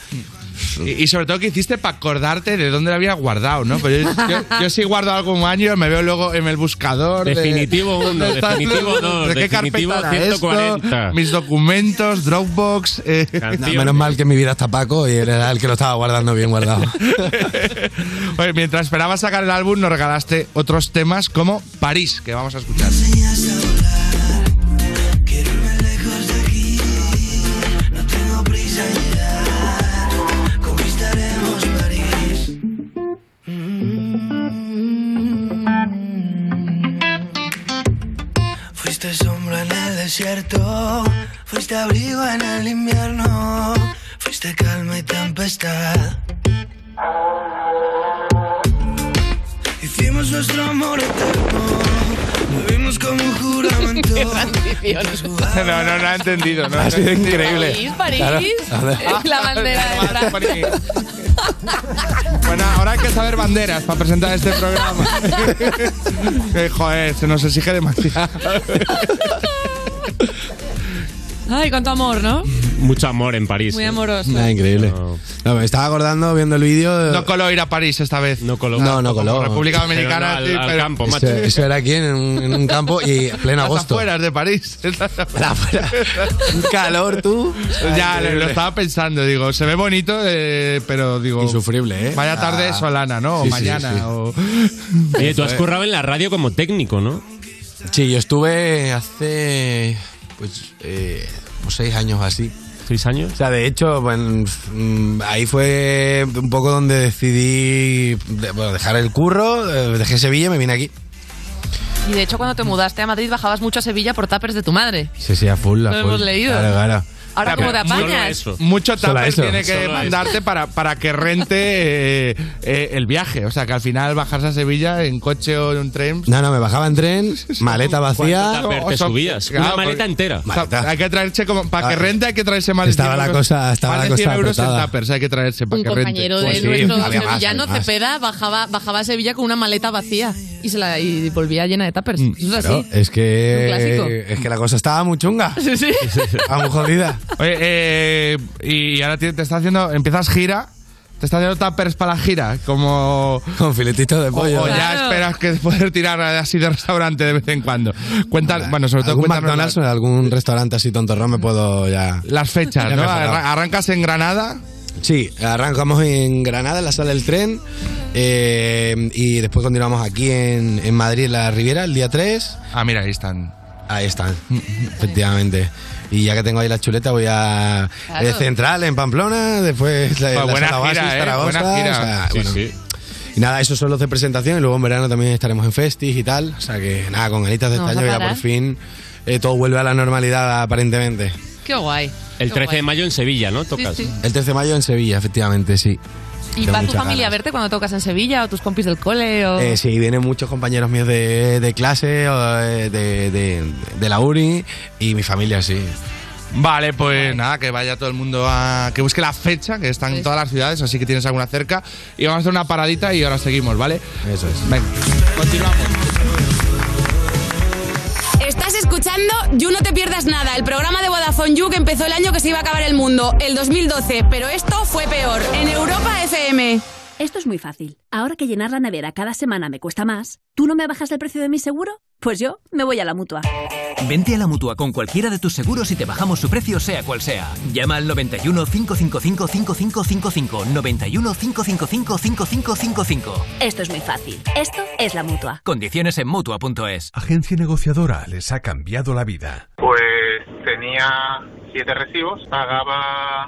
[SPEAKER 5] Y, y sobre todo que hiciste para acordarte de dónde lo habías guardado, ¿no? Pues yo, yo- yo sí guardo algo un año, me veo luego en el buscador. de-
[SPEAKER 3] Definitivo uno,
[SPEAKER 5] de tal-
[SPEAKER 3] definitivo dos,
[SPEAKER 5] ¿De qué
[SPEAKER 3] definitivo
[SPEAKER 5] carpeta era esto?
[SPEAKER 3] 140.
[SPEAKER 5] mis documentos, Dropbox. eh.
[SPEAKER 35] No, menos mal que en mi vida está Paco y él era el que lo estaba guardando bien guardado.
[SPEAKER 5] Oye, mientras esperaba sacar el álbum, nos regalaste otros temas como París, que vamos a escuchar.
[SPEAKER 36] No tengo prisa en llegar, conquistaremos París. Fuiste sombra en el desierto, fuiste abrigo en el invierno, fuiste calma y tempestad. Hicimos nuestro amor eterno, lo vimos como un juramento.
[SPEAKER 5] No, no, no ha entendido. No,
[SPEAKER 35] Ha sido increíble.
[SPEAKER 36] París,
[SPEAKER 4] París.
[SPEAKER 5] Claro.
[SPEAKER 4] La bandera de Francia.
[SPEAKER 5] Ah, Bueno, ahora hay que saber banderas para presentar este programa. Eh, Joder, se nos exige demasiado.
[SPEAKER 4] Ay, cuánto amor, ¿no?
[SPEAKER 3] Mucho amor en París. eh.
[SPEAKER 4] Muy amoroso.
[SPEAKER 35] Nada, increíble. No, me estaba acordando viendo el vídeo.
[SPEAKER 5] No coló ir a París esta vez. No
[SPEAKER 3] coló.
[SPEAKER 35] No, no coló.
[SPEAKER 5] República Dominicana,
[SPEAKER 3] Pero no, al-
[SPEAKER 5] sí,
[SPEAKER 3] al campo,
[SPEAKER 35] Eso, eso era aquí en un, en un campo y en pleno
[SPEAKER 5] Las
[SPEAKER 35] agosto.
[SPEAKER 5] afueras de París.
[SPEAKER 35] Un calor, tú.
[SPEAKER 5] Ya, lo,
[SPEAKER 35] Increíble.
[SPEAKER 5] lo estaba pensando, digo, se ve bonito, eh, pero digo.
[SPEAKER 35] Insufrible, ¿eh?
[SPEAKER 5] Vaya tarde
[SPEAKER 35] Ah.
[SPEAKER 5] solana, ¿no? O
[SPEAKER 35] Sí, sí,
[SPEAKER 5] mañana.
[SPEAKER 35] sí.
[SPEAKER 5] O...
[SPEAKER 3] Oye, tú has
[SPEAKER 35] Eso es.
[SPEAKER 3] currado en la radio como técnico, ¿no?
[SPEAKER 35] Sí, yo estuve hace. Pues. Eh, como pues seis años o así.
[SPEAKER 38] seis años.
[SPEAKER 35] O sea, de hecho, bueno, mm, ahí fue un poco donde decidí de- bueno, dejar el curro, eh, dejé Sevilla y me vine aquí.
[SPEAKER 4] Y de hecho, cuando te mudaste a Madrid, bajabas mucho a Sevilla por tapers de tu madre.
[SPEAKER 35] Sí, sí, a full, a
[SPEAKER 4] Lo
[SPEAKER 35] full.
[SPEAKER 4] hemos leído.
[SPEAKER 35] Claro, claro.
[SPEAKER 4] Ahora, ¿cómo te apañas?
[SPEAKER 5] Mucho
[SPEAKER 35] Solo
[SPEAKER 5] tupper
[SPEAKER 35] eso.
[SPEAKER 5] tiene que
[SPEAKER 35] Solo
[SPEAKER 5] mandarte para, para que rente eh, eh, el viaje. O sea, que al final bajas a Sevilla en coche o en un tren.
[SPEAKER 35] No, no, me bajaba en tren, maleta vacía.
[SPEAKER 5] ¿Cuánto tupper te
[SPEAKER 35] O sea,
[SPEAKER 5] subías? Una maleta
[SPEAKER 35] porque-
[SPEAKER 5] entera.
[SPEAKER 35] Maleta.
[SPEAKER 5] O sea, hay que traerse como. Para que
[SPEAKER 35] Ah.
[SPEAKER 5] rente hay que traerse más de
[SPEAKER 35] Estaba
[SPEAKER 5] 100
[SPEAKER 35] la
[SPEAKER 5] euros.
[SPEAKER 35] cosa- estaba
[SPEAKER 5] más
[SPEAKER 35] la
[SPEAKER 5] de
[SPEAKER 35] cosa
[SPEAKER 5] 100 euros en
[SPEAKER 35] apretada.
[SPEAKER 5] tuppers hay que traerse para
[SPEAKER 4] Un
[SPEAKER 5] que rente. Pues
[SPEAKER 4] compañero
[SPEAKER 35] Pues
[SPEAKER 4] de nuestro sevillano, Cepeda, bajaba, bajaba a Sevilla con una maleta vacía y se la y volvía llena de tapers. Eso es
[SPEAKER 35] Mm, Claro,
[SPEAKER 4] así.
[SPEAKER 35] es
[SPEAKER 4] Un clásico.
[SPEAKER 35] que es que la cosa estaba muy chunga.
[SPEAKER 4] Sí, sí.
[SPEAKER 35] Estaba muy jodida.
[SPEAKER 5] Oye, eh, y ahora te, te está haciendo. Empiezas gira. Te está haciendo tuppers para la gira. Como.
[SPEAKER 35] Con filetito de pollo.
[SPEAKER 5] O, ya
[SPEAKER 35] Claro.
[SPEAKER 5] esperas que poder tirar así de restaurante de vez en cuando. Cuenta, bueno, sobre todo
[SPEAKER 35] ¿Algún
[SPEAKER 5] cuéntanos
[SPEAKER 35] McDonald's o en algún restaurante así tontorrón me puedo ya...
[SPEAKER 5] Las fechas, ¿no? Arra- ¿Arrancas en Granada?
[SPEAKER 35] Sí, arrancamos en Granada, en la sala del tren, eh, y después continuamos aquí en, en Madrid, en la Riviera, el día 3.
[SPEAKER 5] Ah, mira, ahí están.
[SPEAKER 35] Ahí están, efectivamente. Y ya que tengo ahí la chuleta, voy a
[SPEAKER 5] Claro.
[SPEAKER 35] eh, Central, en Pamplona, después la,
[SPEAKER 5] Pues
[SPEAKER 35] la
[SPEAKER 5] buena
[SPEAKER 35] sala Oasis,
[SPEAKER 5] gira, ¿eh?
[SPEAKER 35] Zaragoza,
[SPEAKER 5] Buena gira.
[SPEAKER 35] o sea,
[SPEAKER 5] Sí,
[SPEAKER 35] bueno. Y nada, esos son los de presentación, y luego en verano también estaremos en festis y tal. O sea que nada, con ganitas de
[SPEAKER 4] No
[SPEAKER 35] este
[SPEAKER 4] vas
[SPEAKER 35] año
[SPEAKER 4] a
[SPEAKER 35] ya
[SPEAKER 4] parar.
[SPEAKER 35] por fin eh, todo vuelve a la normalidad aparentemente.
[SPEAKER 4] Qué guay.
[SPEAKER 38] El
[SPEAKER 4] Qué
[SPEAKER 38] 13 de
[SPEAKER 4] guay.
[SPEAKER 38] mayo en Sevilla, ¿no? Tocas.
[SPEAKER 4] Sí, sí.
[SPEAKER 35] El 13 de mayo en Sevilla, efectivamente, sí.
[SPEAKER 4] ¿Y
[SPEAKER 35] Tengo
[SPEAKER 4] va tu
[SPEAKER 35] muchas
[SPEAKER 4] familia a verte cuando tocas en Sevilla o tus compis del cole? O...
[SPEAKER 35] Eh, sí, vienen muchos compañeros míos de, de clase, o de, de- de- de la uni y mi familia, sí.
[SPEAKER 5] Vale, pues nada, que vaya todo el mundo a. que busque la fecha, que están en todas las ciudades, así que tienes alguna cerca. Y vamos a hacer una paradita y ahora seguimos, ¿vale?
[SPEAKER 35] Eso es.
[SPEAKER 5] Venga, continuamos.
[SPEAKER 29] Estás escuchando You No Te Pierdas Nada, el programa de Vodafone You que empezó el año que se iba a acabar el mundo, el 2012, pero esto fue peor, en Europa FM.
[SPEAKER 15] Esto es muy fácil. Ahora que llenar la nevera cada semana me cuesta más, ¿tú no me bajas el precio de mi seguro? Pues yo me voy a la mutua.
[SPEAKER 16] Vente a la mutua con cualquiera de tus seguros y te bajamos su precio, sea cual sea. Llama al 91 555 5555. 91 555 5555.
[SPEAKER 15] Esto es muy fácil. Esto es la mutua.
[SPEAKER 16] Condiciones en mutua.es.
[SPEAKER 39] Agencia negociadora les ha cambiado la vida.
[SPEAKER 34] Pues tenía siete recibos, pagaba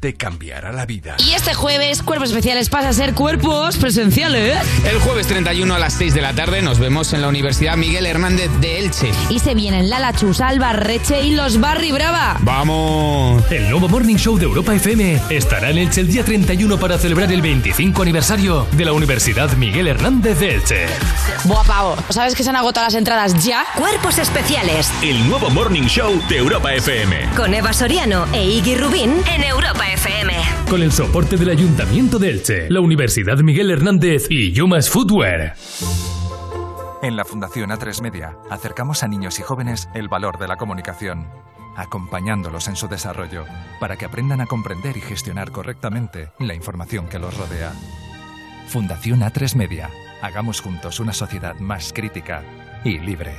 [SPEAKER 39] Te cambiará la vida.
[SPEAKER 29] Y este jueves, Cuerpos Especiales pasa a ser cuerpos presenciales.
[SPEAKER 12] El jueves 31 a las 6 de la tarde nos vemos en la Universidad Miguel Hernández de Elche.
[SPEAKER 29] Y se vienen Lala Chus, Alba Reche y los Barry Brava.
[SPEAKER 12] ¡Vamos!
[SPEAKER 14] El nuevo Morning Show de Europa FM estará en Elche el día 31 para celebrar el 25 aniversario de la Universidad Miguel Hernández de Elche.
[SPEAKER 29] Buah, pavo, ¿sabes que se han agotado las entradas ya?
[SPEAKER 14] Cuerpos especiales El nuevo Morning Show de Europa FM. con Eva Soriano e Iggy Rubín en Europa FM. Con el soporte del Ayuntamiento de Elche. La Universidad Miguel Hernández y Yumas Footwear.
[SPEAKER 10] En la Fundación A3 Media acercamos a niños y jóvenes el valor de la comunicación, acompañándolos en su desarrollo para que aprendan a comprender y gestionar correctamente la información que los rodea. Fundación A3 Media. Hagamos juntos una sociedad más crítica y libre.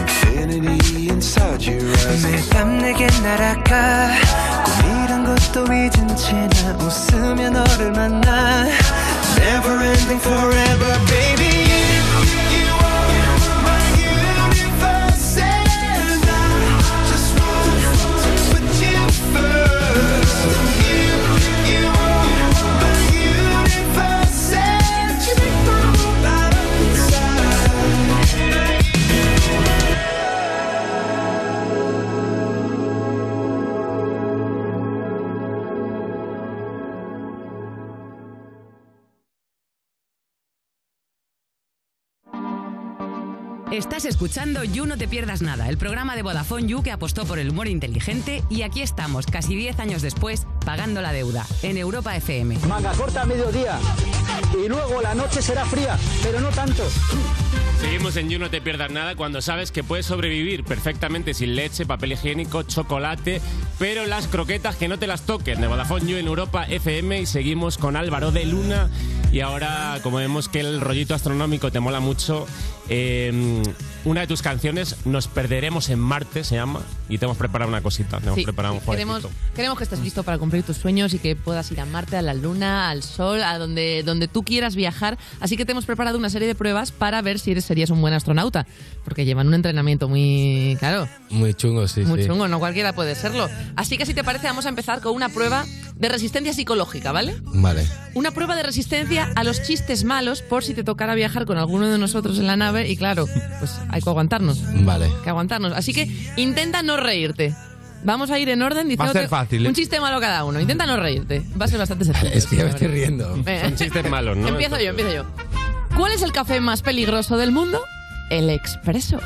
[SPEAKER 27] infinity inside your eyes.
[SPEAKER 33] 매일 밤 내게 날아가 꿈이란 것도 잊은 채나 웃으며 너를 만나 Never ending forever baby You, you are my universe and I just want to put you first You, you are my universe and you make my world out of inside
[SPEAKER 1] Estás escuchando You No Te Pierdas Nada, el programa de Vodafone You que apostó por el humor inteligente y aquí estamos, casi 10 años después, pagando la deuda, en Europa FM.
[SPEAKER 2] Manga corta a mediodía. Y luego la noche será fría, pero no tanto.
[SPEAKER 3] Seguimos en You No Te Pierdas Nada cuando sabes que puedes sobrevivir perfectamente sin leche, papel higiénico, chocolate, pero las croquetas que no te las toquen. De Vodafone You en Europa FM y seguimos con Álvaro de Luna. Y ahora, como vemos que el rollito astronómico te mola mucho, eh, una de tus canciones, Nos Perderemos en Marte, se llama, y te hemos preparado una cosita, te hemos
[SPEAKER 4] Sí,
[SPEAKER 3] preparado un jueguecito.
[SPEAKER 4] queremos, queremos que estés listo para cumplir tus sueños y que puedas ir a Marte, a la Luna, al Sol, a donde, donde tú quieras viajar. Así que te hemos preparado una serie de pruebas para ver si eres, serías un buen astronauta, porque llevan un entrenamiento muy claro,
[SPEAKER 35] Muy chungo, sí,
[SPEAKER 4] muy
[SPEAKER 35] sí.
[SPEAKER 4] chungo, no cualquiera puede serlo. Así que si te parece vamos a empezar con una prueba de resistencia psicológica, ¿vale?
[SPEAKER 35] Vale.
[SPEAKER 4] Una prueba de resistencia a los chistes malos por si te tocara viajar con alguno de nosotros en la nave y claro, pues hay que aguantarnos.
[SPEAKER 35] Vale.
[SPEAKER 4] que aguantarnos. Así que intenta no reírte. Vamos a ir en orden diciendo
[SPEAKER 35] ser fácil, ¿eh?
[SPEAKER 4] un chiste malo cada uno. Intenta no reírte. Va a ser bastante sencillo.
[SPEAKER 35] Es que ya me
[SPEAKER 4] la
[SPEAKER 35] estoy
[SPEAKER 4] verdad.
[SPEAKER 35] riendo.
[SPEAKER 4] Eh.
[SPEAKER 3] Son chistes malos, ¿no?
[SPEAKER 4] Empiezo yo, empiezo yo. ¿Cuál es el café más peligroso del mundo? El expreso.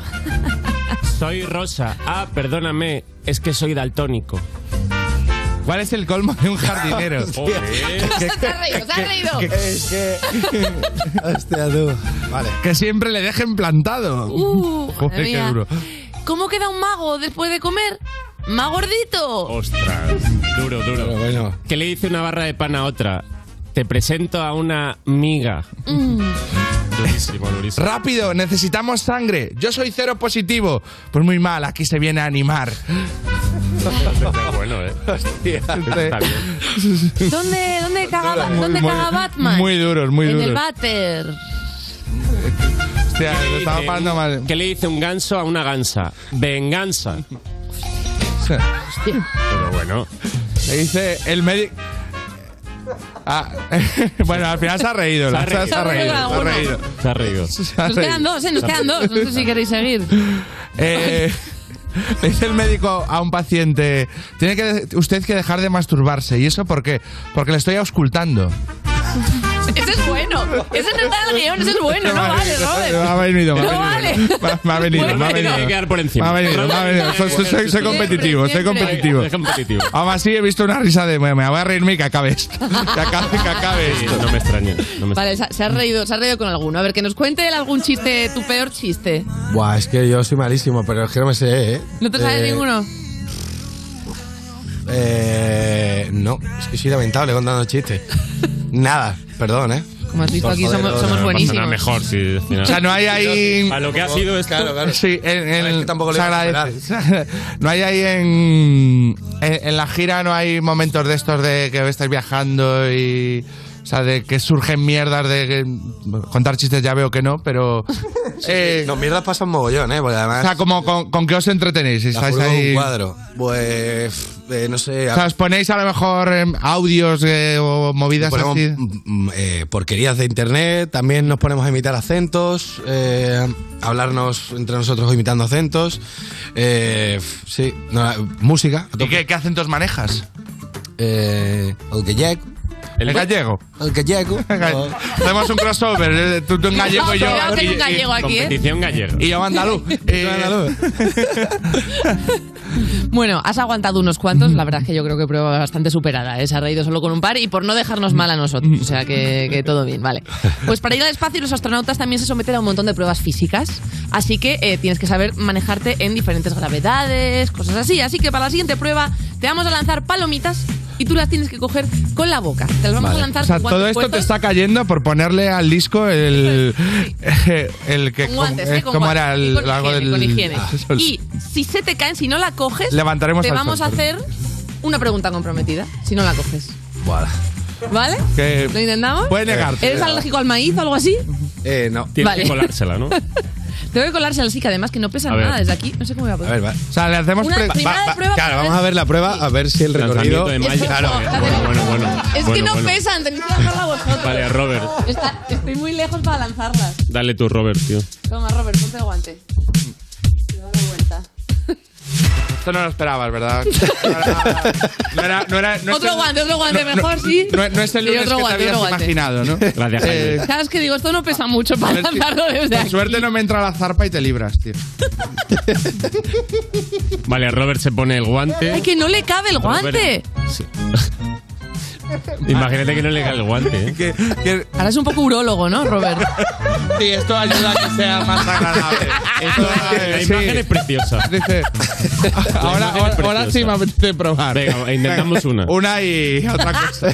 [SPEAKER 3] Soy Rosa. Ah, perdóname, es que soy daltónico.
[SPEAKER 5] ¿Cuál es el colmo de un jardinero?
[SPEAKER 4] se ha reído, se ha reído.
[SPEAKER 5] Es que. Hostia, tú. Vale. Que siempre le dejen plantado.
[SPEAKER 4] Uh,
[SPEAKER 5] Joder,
[SPEAKER 4] madre
[SPEAKER 5] qué
[SPEAKER 4] mía.
[SPEAKER 5] duro.
[SPEAKER 4] ¿Cómo queda un mago después de comer? ¡Magordito!
[SPEAKER 3] Ostras, duro, duro. ¿Qué le dice una barra de pan a otra? Te presento a una miga.
[SPEAKER 4] Mm.
[SPEAKER 3] Durísimo, durísimo.
[SPEAKER 5] Rápido, necesitamos sangre. Yo soy cero positivo. Pues muy mal, aquí se viene a animar.
[SPEAKER 3] Está bueno, ¿eh? Está bien.
[SPEAKER 4] ¿Dónde, dónde caga,
[SPEAKER 5] Muy,
[SPEAKER 4] ¿dónde
[SPEAKER 5] muy-
[SPEAKER 4] caga Batman?
[SPEAKER 5] Muy duros, muy
[SPEAKER 4] en el
[SPEAKER 5] duros.
[SPEAKER 4] váter.
[SPEAKER 5] Hostia, lo estaba
[SPEAKER 3] Eh,
[SPEAKER 5] parando mal.
[SPEAKER 3] ¿Qué le dice un ganso a una gansa? Venganza. Pero bueno.
[SPEAKER 5] Le dice el médico. Ah, bueno, al final se ha reído.
[SPEAKER 3] Se ha
[SPEAKER 5] Se ha- se ha
[SPEAKER 3] reído.
[SPEAKER 5] reído. Se
[SPEAKER 3] Se ha
[SPEAKER 5] ha reído.
[SPEAKER 3] reído.
[SPEAKER 5] Se ha
[SPEAKER 4] Nos quedan
[SPEAKER 5] reído.
[SPEAKER 4] dos, ¿eh? Nos quedan dos. No sé si queréis seguir.
[SPEAKER 5] Eh, le dice el médico a un paciente, tiene que usted que dejar de masturbarse. ¿Y eso por qué? Porque le estoy auscultando.
[SPEAKER 4] Ese es bueno. Ese no está en el guión, ese es bueno. No vale, Robert.
[SPEAKER 5] Me ha venido, me ha
[SPEAKER 4] No
[SPEAKER 5] venido.
[SPEAKER 4] vale.
[SPEAKER 5] Me ha- Me ha venido, me ha
[SPEAKER 3] Bueno.
[SPEAKER 5] venido.
[SPEAKER 3] Tiene que quedar por encima.
[SPEAKER 5] Me ha venido, me ha venido. Soy, soy- soy- soy competitivo,
[SPEAKER 3] Siempre,
[SPEAKER 5] soy
[SPEAKER 3] siempre.
[SPEAKER 5] competitivo.
[SPEAKER 3] Es competitivo.
[SPEAKER 5] Aún así he visto una risa de... Me voy a reírme y que acabe esto. Que acabe, que acabe
[SPEAKER 3] Sí,
[SPEAKER 5] esto.
[SPEAKER 3] no me extraña. No me
[SPEAKER 4] Vale, se ha- se ha reído, se ha reído con alguno. A ver, que nos cuente él algún chiste, tu peor chiste.
[SPEAKER 35] Buah, es que yo soy malísimo, pero es que no me sé, ¿eh?
[SPEAKER 4] ¿No te sabes
[SPEAKER 35] Eh,
[SPEAKER 4] ninguno?
[SPEAKER 35] Eh, no, es que soy lamentable contando chistes. Nada, perdón, ¿eh?
[SPEAKER 4] Como has visto,
[SPEAKER 35] Por
[SPEAKER 4] aquí
[SPEAKER 35] joder,
[SPEAKER 4] somos-
[SPEAKER 35] no,
[SPEAKER 4] somos
[SPEAKER 35] no, no.
[SPEAKER 4] buenísimos. Nada
[SPEAKER 3] mejor, sí.
[SPEAKER 5] O sea, no hay ahí...
[SPEAKER 3] A lo que ha sido esto.
[SPEAKER 35] Claro, claro.
[SPEAKER 5] Sí, en, en-
[SPEAKER 35] Es que tampoco le
[SPEAKER 5] se
[SPEAKER 35] iba a
[SPEAKER 5] agradece. No hay ahí en, en. en la gira no hay momentos de estos de que estás viajando y. O sea, de que surgen mierdas de. que- bueno, contar chistes ya veo que no, pero. eh,
[SPEAKER 35] No, mierdas pasan mogollón, ¿eh? Porque
[SPEAKER 5] o
[SPEAKER 35] además.
[SPEAKER 5] sea, como con, con qué os entretenéis.
[SPEAKER 35] la
[SPEAKER 5] Estáis
[SPEAKER 35] furgo con
[SPEAKER 5] ahí.
[SPEAKER 35] un cuadro. Pues. eh, no sé.
[SPEAKER 5] O sea, os ponéis a lo mejor em, audios eh, o movidas
[SPEAKER 35] Ponemos,
[SPEAKER 5] así.
[SPEAKER 35] mm, eh, porquerías de internet, también nos ponemos a imitar acentos, eh, hablarnos entre nosotros imitando acentos. eh, f- sí, no, la- música.
[SPEAKER 5] ¿Y qué, qué acentos manejas?
[SPEAKER 35] Eh, el gallego.
[SPEAKER 5] El gallego.
[SPEAKER 35] El gallego.
[SPEAKER 5] Hacemos un crossover, eh, tú, tú en gallego y yo.
[SPEAKER 4] Cuidado, que hay un gallego aquí, ¿eh?
[SPEAKER 3] Competición gallega.
[SPEAKER 5] Y yo andaluz. Eh,
[SPEAKER 4] Bueno, has aguantado unos cuantos. La verdad es que yo creo que prueba bastante superada. ¿eh? Se ha reído solo con un par y por no dejarnos mal a nosotros. O sea, que, que todo bien, vale. Pues para ir al espacio, los astronautas también se someten a un montón de pruebas físicas. Así que eh, tienes que saber manejarte en diferentes gravedades, cosas así. Así que para la siguiente prueba, te vamos a lanzar palomitas y tú las tienes que coger con la boca. Te las vamos a lanzar
[SPEAKER 5] O sea,
[SPEAKER 4] con guantes
[SPEAKER 5] todo esto te
[SPEAKER 4] puestos.
[SPEAKER 5] está cayendo por ponerle al disco el. el que.
[SPEAKER 4] Con guantes,
[SPEAKER 5] com-
[SPEAKER 4] ¿eh?
[SPEAKER 5] eh,
[SPEAKER 4] Con
[SPEAKER 5] ¿Cómo
[SPEAKER 4] guantes.
[SPEAKER 5] era el.
[SPEAKER 4] Y con
[SPEAKER 5] algo
[SPEAKER 4] higiene,
[SPEAKER 5] del-
[SPEAKER 4] con higiene.
[SPEAKER 5] Ah, eso es.
[SPEAKER 4] Y si se te caen, si no la coges,
[SPEAKER 5] Levantaremos
[SPEAKER 4] te
[SPEAKER 5] al
[SPEAKER 4] vamos a
[SPEAKER 5] sol,
[SPEAKER 4] hacer una pregunta comprometida, si no la coges.
[SPEAKER 35] Buah.
[SPEAKER 4] ¿Vale?
[SPEAKER 5] Que- eh,
[SPEAKER 4] ¿Lo intentamos?
[SPEAKER 5] Puede negarte.
[SPEAKER 4] ¿Eres alérgico al maíz o algo así?
[SPEAKER 35] Eh, no.
[SPEAKER 4] Tienes que Vale.
[SPEAKER 3] colársela, ¿no?
[SPEAKER 4] Tengo que colarse al sí, que además que no pesa
[SPEAKER 35] A ver.
[SPEAKER 4] nada desde aquí. No sé cómo voy a poder.
[SPEAKER 35] va.
[SPEAKER 5] O sea, le hacemos
[SPEAKER 4] Una
[SPEAKER 5] pre-
[SPEAKER 4] primera
[SPEAKER 5] va- va-
[SPEAKER 4] prueba
[SPEAKER 35] Claro,
[SPEAKER 4] para
[SPEAKER 35] vamos a ver la prueba, a ver si el recorrido.
[SPEAKER 3] Lanzamiento de mayo.
[SPEAKER 35] Claro,
[SPEAKER 3] Claro, bueno, bueno, bueno.
[SPEAKER 4] Es que
[SPEAKER 3] Bueno,
[SPEAKER 4] no
[SPEAKER 3] bueno.
[SPEAKER 4] pesan, tenéis que lanzarla vosotros.
[SPEAKER 3] Vale, Robert.
[SPEAKER 4] Está- estoy muy lejos para lanzarlas.
[SPEAKER 3] Dale tú, Robert, tío.
[SPEAKER 4] Toma, Robert, ponte el guante. Te da la vuelta.
[SPEAKER 5] Esto no lo esperabas, ¿verdad? No era, no era- no es
[SPEAKER 4] otro
[SPEAKER 5] el-
[SPEAKER 4] guante, otro guante,
[SPEAKER 5] no-
[SPEAKER 4] mejor
[SPEAKER 5] no-
[SPEAKER 4] sí.
[SPEAKER 5] No, no es el
[SPEAKER 4] Y
[SPEAKER 5] lunes
[SPEAKER 4] otro
[SPEAKER 5] que
[SPEAKER 4] guante,
[SPEAKER 5] te
[SPEAKER 4] otro
[SPEAKER 5] habías
[SPEAKER 4] guante.
[SPEAKER 5] imaginado, ¿no? Gracias,
[SPEAKER 4] Sabes que digo, esto no pesa mucho para
[SPEAKER 5] Pues
[SPEAKER 4] lanzarlo desde
[SPEAKER 5] Por
[SPEAKER 4] aquí.
[SPEAKER 5] suerte no me entra la zarpa y te libras, tío.
[SPEAKER 3] Vale, Robert se pone el guante.
[SPEAKER 4] Ay, que no le cabe el guante.
[SPEAKER 3] Sí. Imagínate que no le cae el guante. ¿eh?
[SPEAKER 4] Ahora es un poco urólogo, ¿no, Robert?
[SPEAKER 5] Sí, esto ayuda a que sea más agradable.
[SPEAKER 3] Ah, La imagen es preciosa.
[SPEAKER 5] Dice, ahora, ahora, ahora sí me apetece probar.
[SPEAKER 3] Venga, intentamos una.
[SPEAKER 5] Una y otra cosa.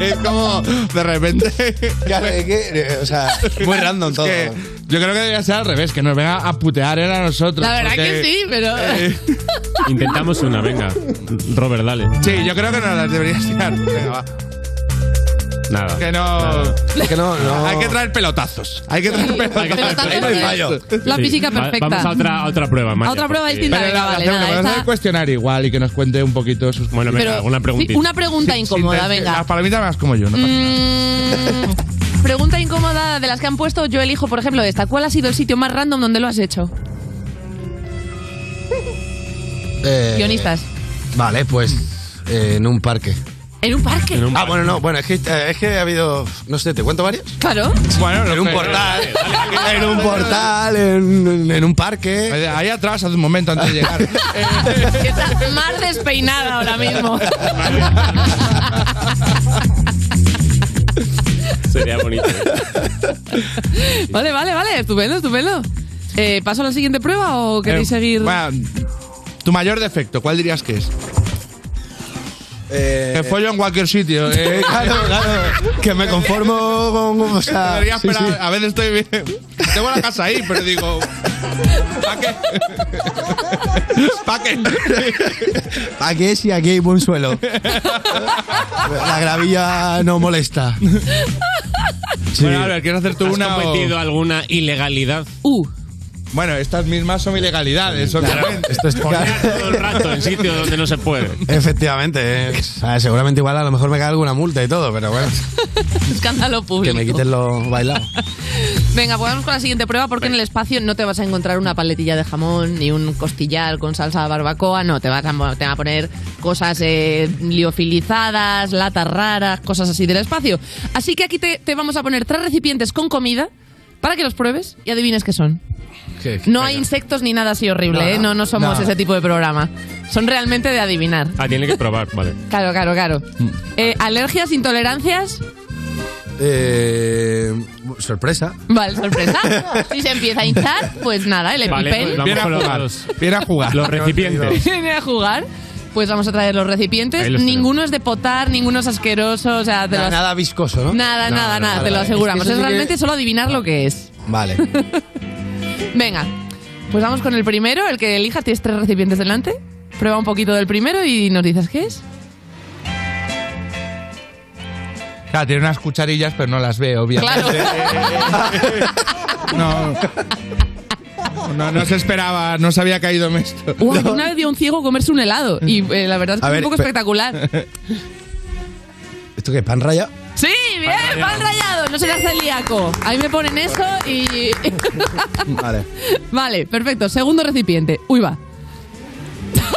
[SPEAKER 5] es como de repente.
[SPEAKER 35] eh, o sea, muy random todo.
[SPEAKER 5] yo creo que debería ser al revés, que nos venga a putear él a nosotros.
[SPEAKER 4] La verdad
[SPEAKER 5] porque-
[SPEAKER 4] que sí, pero.
[SPEAKER 3] Intentamos una, venga. Robert, dale.
[SPEAKER 5] Sí, yo creo que no las deberías tirar. Venga, va.
[SPEAKER 3] Nada.
[SPEAKER 5] Que no.
[SPEAKER 35] que no,
[SPEAKER 5] Hay que traer pelotazos. Hay que traer pelotazos.
[SPEAKER 4] Hay que traer pelotazos.
[SPEAKER 5] No hay fallo.
[SPEAKER 4] La física
[SPEAKER 3] Va-
[SPEAKER 4] perfecta.
[SPEAKER 3] Vamos a otra, a otra prueba, Maya,
[SPEAKER 4] A otra prueba
[SPEAKER 3] porque-
[SPEAKER 4] distinta, venga, vale,
[SPEAKER 5] Hacemos-
[SPEAKER 4] nada,
[SPEAKER 5] Vamos a hacer
[SPEAKER 4] esta.
[SPEAKER 5] el cuestionario igual y que nos cuente un poquito sus. Bueno,
[SPEAKER 4] venga, Pero- alguna preguntita. sí, una pregunta incómoda, venga.
[SPEAKER 5] Las palomitas me las como yo, ¿no? pasa nada.
[SPEAKER 4] Mm, pregunta incómoda de las que han puesto, yo elijo, por ejemplo, esta. ¿Cuál ha sido el sitio más random donde lo has hecho? Eh,
[SPEAKER 5] Eh,
[SPEAKER 4] Guionistas.
[SPEAKER 35] Vale, pues eh, en un parque.
[SPEAKER 4] ¿En un parque?
[SPEAKER 35] Ah, bueno, no, bueno, es que, eh, es que ha habido. No sé, ¿te cuento varios?
[SPEAKER 4] Claro.
[SPEAKER 35] Bueno, en un
[SPEAKER 5] que-
[SPEAKER 35] portal. en un
[SPEAKER 4] Ah.
[SPEAKER 35] portal, en, en un parque.
[SPEAKER 5] Ahí atrás, hace un momento antes de llegar.
[SPEAKER 35] eh,
[SPEAKER 4] Que está más despeinada ahora mismo.
[SPEAKER 3] Sería bonito. ¿eh?
[SPEAKER 4] Vale, vale, vale. Estupendo, estupendo. Eh, ¿Paso a la siguiente prueba o queréis
[SPEAKER 5] Eh,
[SPEAKER 4] seguir?
[SPEAKER 5] bueno, tu mayor defecto, ¿cuál dirías que es? que follo en cualquier sitio. eh.
[SPEAKER 35] Claro, claro. Que me conformo con. O sea,
[SPEAKER 5] Debería
[SPEAKER 35] sí,
[SPEAKER 5] esperar-
[SPEAKER 35] sí.
[SPEAKER 5] A veces estoy bien. Tengo la casa ahí, pero digo. ¿Para qué? ¿Para qué?
[SPEAKER 35] Aquí es y aquí hay buen suelo. La gravilla no molesta.
[SPEAKER 5] Bueno, Albert, ¿quieres hacer tú
[SPEAKER 3] ¿Has
[SPEAKER 5] una?
[SPEAKER 3] cometido alguna ilegalidad?
[SPEAKER 4] Uh.
[SPEAKER 5] Bueno, estas mismas son ilegalidades, obviamente.
[SPEAKER 35] Esto es
[SPEAKER 3] Todo el rato en sitios donde no se puede.
[SPEAKER 35] Efectivamente, eh. O sea, seguramente igual a lo mejor me cae alguna multa y todo, pero bueno,
[SPEAKER 4] Escándalo
[SPEAKER 35] que
[SPEAKER 4] público.
[SPEAKER 35] me quiten los bailados.
[SPEAKER 4] Venga, pues vamos con la siguiente prueba porque en el espacio no te vas a encontrar una paletilla de jamón ni un costillar con salsa de barbacoa, no, te vas a, mo- te van a poner cosas eh, liofilizadas, latas raras, cosas así del espacio. Así que aquí te, te vamos a poner tres recipientes con comida para que los pruebes y adivines qué son. No hay insectos ni nada así horrible,
[SPEAKER 3] No,
[SPEAKER 4] ¿eh? No, no somos
[SPEAKER 3] no.
[SPEAKER 4] ese tipo de programa. Son realmente de adivinar.
[SPEAKER 3] Ah, tiene que probar, vale.
[SPEAKER 4] Claro, claro, claro.
[SPEAKER 3] Mm.
[SPEAKER 4] Eh, ¿Alergias, intolerancias?
[SPEAKER 35] Eh, sorpresa.
[SPEAKER 4] Vale, sorpresa. Si se empieza a hinchar, pues nada, el
[SPEAKER 35] Vale,
[SPEAKER 4] EpiPen.
[SPEAKER 35] pues vamos Viene a con los- jugar.
[SPEAKER 5] Viene a jugar.
[SPEAKER 3] Los recipientes.
[SPEAKER 4] viene a jugar, pues vamos a traer los recipientes.
[SPEAKER 35] Ahí los tenemos.
[SPEAKER 4] ninguno es de potar, ninguno es asqueroso, o sea, te
[SPEAKER 35] Nada,
[SPEAKER 4] lo as-
[SPEAKER 35] nada viscoso, ¿no?
[SPEAKER 4] Nada,
[SPEAKER 35] No,
[SPEAKER 4] nada,
[SPEAKER 35] no,
[SPEAKER 4] nada,
[SPEAKER 35] vale,
[SPEAKER 4] te lo
[SPEAKER 35] vale.
[SPEAKER 4] aseguramos.
[SPEAKER 35] Es que eso
[SPEAKER 4] Es,
[SPEAKER 35] sí que-
[SPEAKER 4] realmente solo adivinar lo que es.
[SPEAKER 35] Vale.
[SPEAKER 4] Venga, pues vamos con el primero, el que elija, tienes tres recipientes delante. Prueba un poquito del primero y nos dices qué es.
[SPEAKER 5] Claro, tiene unas cucharillas, pero no las veo, obviamente. No, no, no se esperaba, no se había caído en esto.
[SPEAKER 4] Guau, yo Una vez vi a un ciego comerse un helado y eh, la verdad es que
[SPEAKER 5] A
[SPEAKER 4] es
[SPEAKER 5] ver,
[SPEAKER 4] un poco
[SPEAKER 5] pe-
[SPEAKER 4] espectacular.
[SPEAKER 35] ¿Esto qué? ¿Pan raya?
[SPEAKER 4] Sí, bien, pan rallado, no serás celíaco. Ahí me ponen eso y...
[SPEAKER 35] Vale.
[SPEAKER 4] vale, perfecto. Segundo recipiente. Uy, va.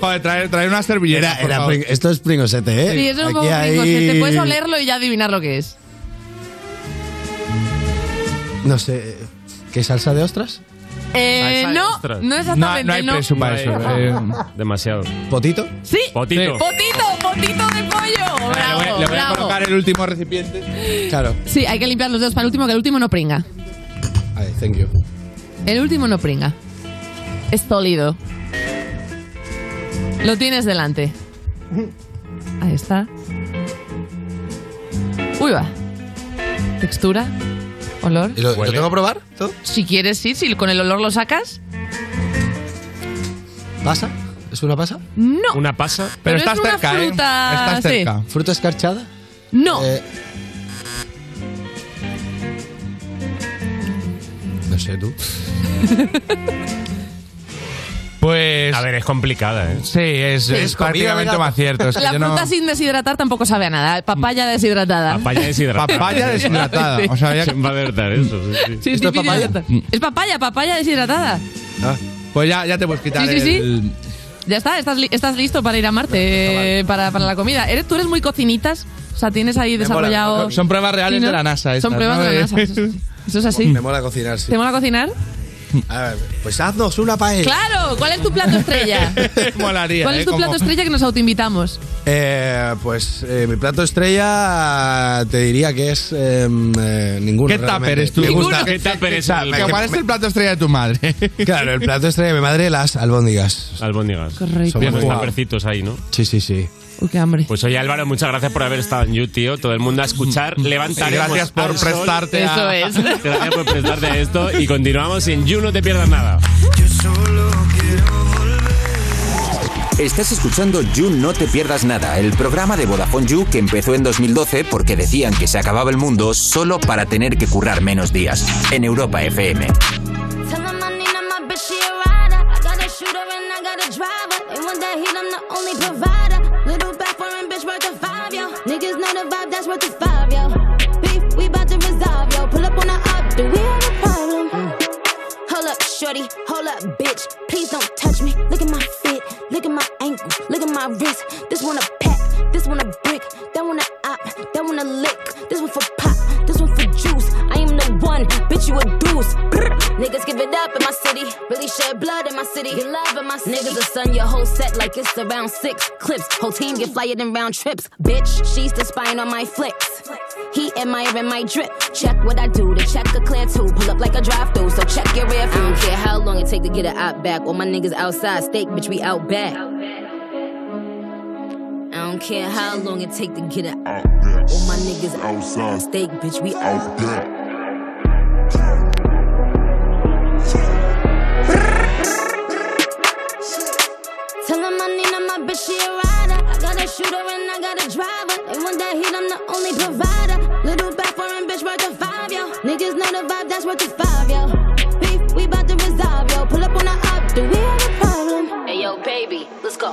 [SPEAKER 5] Joder, trae, trae una servilleta.
[SPEAKER 35] Era pring- esto es pringosete, ¿eh?
[SPEAKER 4] Sí, eso es un poco
[SPEAKER 35] Aquí hay-
[SPEAKER 4] pringosete. Puedes olerlo y ya adivinar lo que es.
[SPEAKER 35] No sé. ¿Qué salsa de ostras?
[SPEAKER 4] Eh,
[SPEAKER 3] Salsa de
[SPEAKER 4] no,
[SPEAKER 3] ostras.
[SPEAKER 4] no exactamente. No,
[SPEAKER 5] eh.
[SPEAKER 3] Ah. Demasiado.
[SPEAKER 35] ¿Potito?
[SPEAKER 4] Sí.
[SPEAKER 3] Potito.
[SPEAKER 4] Potito, potito de pollo. Bravo,
[SPEAKER 5] Le voy, le voy a
[SPEAKER 4] bravo.
[SPEAKER 5] colocar el último recipiente.
[SPEAKER 35] Claro.
[SPEAKER 4] Sí, hay que limpiar los dedos para el último, que el último no pringa.
[SPEAKER 35] Ahí, thank you.
[SPEAKER 4] El último no pringa. Es sólido. Lo tienes delante. Ahí está. Uy, va. Textura, olor.
[SPEAKER 35] ¿Y ¿Lo, lo tengo que probar? ¿Todo?
[SPEAKER 4] Si quieres, sí, si con el olor lo sacas.
[SPEAKER 35] ¿Pasa? ¿Es una pasa?
[SPEAKER 4] No.
[SPEAKER 3] ¿Una pasa?
[SPEAKER 4] Pero Pero estás es una cerca, ¿eh? fruta, Estás sí. cerca.
[SPEAKER 35] ¿Fruta escarchada? Eh,
[SPEAKER 4] No.
[SPEAKER 35] No sé, tú.
[SPEAKER 5] Pues.
[SPEAKER 3] A ver, es complicada, ¿eh?
[SPEAKER 5] Sí, es, es prácticamente un acierto. Es que
[SPEAKER 4] la
[SPEAKER 5] yo
[SPEAKER 4] fruta
[SPEAKER 5] no... Mm.
[SPEAKER 4] sin deshidratar tampoco sabe a nada. ¿eh? Papaya deshidratada.
[SPEAKER 3] Papaya deshidratada.
[SPEAKER 5] Papaya deshidratada. O sea, había-
[SPEAKER 3] ¿Quién va a ver dar eso? Sí, sí.
[SPEAKER 4] Sí, es, difícil de aceptar. es papaya, papaya deshidratada.
[SPEAKER 35] Ah.
[SPEAKER 5] Pues ya, ya te puedes quitar
[SPEAKER 4] Sí, sí, sí.
[SPEAKER 5] el-
[SPEAKER 4] Ya está, estás, li- estás listo para ir a Marte, eh, para, para la comida. ¿Eres, ¿Tú eres muy cocinitas? O sea, tienes ahí
[SPEAKER 5] Me mola.
[SPEAKER 4] desarrollado...
[SPEAKER 5] Son pruebas reales
[SPEAKER 4] Sí, ¿no?
[SPEAKER 5] de la NASA.
[SPEAKER 4] Son pruebas de la NASA. Eso es así.
[SPEAKER 35] Me mola cocinar, sí.
[SPEAKER 4] ¿Te mola cocinar?
[SPEAKER 35] A ver, pues haznos una paella.
[SPEAKER 4] ¡Claro! ¿Cuál es tu plato estrella?
[SPEAKER 35] Molaría.
[SPEAKER 34] eh,
[SPEAKER 5] ¿eh?
[SPEAKER 4] ¿Cuál es tu plato estrella que nos autoinvitamos?
[SPEAKER 35] Eh, pues eh, mi plato estrella te diría que es eh, eh, ninguno.
[SPEAKER 5] ¿Qué
[SPEAKER 35] realmente.
[SPEAKER 5] tupper es tu-
[SPEAKER 35] Me gusta.
[SPEAKER 5] ¿Qué tupper es
[SPEAKER 35] O sea,
[SPEAKER 5] el-
[SPEAKER 35] me-
[SPEAKER 5] que ¿Cuál es el plato estrella de tu madre?
[SPEAKER 35] Claro, el plato estrella de mi madre, las albóndigas.
[SPEAKER 3] Albóndigas.
[SPEAKER 35] Correcto.
[SPEAKER 3] Somos
[SPEAKER 35] Bien jugado.
[SPEAKER 3] tapercitos ahí, ¿no?
[SPEAKER 35] Sí, sí, sí.
[SPEAKER 4] Uy, qué hambre.
[SPEAKER 3] Pues oye, Álvaro, muchas gracias por haber estado en You, tío. Todo el mundo a escuchar. Levantaremos
[SPEAKER 5] Gracias por
[SPEAKER 3] al sol.
[SPEAKER 5] prestarte a- Eso es.
[SPEAKER 3] Gracias por prestarte a esto. Y continuamos en You, no te pierdas nada.
[SPEAKER 6] Estás escuchando You No Te Pierdas Nada, el programa de Vodafone You que empezó en 2012 porque decían que se acababa el mundo solo para tener que currar menos días. En Europa FM.
[SPEAKER 7] Telling my Nina, my bitch, she a rider. I got a shooter and I got a driver. They want that heat, I'm the only provider. Little back foreign bitch worth a five, yo. Niggas know the vibe, that's worth a five, yo. Beef, we bout to resolve, yo. Pull up on the up, do we have a problem? Hold up, shorty, hold up, bitch. Please don't touch me. Look at my fit, look at my ankle, look at my wrist. This one a pack, this one a brick, that one a op, that one a lick. This one for pop, this one for juice. I am the one, bitch, you a deuce. Brr. Niggas give it up in my city. Really shed blood in my city. Get love in my city. Niggas will sun your whole set like it's around six clips. Whole team get flyer than round trips. Bitch, she's the spine on my flicks. He admiring my drip. Check what I do to check a clear two. Pull up like a drive through, so check your rear view. I don't care how long it take to get it out back. All my niggas outside, steak, bitch, we out back. I don't care how long it take to get it out. All my niggas outside, steak, bitch, we out back. Tell him I need him, my bitch, she a rider. I got a shooter and I got a driver. They want that heat, I'm the only provider. Little back foreign bitch worth a five, yo. Niggas know the vibe, that's worth a five, yo. Beef, we bout to resolve, yo. Pull up on the up, do we have a problem? Hey, yo, baby, let's go.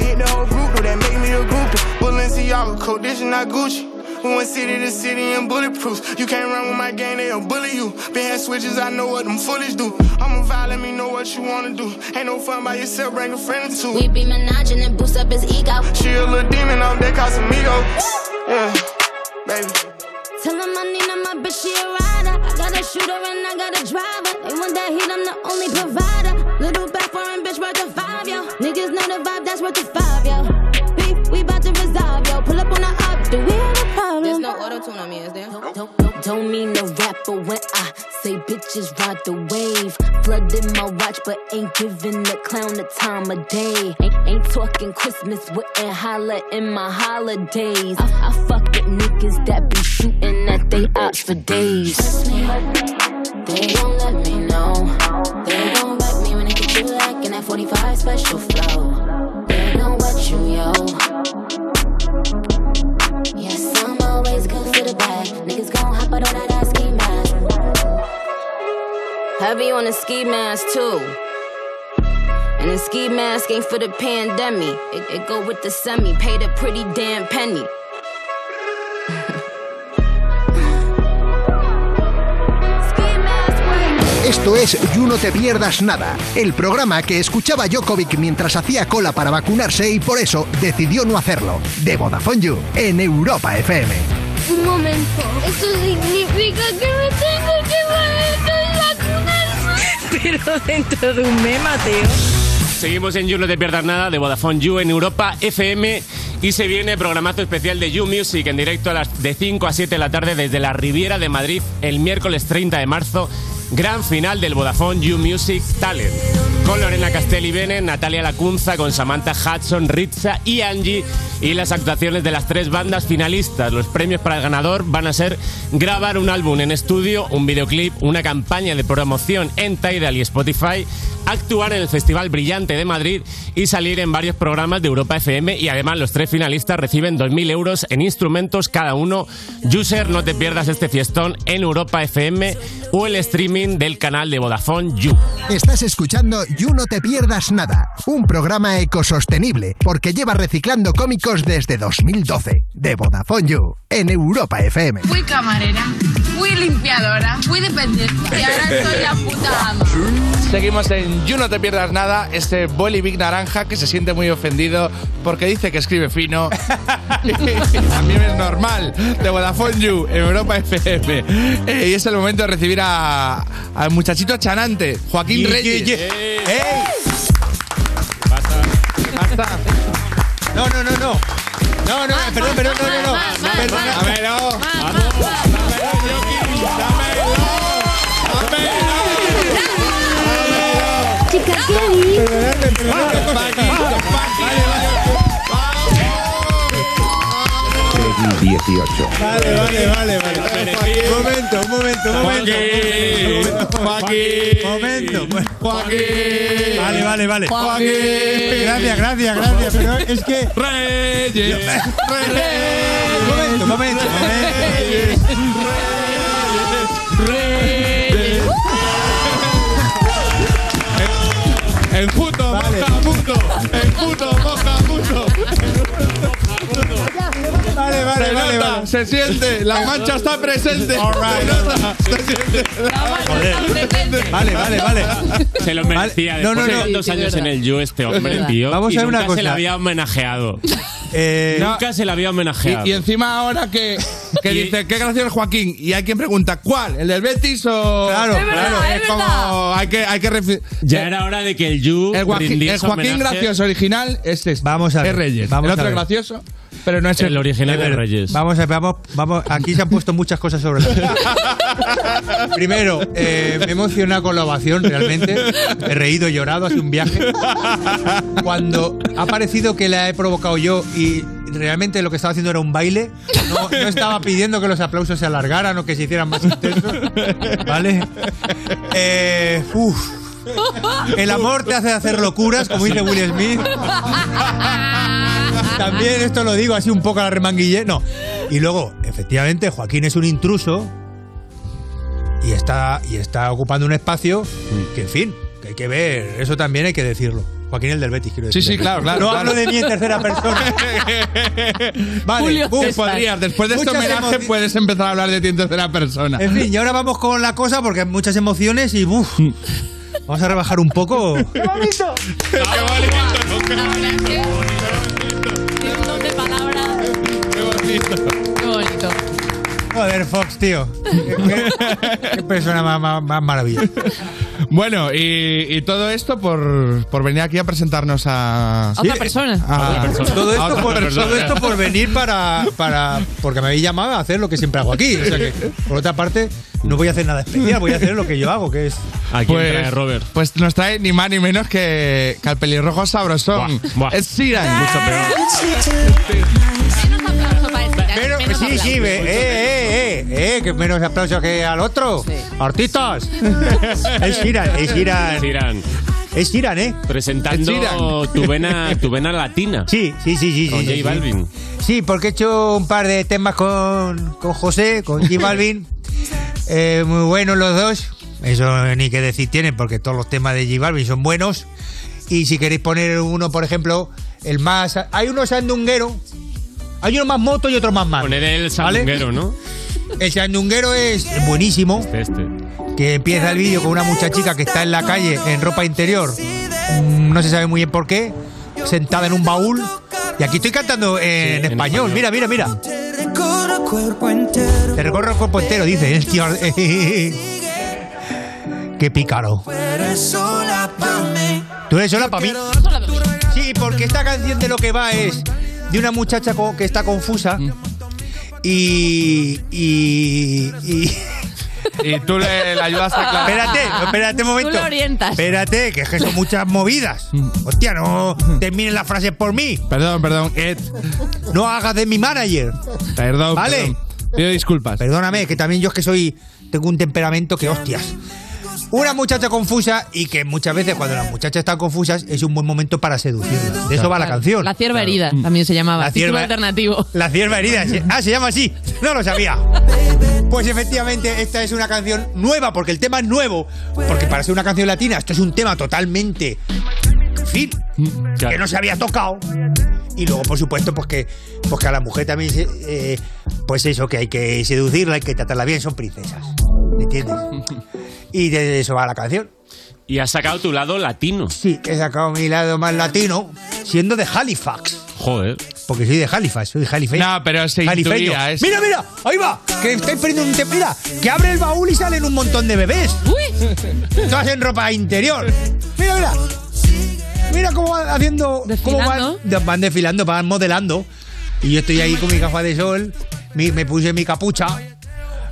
[SPEAKER 8] hit the whole group, though, that make me a groupie. Balenciaga, condition, not Gucci. We went city to city in bulletproofs. You can't run with my gang, they'll bully you. Been had switches, I know what them foolish do. I'm a vibe, let me know what you wanna do. Ain't no fun by yourself, bring a friend or two.
[SPEAKER 7] We be menaging and boost up his ego.
[SPEAKER 8] She a little demon off that Casamigo. Yeah, baby.
[SPEAKER 7] Tell him I need him, my bitch, she a rider. I got a shooter and I got a driver. They want that heat, I'm the only provider. Little back foreign bitch worth a five, yo. Niggas know the vibe, that's worth a five, yo. Beef, we bout to resolve, yo. Pull up on the up, do we have a problem? There's no auto tune on me, is there? Nope, nope, nope. Don't need no rapper when I say bitches ride the wave. Flooded my watch, but ain't giving the clown the time of day. Ain't, ain't talking Christmas, wouldn't holla in my holidays. I, I fuck with niggas that be shooting at they ops for days. They don't let me know. They don't like me when I get you like in that 45 special flow. They know what you yo. Yes, I'm always good for the bag. Niggas gon' hop out on that ass ski mask. Heavy on the ski mask too. And the ski mask ain't for the pandemic. It, it go with the semi. Paid a pretty damn penny.
[SPEAKER 22] Esto es You No Te Pierdas Nada, el programa que escuchaba Jokovic mientras hacía cola para vacunarse y por eso decidió no hacerlo. De Vodafone You, en Europa FM.
[SPEAKER 7] Un momento. Esto significa que me tengo que
[SPEAKER 3] Pero dentro de un meme, tío. Seguimos en You, no te pierdas nada, de Vodafone You en Europa FM. Y se viene programazo especial de You Music en directo a las de 5 a 7 de la tarde desde la Riviera de Madrid el miércoles 30 de marzo. Gran final del Vodafone You Music Talent. Con Lorena Castelli Bene, Natalia Lacunza, con Samantha Hudson, Ritza y Angie. Y las actuaciones de las tres bandas finalistas. Los premios para el ganador van a ser grabar un álbum en estudio, un videoclip, una campaña de promoción en Tidal y Spotify, actuar en el Festival Brillante de Madrid y salir en varios programas de Europa FM y además los tres finalistas reciben 2.000 euros en instrumentos cada uno. User, no te pierdas este fiestón en Europa FM o el streaming del canal de Vodafone You.
[SPEAKER 22] Estás escuchando You No Te Pierdas Nada, un programa ecosostenible porque lleva reciclando cómicos desde 2012. De Vodafone You, en Europa FM.
[SPEAKER 29] Fui camarera, fui limpiadora, fui dependiente y ahora soy la puta ama.
[SPEAKER 5] Seguimos en You No Te Pierdas Nada, este boli big naranja que se siente muy ofendido porque dice que escribe fino. También es normal, de Vodafone You, en Europa FM. Eh, y es el momento de recibir a, al muchachito chanante, Joaquín
[SPEAKER 3] Yeah,
[SPEAKER 5] Reyes.
[SPEAKER 3] yeah,
[SPEAKER 5] ¡Ey! Basta. No, no, no, no. No, no, perdón, perdón, no, no, no. Perdona. Dámelo.
[SPEAKER 40] Chica,
[SPEAKER 9] Peggy 18.
[SPEAKER 34] Vale, vale, vale, vale. Un momento, un momento, un momento. Joaquín. Momento. pues. Joaquín. Vale, vale, vale.
[SPEAKER 40] Joaquín.
[SPEAKER 34] Gracias, gracias, gracias. Pero es que.
[SPEAKER 3] Reyes.
[SPEAKER 34] Momento, momento, momento.
[SPEAKER 5] El puto, moja, puto. El puto, moja, puto.
[SPEAKER 34] Vale, vale,
[SPEAKER 5] se
[SPEAKER 34] vale,
[SPEAKER 5] nota,
[SPEAKER 34] vale.
[SPEAKER 5] se siente, la mancha está presente. Se nota, se siente.
[SPEAKER 34] Vale, vale, vale.
[SPEAKER 3] Se lo merecía.
[SPEAKER 34] Vale. No,
[SPEAKER 3] Después
[SPEAKER 34] no,
[SPEAKER 3] de
[SPEAKER 34] no.
[SPEAKER 3] tantos
[SPEAKER 34] Sí, sí,
[SPEAKER 3] años
[SPEAKER 34] es
[SPEAKER 3] en
[SPEAKER 34] verdad.
[SPEAKER 3] el You este
[SPEAKER 34] Es
[SPEAKER 3] hombre,
[SPEAKER 34] verdad.
[SPEAKER 3] tío.
[SPEAKER 34] Vamos
[SPEAKER 3] y
[SPEAKER 34] a ver una
[SPEAKER 3] nunca se le
[SPEAKER 34] cosa. Eh,
[SPEAKER 3] había homenajeado. nunca se le había homenajeado.
[SPEAKER 5] Y, y encima ahora que, que dice, qué gracioso Joaquín. Y hay quien pregunta, ¿cuál? ¿El del Betis o...? Claro,
[SPEAKER 3] Es verdad,
[SPEAKER 5] claro. Es, como, hay que... Hay que refi- Eh,
[SPEAKER 3] ya era hora de que el You
[SPEAKER 5] El, Joaquín-
[SPEAKER 3] rindiese
[SPEAKER 5] el Joaquín
[SPEAKER 3] homenaje.
[SPEAKER 5] gracioso original es este. Vamos
[SPEAKER 34] a ver,
[SPEAKER 5] Es Reyes.
[SPEAKER 34] vamos
[SPEAKER 5] el
[SPEAKER 34] a
[SPEAKER 5] otro es
[SPEAKER 34] ver.
[SPEAKER 5] gracioso, pero no es el,
[SPEAKER 3] original
[SPEAKER 5] es Reyes.
[SPEAKER 34] Vamos a ver, vamos, vamos. Aquí se han puesto muchas cosas sobre la mesa. Primero, eh, me he emocionado con la ovación, realmente. He reído, he llorado, hace un viaje. Cuando ha parecido que la he provocado yo y realmente lo que estaba haciendo era un baile, no, no estaba pidiendo que los aplausos se alargaran o que se hicieran más intensos. ¿Vale? Eh, uf. El amor te hace hacer locuras, como dice Will Smith. También esto lo digo así un poco a la remanguille. No. Y luego, efectivamente, Joaquín es un intruso y está, y está ocupando un espacio que, en fin, que hay que ver. Eso también hay que decirlo. Joaquín el del Betis, quiero
[SPEAKER 5] Sí,
[SPEAKER 34] decir.
[SPEAKER 5] sí, claro, claro.
[SPEAKER 34] No
[SPEAKER 5] claro.
[SPEAKER 34] hablo de mí en tercera persona. Vale,
[SPEAKER 5] Julio
[SPEAKER 34] buf,
[SPEAKER 5] César. podrías, después de este
[SPEAKER 34] Muchas
[SPEAKER 5] homenaje
[SPEAKER 34] emo-
[SPEAKER 5] puedes empezar a hablar de ti en tercera persona.
[SPEAKER 34] En fin, y ahora vamos con la cosa porque hay muchas emociones y buf, vamos a rebajar un poco.
[SPEAKER 40] ¡Qué bonito! ¡Qué bonito! ¡Qué bonito! palabras. ¡Qué bonito!
[SPEAKER 4] Qué bonito.
[SPEAKER 34] Joder, Fox, tío. Qué, qué- qué persona más, más- más maravillosa.
[SPEAKER 5] Bueno, y, y todo esto por, por venir aquí a presentarnos a...
[SPEAKER 34] Sí, a- Todo esto, por, todo esto por venir para, para. Porque me habéis llamado a hacer lo que siempre hago aquí. O sea que, por otra parte, no voy a hacer nada especial, voy a hacer lo que yo hago, que es.
[SPEAKER 3] ¿A quién trae Robert?
[SPEAKER 5] Pues nos trae ni más ni menos que, que al pelirrojo sabrosón. Es Siran.
[SPEAKER 34] Ah.
[SPEAKER 4] este
[SPEAKER 34] Pero, sí, sí, ve- eh, eh, eh, eh, que menos aplausos que al otro. Artistas. es Giran, es Giran.
[SPEAKER 3] Sirán.
[SPEAKER 34] Es Giran, ¿eh?
[SPEAKER 3] Presentando tu vena, tu vena latina.
[SPEAKER 34] Sí, sí, sí, sí.
[SPEAKER 3] Con
[SPEAKER 34] sí,
[SPEAKER 3] J
[SPEAKER 34] sí.
[SPEAKER 3] Balvin.
[SPEAKER 34] Sí, porque he hecho un par de temas con, con José, con J Balvin. Eh, muy buenos los dos. Eso ni que decir tienen, porque todos los temas de J Balvin son buenos. Y si queréis poner uno, por ejemplo, el más. Hay uno sandunguero. Hay uno más moto y otro más más.
[SPEAKER 3] Poner el sandunguero, ¿no? Este,
[SPEAKER 34] El sandunguero es buenísimo. Que empieza el vídeo con una muchachica que está en la calle en ropa interior. mm, No se sabe muy bien por qué. Sentada en un baúl. Y aquí estoy cantando en, español. Mira, mira, mira. Te recorro el cuerpo entero, dice el tío. Qué pícaro. Tú eres sola para mí. Sí, porque esta canción de lo que va es de una muchacha co- que está confusa
[SPEAKER 5] Mm.
[SPEAKER 34] y. y. y.
[SPEAKER 5] Y tú le, le ayudas a aclarar.
[SPEAKER 34] Espérate, espérate un momento.
[SPEAKER 4] Tú lo orientas.
[SPEAKER 34] Espérate, que es que son muchas movidas. Hostia, no terminen las frases por mí.
[SPEAKER 5] Mm. Perdón, perdón, Ed.
[SPEAKER 34] No hagas de mi manager.
[SPEAKER 5] Perdón,
[SPEAKER 34] ¿Vale?
[SPEAKER 5] perdón. Pido disculpas.
[SPEAKER 34] Perdóname, que también yo es que soy. Tengo un temperamento que, hostias. Una muchacha confusa y que muchas veces cuando las muchachas están confusas es un buen momento para seducirlas. De eso va la
[SPEAKER 4] Claro.
[SPEAKER 34] canción.
[SPEAKER 4] La cierva herida también se llamaba.
[SPEAKER 34] La
[SPEAKER 4] Título
[SPEAKER 34] cierva- eh.
[SPEAKER 4] alternativo.
[SPEAKER 34] La cierva herida. se- Ah, se llama así. No lo sabía. Pues efectivamente, esta es una canción nueva, porque el tema es nuevo. Porque para ser una canción latina, esto es un tema totalmente. En fin,
[SPEAKER 3] Mm,
[SPEAKER 34] que no se había tocado. Y luego, por supuesto, pues que, pues que a la mujer también. se- eh, pues eso, que hay que seducirla, hay que tratarla bien, son princesas. ¿Me entiendes? Y de eso va la canción.
[SPEAKER 3] Y has sacado tu lado latino.
[SPEAKER 34] Sí, he sacado mi lado más latino, siendo de Halifax.
[SPEAKER 3] Joder.
[SPEAKER 34] Porque soy de Halifax, soy de Halifax.
[SPEAKER 5] No, pero se
[SPEAKER 34] Califeño.
[SPEAKER 5] intuía. es-
[SPEAKER 34] Mira, mira, ahí va. Que está enfrente un te- Mira, que abre el baúl y salen un montón de bebés. Uy. Todas en ropa interior. Mira, mira. Mira cómo van haciendo. Cómo van, de- van desfilando, van modelando. Y yo estoy ahí con mi gafa de sol. mi- me puse mi capucha.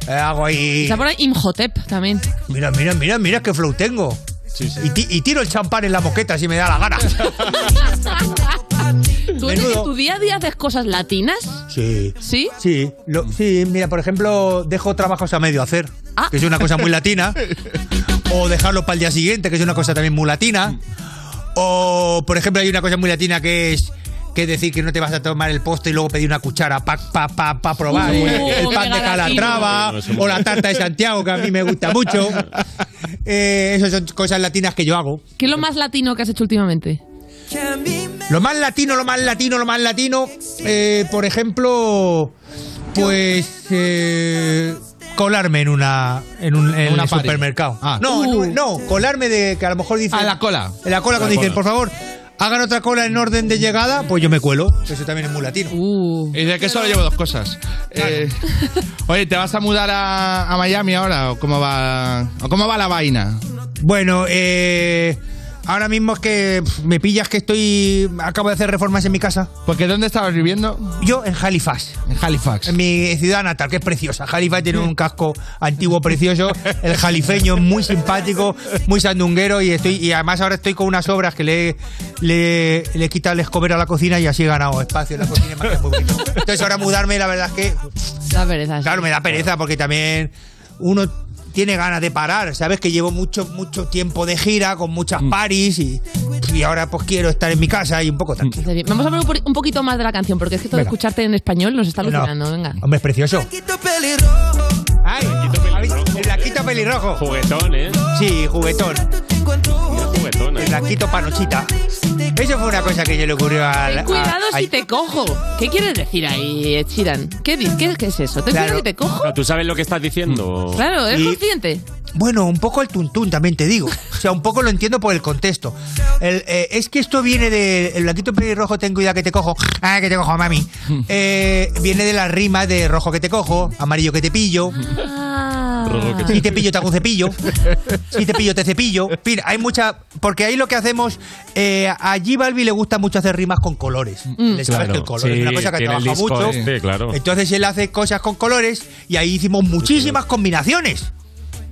[SPEAKER 34] eh, hago ahí.
[SPEAKER 4] Está por ahí Imhotep también.
[SPEAKER 34] Mira, mira, mira, mira qué flow tengo. Y, ti- y tiro el champán en la moqueta si me da la gana.
[SPEAKER 4] ¿Tú en
[SPEAKER 34] Menudo.
[SPEAKER 4] tu día a día haces cosas latinas?
[SPEAKER 34] Sí.
[SPEAKER 4] ¿Sí?
[SPEAKER 34] Sí. Lo- sí, mira, por ejemplo, dejo trabajos a medio hacer,
[SPEAKER 4] Ah.
[SPEAKER 34] que es una cosa muy latina. o dejarlo para el día siguiente, que es una cosa también muy latina. O, por ejemplo, hay una cosa muy latina que es que es decir que no te vas a tomar el postre y luego pedir una cuchara para pa, pa, pa probar ¿eh?
[SPEAKER 5] Uh,
[SPEAKER 34] el pan de
[SPEAKER 5] qué
[SPEAKER 34] Calatrava
[SPEAKER 5] galatino.
[SPEAKER 34] o la tarta de Santiago, que a mí me gusta mucho. Eh, esas son cosas latinas que yo hago.
[SPEAKER 4] ¿Qué es lo más latino que has hecho últimamente?
[SPEAKER 34] Lo más latino, lo más latino, lo más latino. eh, por ejemplo, pues eh, colarme en una en un en
[SPEAKER 5] Una
[SPEAKER 34] el
[SPEAKER 5] party.
[SPEAKER 34] supermercado.
[SPEAKER 5] Ah.
[SPEAKER 34] No, en un- no, colarme de que a lo mejor dicen
[SPEAKER 5] A la cola.
[SPEAKER 34] En la cola
[SPEAKER 5] La
[SPEAKER 34] cuando dicen,
[SPEAKER 5] cola.
[SPEAKER 34] por favor, hagan otra cola en orden de llegada, pues yo me cuelo. Eso también es muy latino.
[SPEAKER 5] Y de que solo llevo dos cosas. Eh, oye, ¿te vas a mudar a, a Miami ahora? ¿O cómo va, o cómo va la vaina?
[SPEAKER 34] Bueno, eh, ahora mismo es que pf, me pillas que estoy. Acabo de hacer reformas en mi casa.
[SPEAKER 5] Porque ¿dónde estabas viviendo?
[SPEAKER 34] Yo en Halifax.
[SPEAKER 5] En Halifax.
[SPEAKER 34] En mi ciudad natal, que es preciosa. Halifax tiene un casco antiguo precioso. El jalifeño es muy simpático, muy sandunguero. Y estoy y además ahora estoy con unas obras que le, le, le quita el escobero a la cocina y así he ganado espacio en la cocina. y me hace muy bien. Entonces ahora mudarme, la verdad es que.
[SPEAKER 4] Da pereza.
[SPEAKER 34] Claro, me da pereza porque también uno tiene ganas de parar, ¿sabes? Que llevo mucho, mucho tiempo de gira con muchas
[SPEAKER 3] Mm.
[SPEAKER 34] paris y, y ahora pues quiero estar en mi casa y un poco tranquilo.
[SPEAKER 4] Está bien. Vamos a hablar un po- un poquito más de la canción, porque es que esto de
[SPEAKER 34] Venga.
[SPEAKER 4] escucharte en español nos está
[SPEAKER 34] No.
[SPEAKER 4] alucinando. Venga.
[SPEAKER 34] Hombre, es precioso. Ay, el blanquito pelirrojo.
[SPEAKER 3] Juguetón, ¿eh?
[SPEAKER 34] Sí, juguetón.
[SPEAKER 3] Juguetón, ¿eh?
[SPEAKER 34] El blanquito panochita. Eso fue una cosa que yo le ocurrió al. a-
[SPEAKER 4] Cuidado
[SPEAKER 34] a-
[SPEAKER 4] si te cojo. ¿Qué quieres decir ahí, Ed Sheeran? ¿Qué, di- qué, qué es eso? ¿Te
[SPEAKER 34] Claro.
[SPEAKER 4] cuidado si te cojo?
[SPEAKER 3] Pero ¿Tú sabes lo que estás diciendo?
[SPEAKER 4] Claro, ¿eres
[SPEAKER 34] Y-
[SPEAKER 4] consciente?
[SPEAKER 34] Bueno, un poco el tuntún también te digo. O sea, un poco lo entiendo por el contexto. El, eh, es que esto viene de. El blanquito pelirrojo, ten cuidado que te cojo. Ah, que te cojo, mami. Eh, viene de la rima de rojo que te cojo, amarillo que te pillo. Si te pillo, te hago un cepillo. Si te pillo, te cepillo. En fin, hay mucha. Porque ahí lo que hacemos. eh, a G Balbi le gusta mucho hacer rimas con colores. Le
[SPEAKER 3] Mm.
[SPEAKER 34] sabes
[SPEAKER 3] Claro,
[SPEAKER 34] que el color es
[SPEAKER 3] sí,
[SPEAKER 34] una cosa que
[SPEAKER 3] tiene el
[SPEAKER 34] trabaja
[SPEAKER 3] disco
[SPEAKER 34] mucho.
[SPEAKER 3] este, claro.
[SPEAKER 34] Entonces él hace cosas con colores y ahí hicimos muchísimas combinaciones.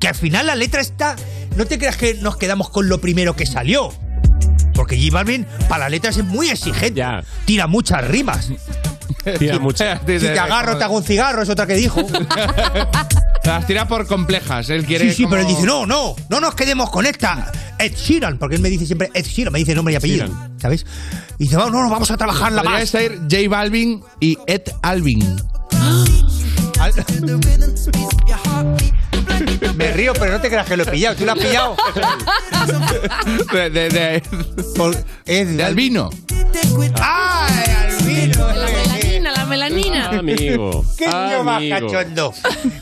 [SPEAKER 34] Que al final la letra está. No te creas que nos quedamos con lo primero que salió. Porque G Balvin para las letras es muy exigente. Tira muchas rimas.
[SPEAKER 3] Tira muchas.
[SPEAKER 34] Si te agarro, te hago un cigarro, es otra que dijo.
[SPEAKER 5] Te las tiras por complejas. Él quiere.
[SPEAKER 34] Sí, sí,
[SPEAKER 5] como-
[SPEAKER 34] pero él dice, no, no, no nos quedemos con esta. Ed Sheeran, porque él me dice siempre Ed Sheeran, me dice nombre y apellido, ¿sabes? Y dice, vamos, no, no, vamos a trabajarla
[SPEAKER 5] Podría
[SPEAKER 34] más.
[SPEAKER 5] ser J Balvin y Ed Alvin.
[SPEAKER 34] Me río, pero no te creas que lo he pillado, tú lo has pillado.
[SPEAKER 5] De, de, de-
[SPEAKER 34] de
[SPEAKER 5] Albino.
[SPEAKER 34] eh.
[SPEAKER 4] La melanina, la melanina.
[SPEAKER 34] Qué niño más cachondo.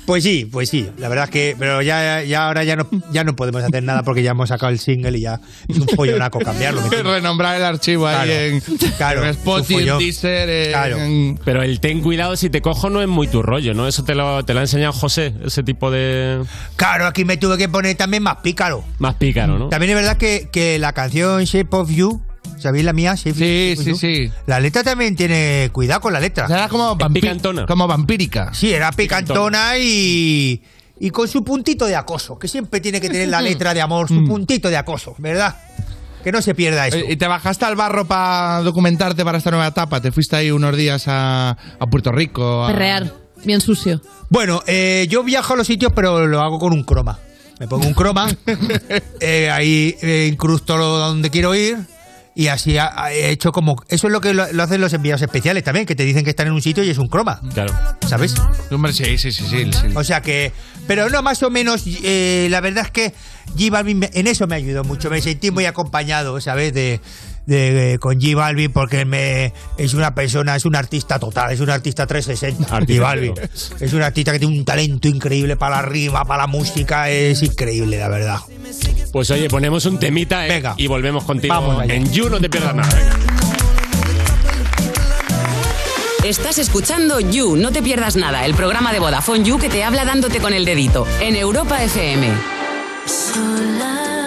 [SPEAKER 34] Pues sí, pues sí, la verdad es que, pero ya, ya ahora ya no, ya no podemos hacer nada porque ya hemos sacado el single y ya es un follonaco cambiarlo. ¿me entiendes?
[SPEAKER 5] Renombrar el archivo
[SPEAKER 34] Claro,
[SPEAKER 5] ahí en,
[SPEAKER 34] claro,
[SPEAKER 5] en
[SPEAKER 34] un
[SPEAKER 5] Spotify, en
[SPEAKER 34] follón.
[SPEAKER 5] Deezer, en-
[SPEAKER 3] Pero el ten cuidado si te cojo no es muy tu rollo, ¿no? Eso te lo, te lo ha enseñado José, ese tipo de.
[SPEAKER 34] Claro, aquí me tuve que poner también más pícaro.
[SPEAKER 3] Más pícaro, ¿no?
[SPEAKER 34] También es verdad que, que la canción Shape of You, ¿sabéis la mía? Shape sí,
[SPEAKER 5] sí, sí.
[SPEAKER 34] La letra también tiene cuidado con la letra.
[SPEAKER 5] Era como, vampi- como vampírica.
[SPEAKER 34] Sí, era picantona y, y con su puntito de acoso, que siempre tiene que tener la letra de amor, su puntito de acoso, ¿verdad? Que no se pierda eso.
[SPEAKER 5] Eh, ¿Y te bajaste al barro para documentarte para esta nueva etapa? ¿Te fuiste ahí unos días a, a Puerto Rico? a-
[SPEAKER 4] Perrear, bien sucio.
[SPEAKER 34] Bueno, eh, yo viajo a los sitios, pero lo hago con un croma. me pongo un croma, eh, ahí eh, incrusto lo donde quiero ir y así ha- ha- he hecho como... Eso es lo que lo, lo hacen los enviados especiales también, que te dicen que están en un sitio y es un croma.
[SPEAKER 3] Claro.
[SPEAKER 34] ¿Sabes?
[SPEAKER 5] Hombre, sí, sí, sí, sí.
[SPEAKER 34] O sea que... Pero no, más o menos, eh, la verdad es que G Balvin me- en eso me ayudó mucho, me sentí muy acompañado, ¿sabes? De... de- de- eh, con G Balvin porque me es una persona, es un artista total, es un artista 360. G Balvin. Es un artista que tiene un talento increíble para la rima, para la música, es increíble, la verdad.
[SPEAKER 3] Pues oye, ponemos un temita eh, y volvemos contigo
[SPEAKER 34] Vamos allá.
[SPEAKER 3] en You, no te pierdas nada. venga.
[SPEAKER 1] Estás escuchando You, no te pierdas nada, el programa de Vodafone You que te habla dándote con el dedito en Europa FM.
[SPEAKER 33] Sola,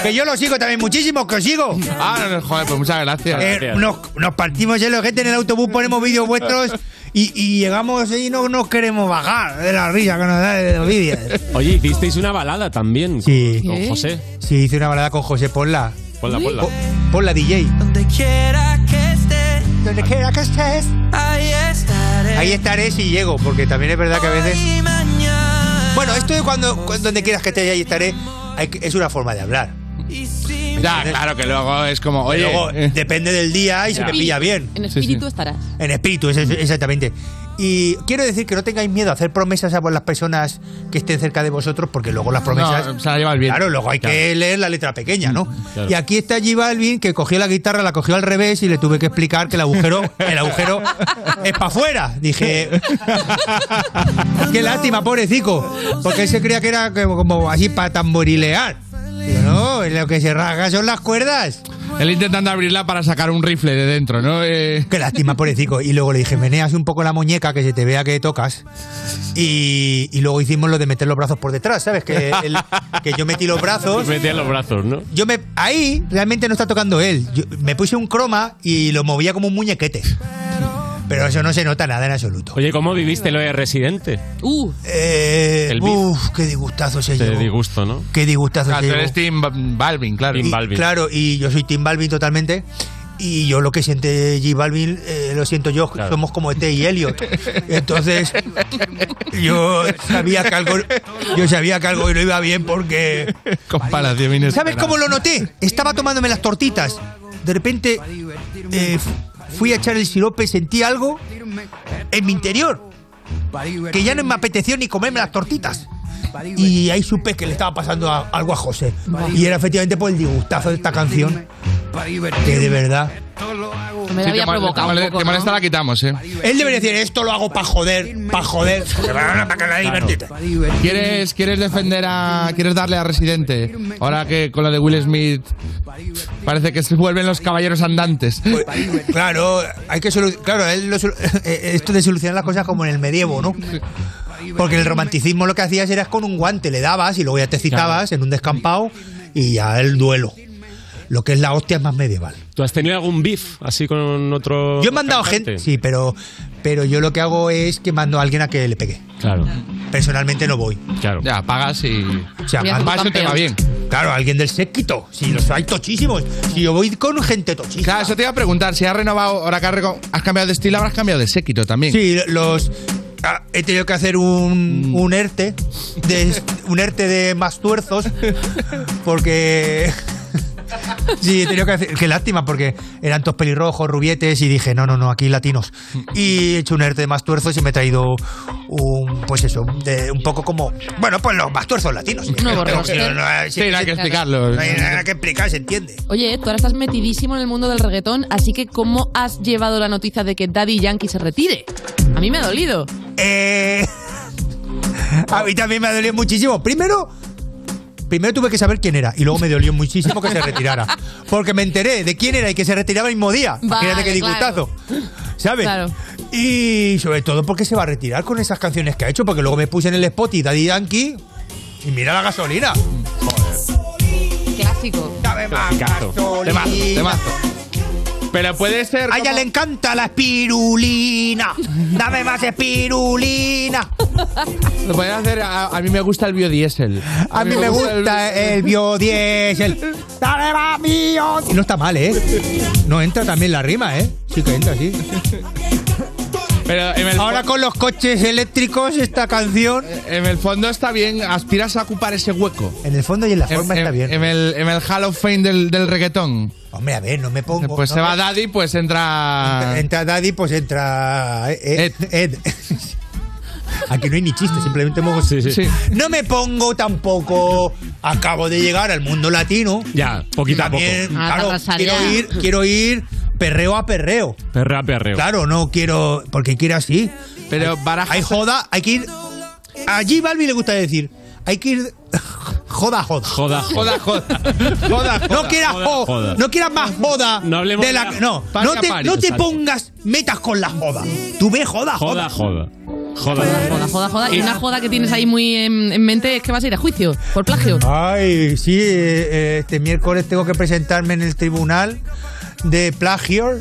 [SPEAKER 34] que yo lo sigo también muchísimo, que os sigo.
[SPEAKER 5] Ah, no, no, joder, pues muchas gracias.
[SPEAKER 34] Eh, nos, nos partimos el ojete en el autobús, ponemos vídeos vuestros y, y llegamos y no nos queremos bajar de la risa que nos da de los vídeos.
[SPEAKER 3] Oye, hicisteis una balada también
[SPEAKER 34] Sí.
[SPEAKER 3] con, con
[SPEAKER 34] ¿Qué?
[SPEAKER 3] José.
[SPEAKER 34] Sí, hice una balada con José, Pues ponla.
[SPEAKER 3] Ponla, ponla.
[SPEAKER 34] Po- Ponla, DJ.
[SPEAKER 40] Donde quiera que estés.
[SPEAKER 34] Donde quiera que estés.
[SPEAKER 40] Ahí estaré.
[SPEAKER 34] Ahí estaré si llego, porque también es verdad que a veces...
[SPEAKER 40] Y mañana.
[SPEAKER 34] Bueno, esto de cuando, cu- donde quieras que esté, ahí estaré, hay que- es una forma de hablar.
[SPEAKER 40] Y si
[SPEAKER 5] Ya, claro, que luego es como,
[SPEAKER 34] Y
[SPEAKER 5] oye...
[SPEAKER 34] luego
[SPEAKER 5] eh,
[SPEAKER 34] depende del día y se
[SPEAKER 5] Ya.
[SPEAKER 34] me pilla bien.
[SPEAKER 4] En espíritu estarás.
[SPEAKER 34] En espíritu, es- es- exactamente. Y quiero decir que no tengáis miedo a hacer promesas a por las personas que estén cerca de vosotros, porque luego las promesas.
[SPEAKER 5] No, se la lleva el viento.
[SPEAKER 34] Claro, luego hay que
[SPEAKER 5] Claro. Mm,
[SPEAKER 34] leer la letra pequeña, ¿no?
[SPEAKER 5] Claro.
[SPEAKER 34] Y aquí está G Balvin, que cogió la guitarra, la cogió al revés y le tuve que explicar que el agujero, el agujero es para afuera. Dije. Qué lástima, pobrecico. Porque él se creía que era como, como así para tamborilear. Digo, no, lo que se rasga son las cuerdas.
[SPEAKER 5] Él intentando abrirla para sacar un rifle de dentro, ¿no? Eh,
[SPEAKER 34] Qué lástima, pobrecico. Y luego le dije, meneas un poco la muñeca que se te vea que tocas. Y, y luego hicimos lo de meter los brazos por detrás, ¿sabes? Que, el- que yo metí los brazos.
[SPEAKER 3] Metía los brazos, ¿no?
[SPEAKER 34] Yo me, ahí realmente no está tocando él. Yo me puse un croma y lo movía como un muñequete. Pero eso no se nota nada en absoluto.
[SPEAKER 3] Oye, ¿cómo viviste lo de Residente?
[SPEAKER 4] Uh.
[SPEAKER 34] Eh,
[SPEAKER 3] El beat.
[SPEAKER 34] uf, qué disgustazo se
[SPEAKER 3] Te
[SPEAKER 34] llevó.
[SPEAKER 3] disgusto, ¿no?
[SPEAKER 34] Qué disgustazo
[SPEAKER 5] ah,
[SPEAKER 34] se
[SPEAKER 5] tú
[SPEAKER 34] llevó.
[SPEAKER 5] eres Tim Balvin, claro.
[SPEAKER 34] Y, Claro, y yo soy Tim Balvin totalmente. Y yo lo que siente G Balvin, eh, lo siento yo, somos como ET y Elliot. Entonces, yo sabía que algo, yo sabía que algo no iba bien porque.
[SPEAKER 5] Comparación
[SPEAKER 34] ¿Sabes
[SPEAKER 5] inesperada.
[SPEAKER 34] cómo lo noté? Estaba tomándome las tortitas. De repente, eh, fu- fui a echar el sirope, sentí algo en mi interior. Que ya no me apeteció ni comerme las tortitas. Y ahí supe que le estaba pasando a- algo a José. pues, Y era efectivamente por el disgustazo de esta canción. Que de verdad.
[SPEAKER 4] que me
[SPEAKER 5] Sí,
[SPEAKER 4] había
[SPEAKER 5] que mal-
[SPEAKER 4] provocado.
[SPEAKER 5] que
[SPEAKER 4] un
[SPEAKER 5] mal-
[SPEAKER 4] poco,
[SPEAKER 5] que mal
[SPEAKER 4] ¿no?
[SPEAKER 5] esta la quitamos, ¿eh?
[SPEAKER 34] Él debería decir, esto lo hago para joder, para joder. Para que la divertite.
[SPEAKER 5] ¿Quieres, ¿Quieres defender a. ¿Quieres darle a Residente? Ahora que con la de Will Smith. Parece que se vuelven los caballeros andantes.
[SPEAKER 34] Claro, hay que solu- claro, él lo solu- eh, esto de solucionar las cosas como en el medievo, ¿no? Porque el romanticismo lo que hacías era con un guante, le dabas y luego ya te citabas en un descampado y ya el duelo. Lo que es la hostia es más medieval.
[SPEAKER 3] ¿Tú has tenido algún beef así con otro.?
[SPEAKER 34] Yo he mandado
[SPEAKER 3] cantante?
[SPEAKER 34] gente, sí, pero pero yo lo que hago es que mando a alguien a que le pegue.
[SPEAKER 3] Claro.
[SPEAKER 34] Personalmente no voy.
[SPEAKER 3] Claro.
[SPEAKER 5] Ya, pagas y.
[SPEAKER 34] O sea,
[SPEAKER 5] Y haces
[SPEAKER 34] mando-
[SPEAKER 5] Vas y te va bien.
[SPEAKER 34] Claro, alguien del séquito. Si los hay tochísimos. Si yo voy con gente tochísima.
[SPEAKER 5] Claro, eso te iba a preguntar. Si has renovado, ahora que has, reco- has cambiado de estilo, habrás cambiado de séquito también.
[SPEAKER 34] Sí, los. ah, He tenido que hacer un, un ERTE de, un ERTE de más tuerzos porque sí, he tenido que hacer qué lástima porque eran todos pelirrojos, rubietes y dije, no, no, no, aquí latinos y he hecho un ERTE de más tuerzos y me he traído un, pues eso de- un poco como, bueno, pues los más tuerzos latinos
[SPEAKER 4] No,
[SPEAKER 34] Tengo-
[SPEAKER 4] borrasquero.
[SPEAKER 34] no,
[SPEAKER 5] Sí, no hay que explicarlo.
[SPEAKER 34] no hay nada que explicar, se entiende
[SPEAKER 4] Oye, tú ahora estás metidísimo en el mundo del reggaetón, así que ¿cómo has llevado la noticia de que Daddy Yankee se retire? A mí me ha dolido.
[SPEAKER 34] Eh, a mí también me ha dolido muchísimo. Primero, primero tuve que saber quién era y luego me dolió muchísimo que se retirara. Porque me enteré de quién era y que se retiraba el mismo día.
[SPEAKER 4] Vale,
[SPEAKER 34] Fíjate qué disgustazo. ¿Sabes? Y sobre todo porque se va a retirar con esas canciones que ha hecho, porque luego me puse en el spot y Daddy Yankee y mira la gasolina.
[SPEAKER 4] Clásico.
[SPEAKER 5] Temazo, temazo. Pero puede ser.
[SPEAKER 34] A ella le encanta la espirulina. Dame más espirulina.
[SPEAKER 5] Lo podrían hacer. A, a mí me gusta el biodiesel.
[SPEAKER 34] A mí me gusta el biodiesel. Dale más biodiesel. Y no está mal, ¿eh? No entra también la rima, ¿eh? Sí que entra, sí.
[SPEAKER 5] Pero en el
[SPEAKER 34] Ahora con los coches eléctricos, esta canción.
[SPEAKER 5] Eh, En el fondo está bien, aspiras a ocupar ese hueco.
[SPEAKER 34] En el fondo y en la forma
[SPEAKER 5] en,
[SPEAKER 34] está bien.
[SPEAKER 5] En el, en el Hall of Fame del, del reggaetón.
[SPEAKER 34] Hombre, a ver, no me pongo.
[SPEAKER 5] Pues
[SPEAKER 34] Oh, no
[SPEAKER 5] se va
[SPEAKER 34] me-
[SPEAKER 5] Daddy, pues entra.
[SPEAKER 34] Entra Daddy, pues eh. entra Ed. Ed. Aquí no hay ni
[SPEAKER 4] Ah.
[SPEAKER 34] chiste, simplemente hemos...
[SPEAKER 5] sí.
[SPEAKER 34] No me pongo tampoco. Acabo de llegar al mundo latino.
[SPEAKER 3] Ya, poquito a
[SPEAKER 34] También,
[SPEAKER 3] poco. Ah,
[SPEAKER 34] claro, quiero ir, quiero ir perreo a perreo.
[SPEAKER 3] Perreo a perreo.
[SPEAKER 34] Claro, no quiero. Porque quiero así. Pero hay, hay joda, hay que ir. A J Balvin le gusta decir. Hay que ir. Joda, joda.
[SPEAKER 3] Joda,
[SPEAKER 5] joda. Joda,
[SPEAKER 34] joda. No quieras
[SPEAKER 5] joda,
[SPEAKER 34] jo-
[SPEAKER 5] joda.
[SPEAKER 34] No quieras más joda.
[SPEAKER 5] No hablemos
[SPEAKER 34] de la-
[SPEAKER 5] de la-
[SPEAKER 34] no,
[SPEAKER 5] Pan
[SPEAKER 34] no
[SPEAKER 5] y
[SPEAKER 34] te,
[SPEAKER 5] apari,
[SPEAKER 34] no te
[SPEAKER 5] exacto.
[SPEAKER 34] pongas metas con la joda. Tú ves joda,
[SPEAKER 3] Joda,
[SPEAKER 34] joda.
[SPEAKER 3] joda. Joda.
[SPEAKER 4] Joda, joda, joda. Y una joda que tienes ahí muy en, en mente es que vas a ir a juicio por plagio.
[SPEAKER 34] Ay, sí, eh, eh, este miércoles tengo que presentarme en el tribunal de plagio.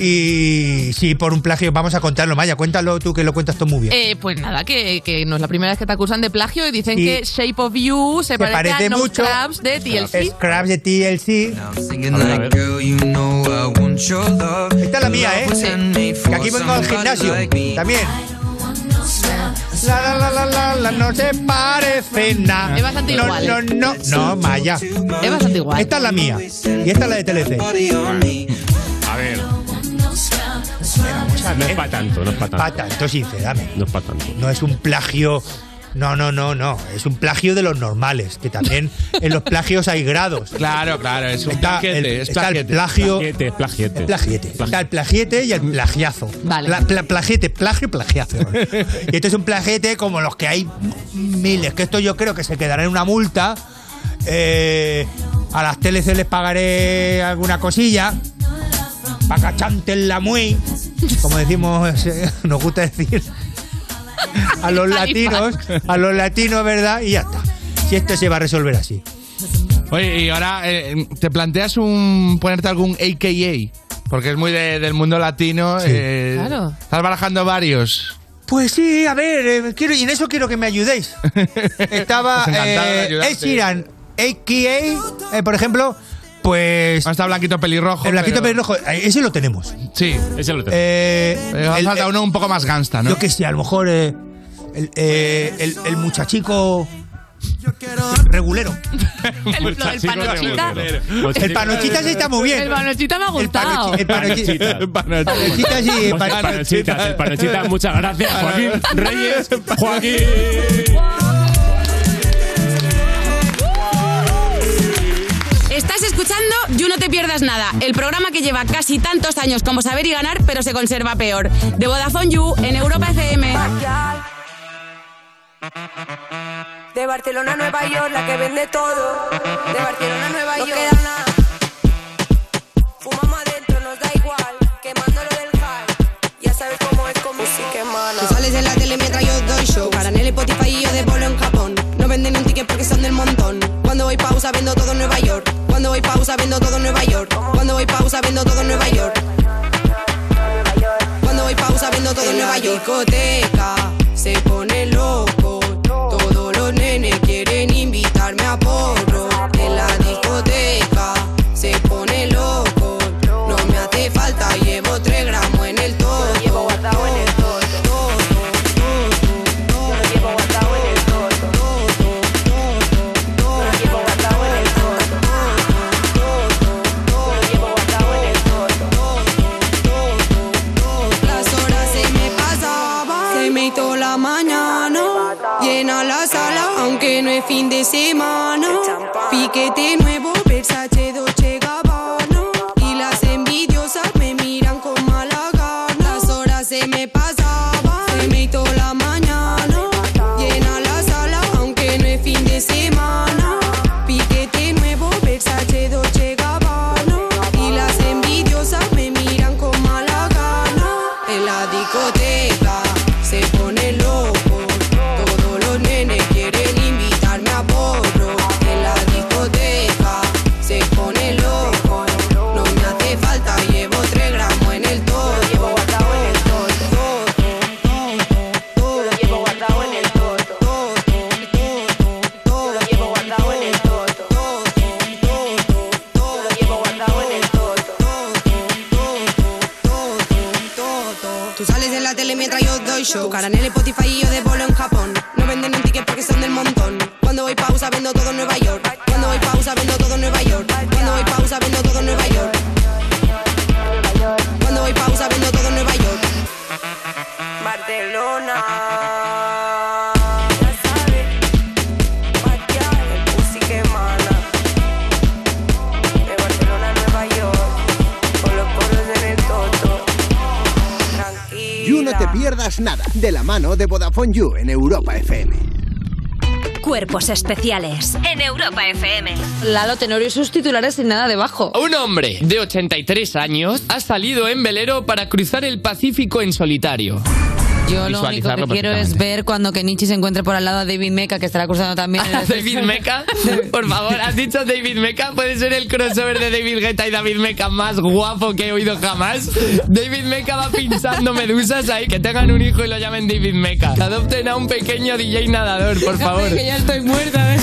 [SPEAKER 34] Y sí, por un plagio, vamos a contarlo, Maya. Cuéntalo tú que lo cuentas tú muy bien.
[SPEAKER 4] Eh, pues nada, que, que no es la primera vez que te acusan de plagio y dicen
[SPEAKER 34] Y-
[SPEAKER 4] que Shape of You se
[SPEAKER 34] Se
[SPEAKER 4] parece, a
[SPEAKER 34] parece
[SPEAKER 4] No
[SPEAKER 34] mucho.
[SPEAKER 4] Scraps de TLC.
[SPEAKER 34] Scraps de TLC. Esta es la mía, ¿eh? Que aquí vengo al gimnasio. También. La, la, la, la, la, la, no se parece nada.
[SPEAKER 4] Es bastante
[SPEAKER 34] no,
[SPEAKER 4] igual,
[SPEAKER 34] No,
[SPEAKER 4] ¿eh?
[SPEAKER 34] no, no, Maya. Es
[SPEAKER 4] bastante igual.
[SPEAKER 34] Esta es la mía. Y esta es la de TLC.
[SPEAKER 3] A ver. No es para tanto, no es para tanto.
[SPEAKER 34] Para tanto, sinceramente.
[SPEAKER 3] No es para tanto.
[SPEAKER 34] No es un plagio. No, no, no, no. Es un plagio de los normales, que también en los plagios hay grados.
[SPEAKER 5] Claro, claro, es un
[SPEAKER 34] Está
[SPEAKER 5] plaquete,
[SPEAKER 34] el-
[SPEAKER 5] es
[SPEAKER 34] está el
[SPEAKER 5] plaquete.
[SPEAKER 34] plagio.
[SPEAKER 3] Plagiete, es plagiete.
[SPEAKER 34] Plagiete. Está el plagiete y el plagiazo.
[SPEAKER 4] Vale.
[SPEAKER 34] Pla- pla- plagiete, plagio, plagiazo. y esto es un plagiete como los que hay miles, que esto yo creo que se quedará en una multa. Eh, a las TLC les pagaré alguna cosilla. Pacachante en la muy, como decimos, eh, nos gusta decir a los latinos, a los latinos, ¿verdad? Y ya está. Si esto se va a resolver así.
[SPEAKER 5] Oye, y ahora eh, te planteas un ponerte algún AKA, porque es muy de- del mundo latino. eh,
[SPEAKER 34] Claro.
[SPEAKER 5] Estás barajando varios.
[SPEAKER 34] Pues sí, a ver, eh, quiero, y en eso quiero que me ayudéis. Estaba
[SPEAKER 5] Pues encantado de
[SPEAKER 34] eh,
[SPEAKER 5] ayudarte.
[SPEAKER 34] Ed Sheeran, AKA, eh, por ejemplo, pues...
[SPEAKER 5] Está Blanquito Pelirrojo.
[SPEAKER 34] el blanquito
[SPEAKER 5] pero-
[SPEAKER 34] pelirrojo, eh, ese lo tenemos.
[SPEAKER 5] Sí.
[SPEAKER 3] Ese lo
[SPEAKER 34] Eh,
[SPEAKER 5] Pero ha faltado uno un poco más gangsta, ¿no?
[SPEAKER 34] Yo que sé, a lo mejor eh, el, eh, el- el muchachico regulero.
[SPEAKER 4] El, lo del panochita.
[SPEAKER 34] El panochita sí está muy bien.
[SPEAKER 4] El panochita me ha gustado.
[SPEAKER 34] panochi- el panochi-
[SPEAKER 3] Panochita.
[SPEAKER 34] Panochita sí,
[SPEAKER 3] El
[SPEAKER 34] pan-
[SPEAKER 3] panochita, el panochita. Muchas gracias, Joaquín Reyes. Joaquín.
[SPEAKER 29] Estás escuchando escuchando You No Te Pierdas Nada, el programa que lleva casi tantos años como saber y ganar, pero se conserva peor. De Vodafone You en Europa FM.
[SPEAKER 36] De Barcelona a Nueva York, la que vende todo. De Barcelona a Nueva York. Fumamos adentro, nos da igual. Quemándolo del high. Ya sabes cómo es con música mala.
[SPEAKER 37] Tú sales en la tele mientras yo doy show. Para en el Spotify y yo de bolo en Japón. No venden un ticket porque son del montón. Cuando voy pausa vendo todo en Nueva York. Cuando voy pausa vendo todo en Nueva York. Cuando voy pausa vendo todo en Nueva York. Cuando voy pausa vendo todo en Nueva York. Discoteca se pone loco. Todos los nenes quieren invitarme a porro. En la discoteca se pone loco. No me hace falta, llevo 3 gramos en el todo. Llevo guardado en el todo. Las horas se me pasaban, se me hizo la mañana. Llena la sala, aunque no es fin de semana. Piquete nuevo, Versace, Dolce Gabbana. Y las envidiosas me miran con mala gana. Las horas se me pasaban, se me hizo la mañana. Llena la sala, aunque no es fin de semana. Piquete nuevo, Versace, Dolce Gabbana. Y las envidiosas me miran con mala gana. En la discoteca se pone loco. Todos los nenes quieren invitarme a porro. En la discoteca se pone loco. No me hace falta, llevo 3 gramos en el todo. Llevo guardado en el todo. Lo llevo guardado en el todo. Lo llevo guardado en el todo. Lo llevo guardado en el todo. Tú sales en la tele mientras yo doy show. Tu cara en el Spotify y yo de bolo en Japón. No venden un ticket porque son del montón. Cuando voy pausa vendo todo en Nueva York. Cuando voy pausa vendo todo en Nueva York. Cuando voy pausa vendo todo en Nueva York. Cuando voy pausa vendo todo en Nueva York.
[SPEAKER 36] Barcelona. Ya sabes, patear el música mala. De Barcelona a Nueva York, con los poros en el toto.
[SPEAKER 22] You No Te Pierdas Nada, de la mano de Vodafone You en Europa FM.
[SPEAKER 37] Cuerpos especiales en Europa FM.
[SPEAKER 4] Lalo Tenorio y sus titulares sin nada debajo.
[SPEAKER 13] Un hombre de 83 años ha salido en velero para cruzar el Pacífico en solitario.
[SPEAKER 29] Yo lo único que quiero es ver cuando Kenichi se encuentre por al lado a David Meca, que estará cruzando también. en el-
[SPEAKER 13] David Meca, por favor, ¿has dicho David Meca? ¿Puede ser el crossover de David Guetta y David Meca más guapo que he oído jamás? David Meca va pinchando medusas ahí, que tengan un hijo y lo llamen David Meca. Adopten a un pequeño DJ nadador, por favor.
[SPEAKER 29] que ya estoy muerta.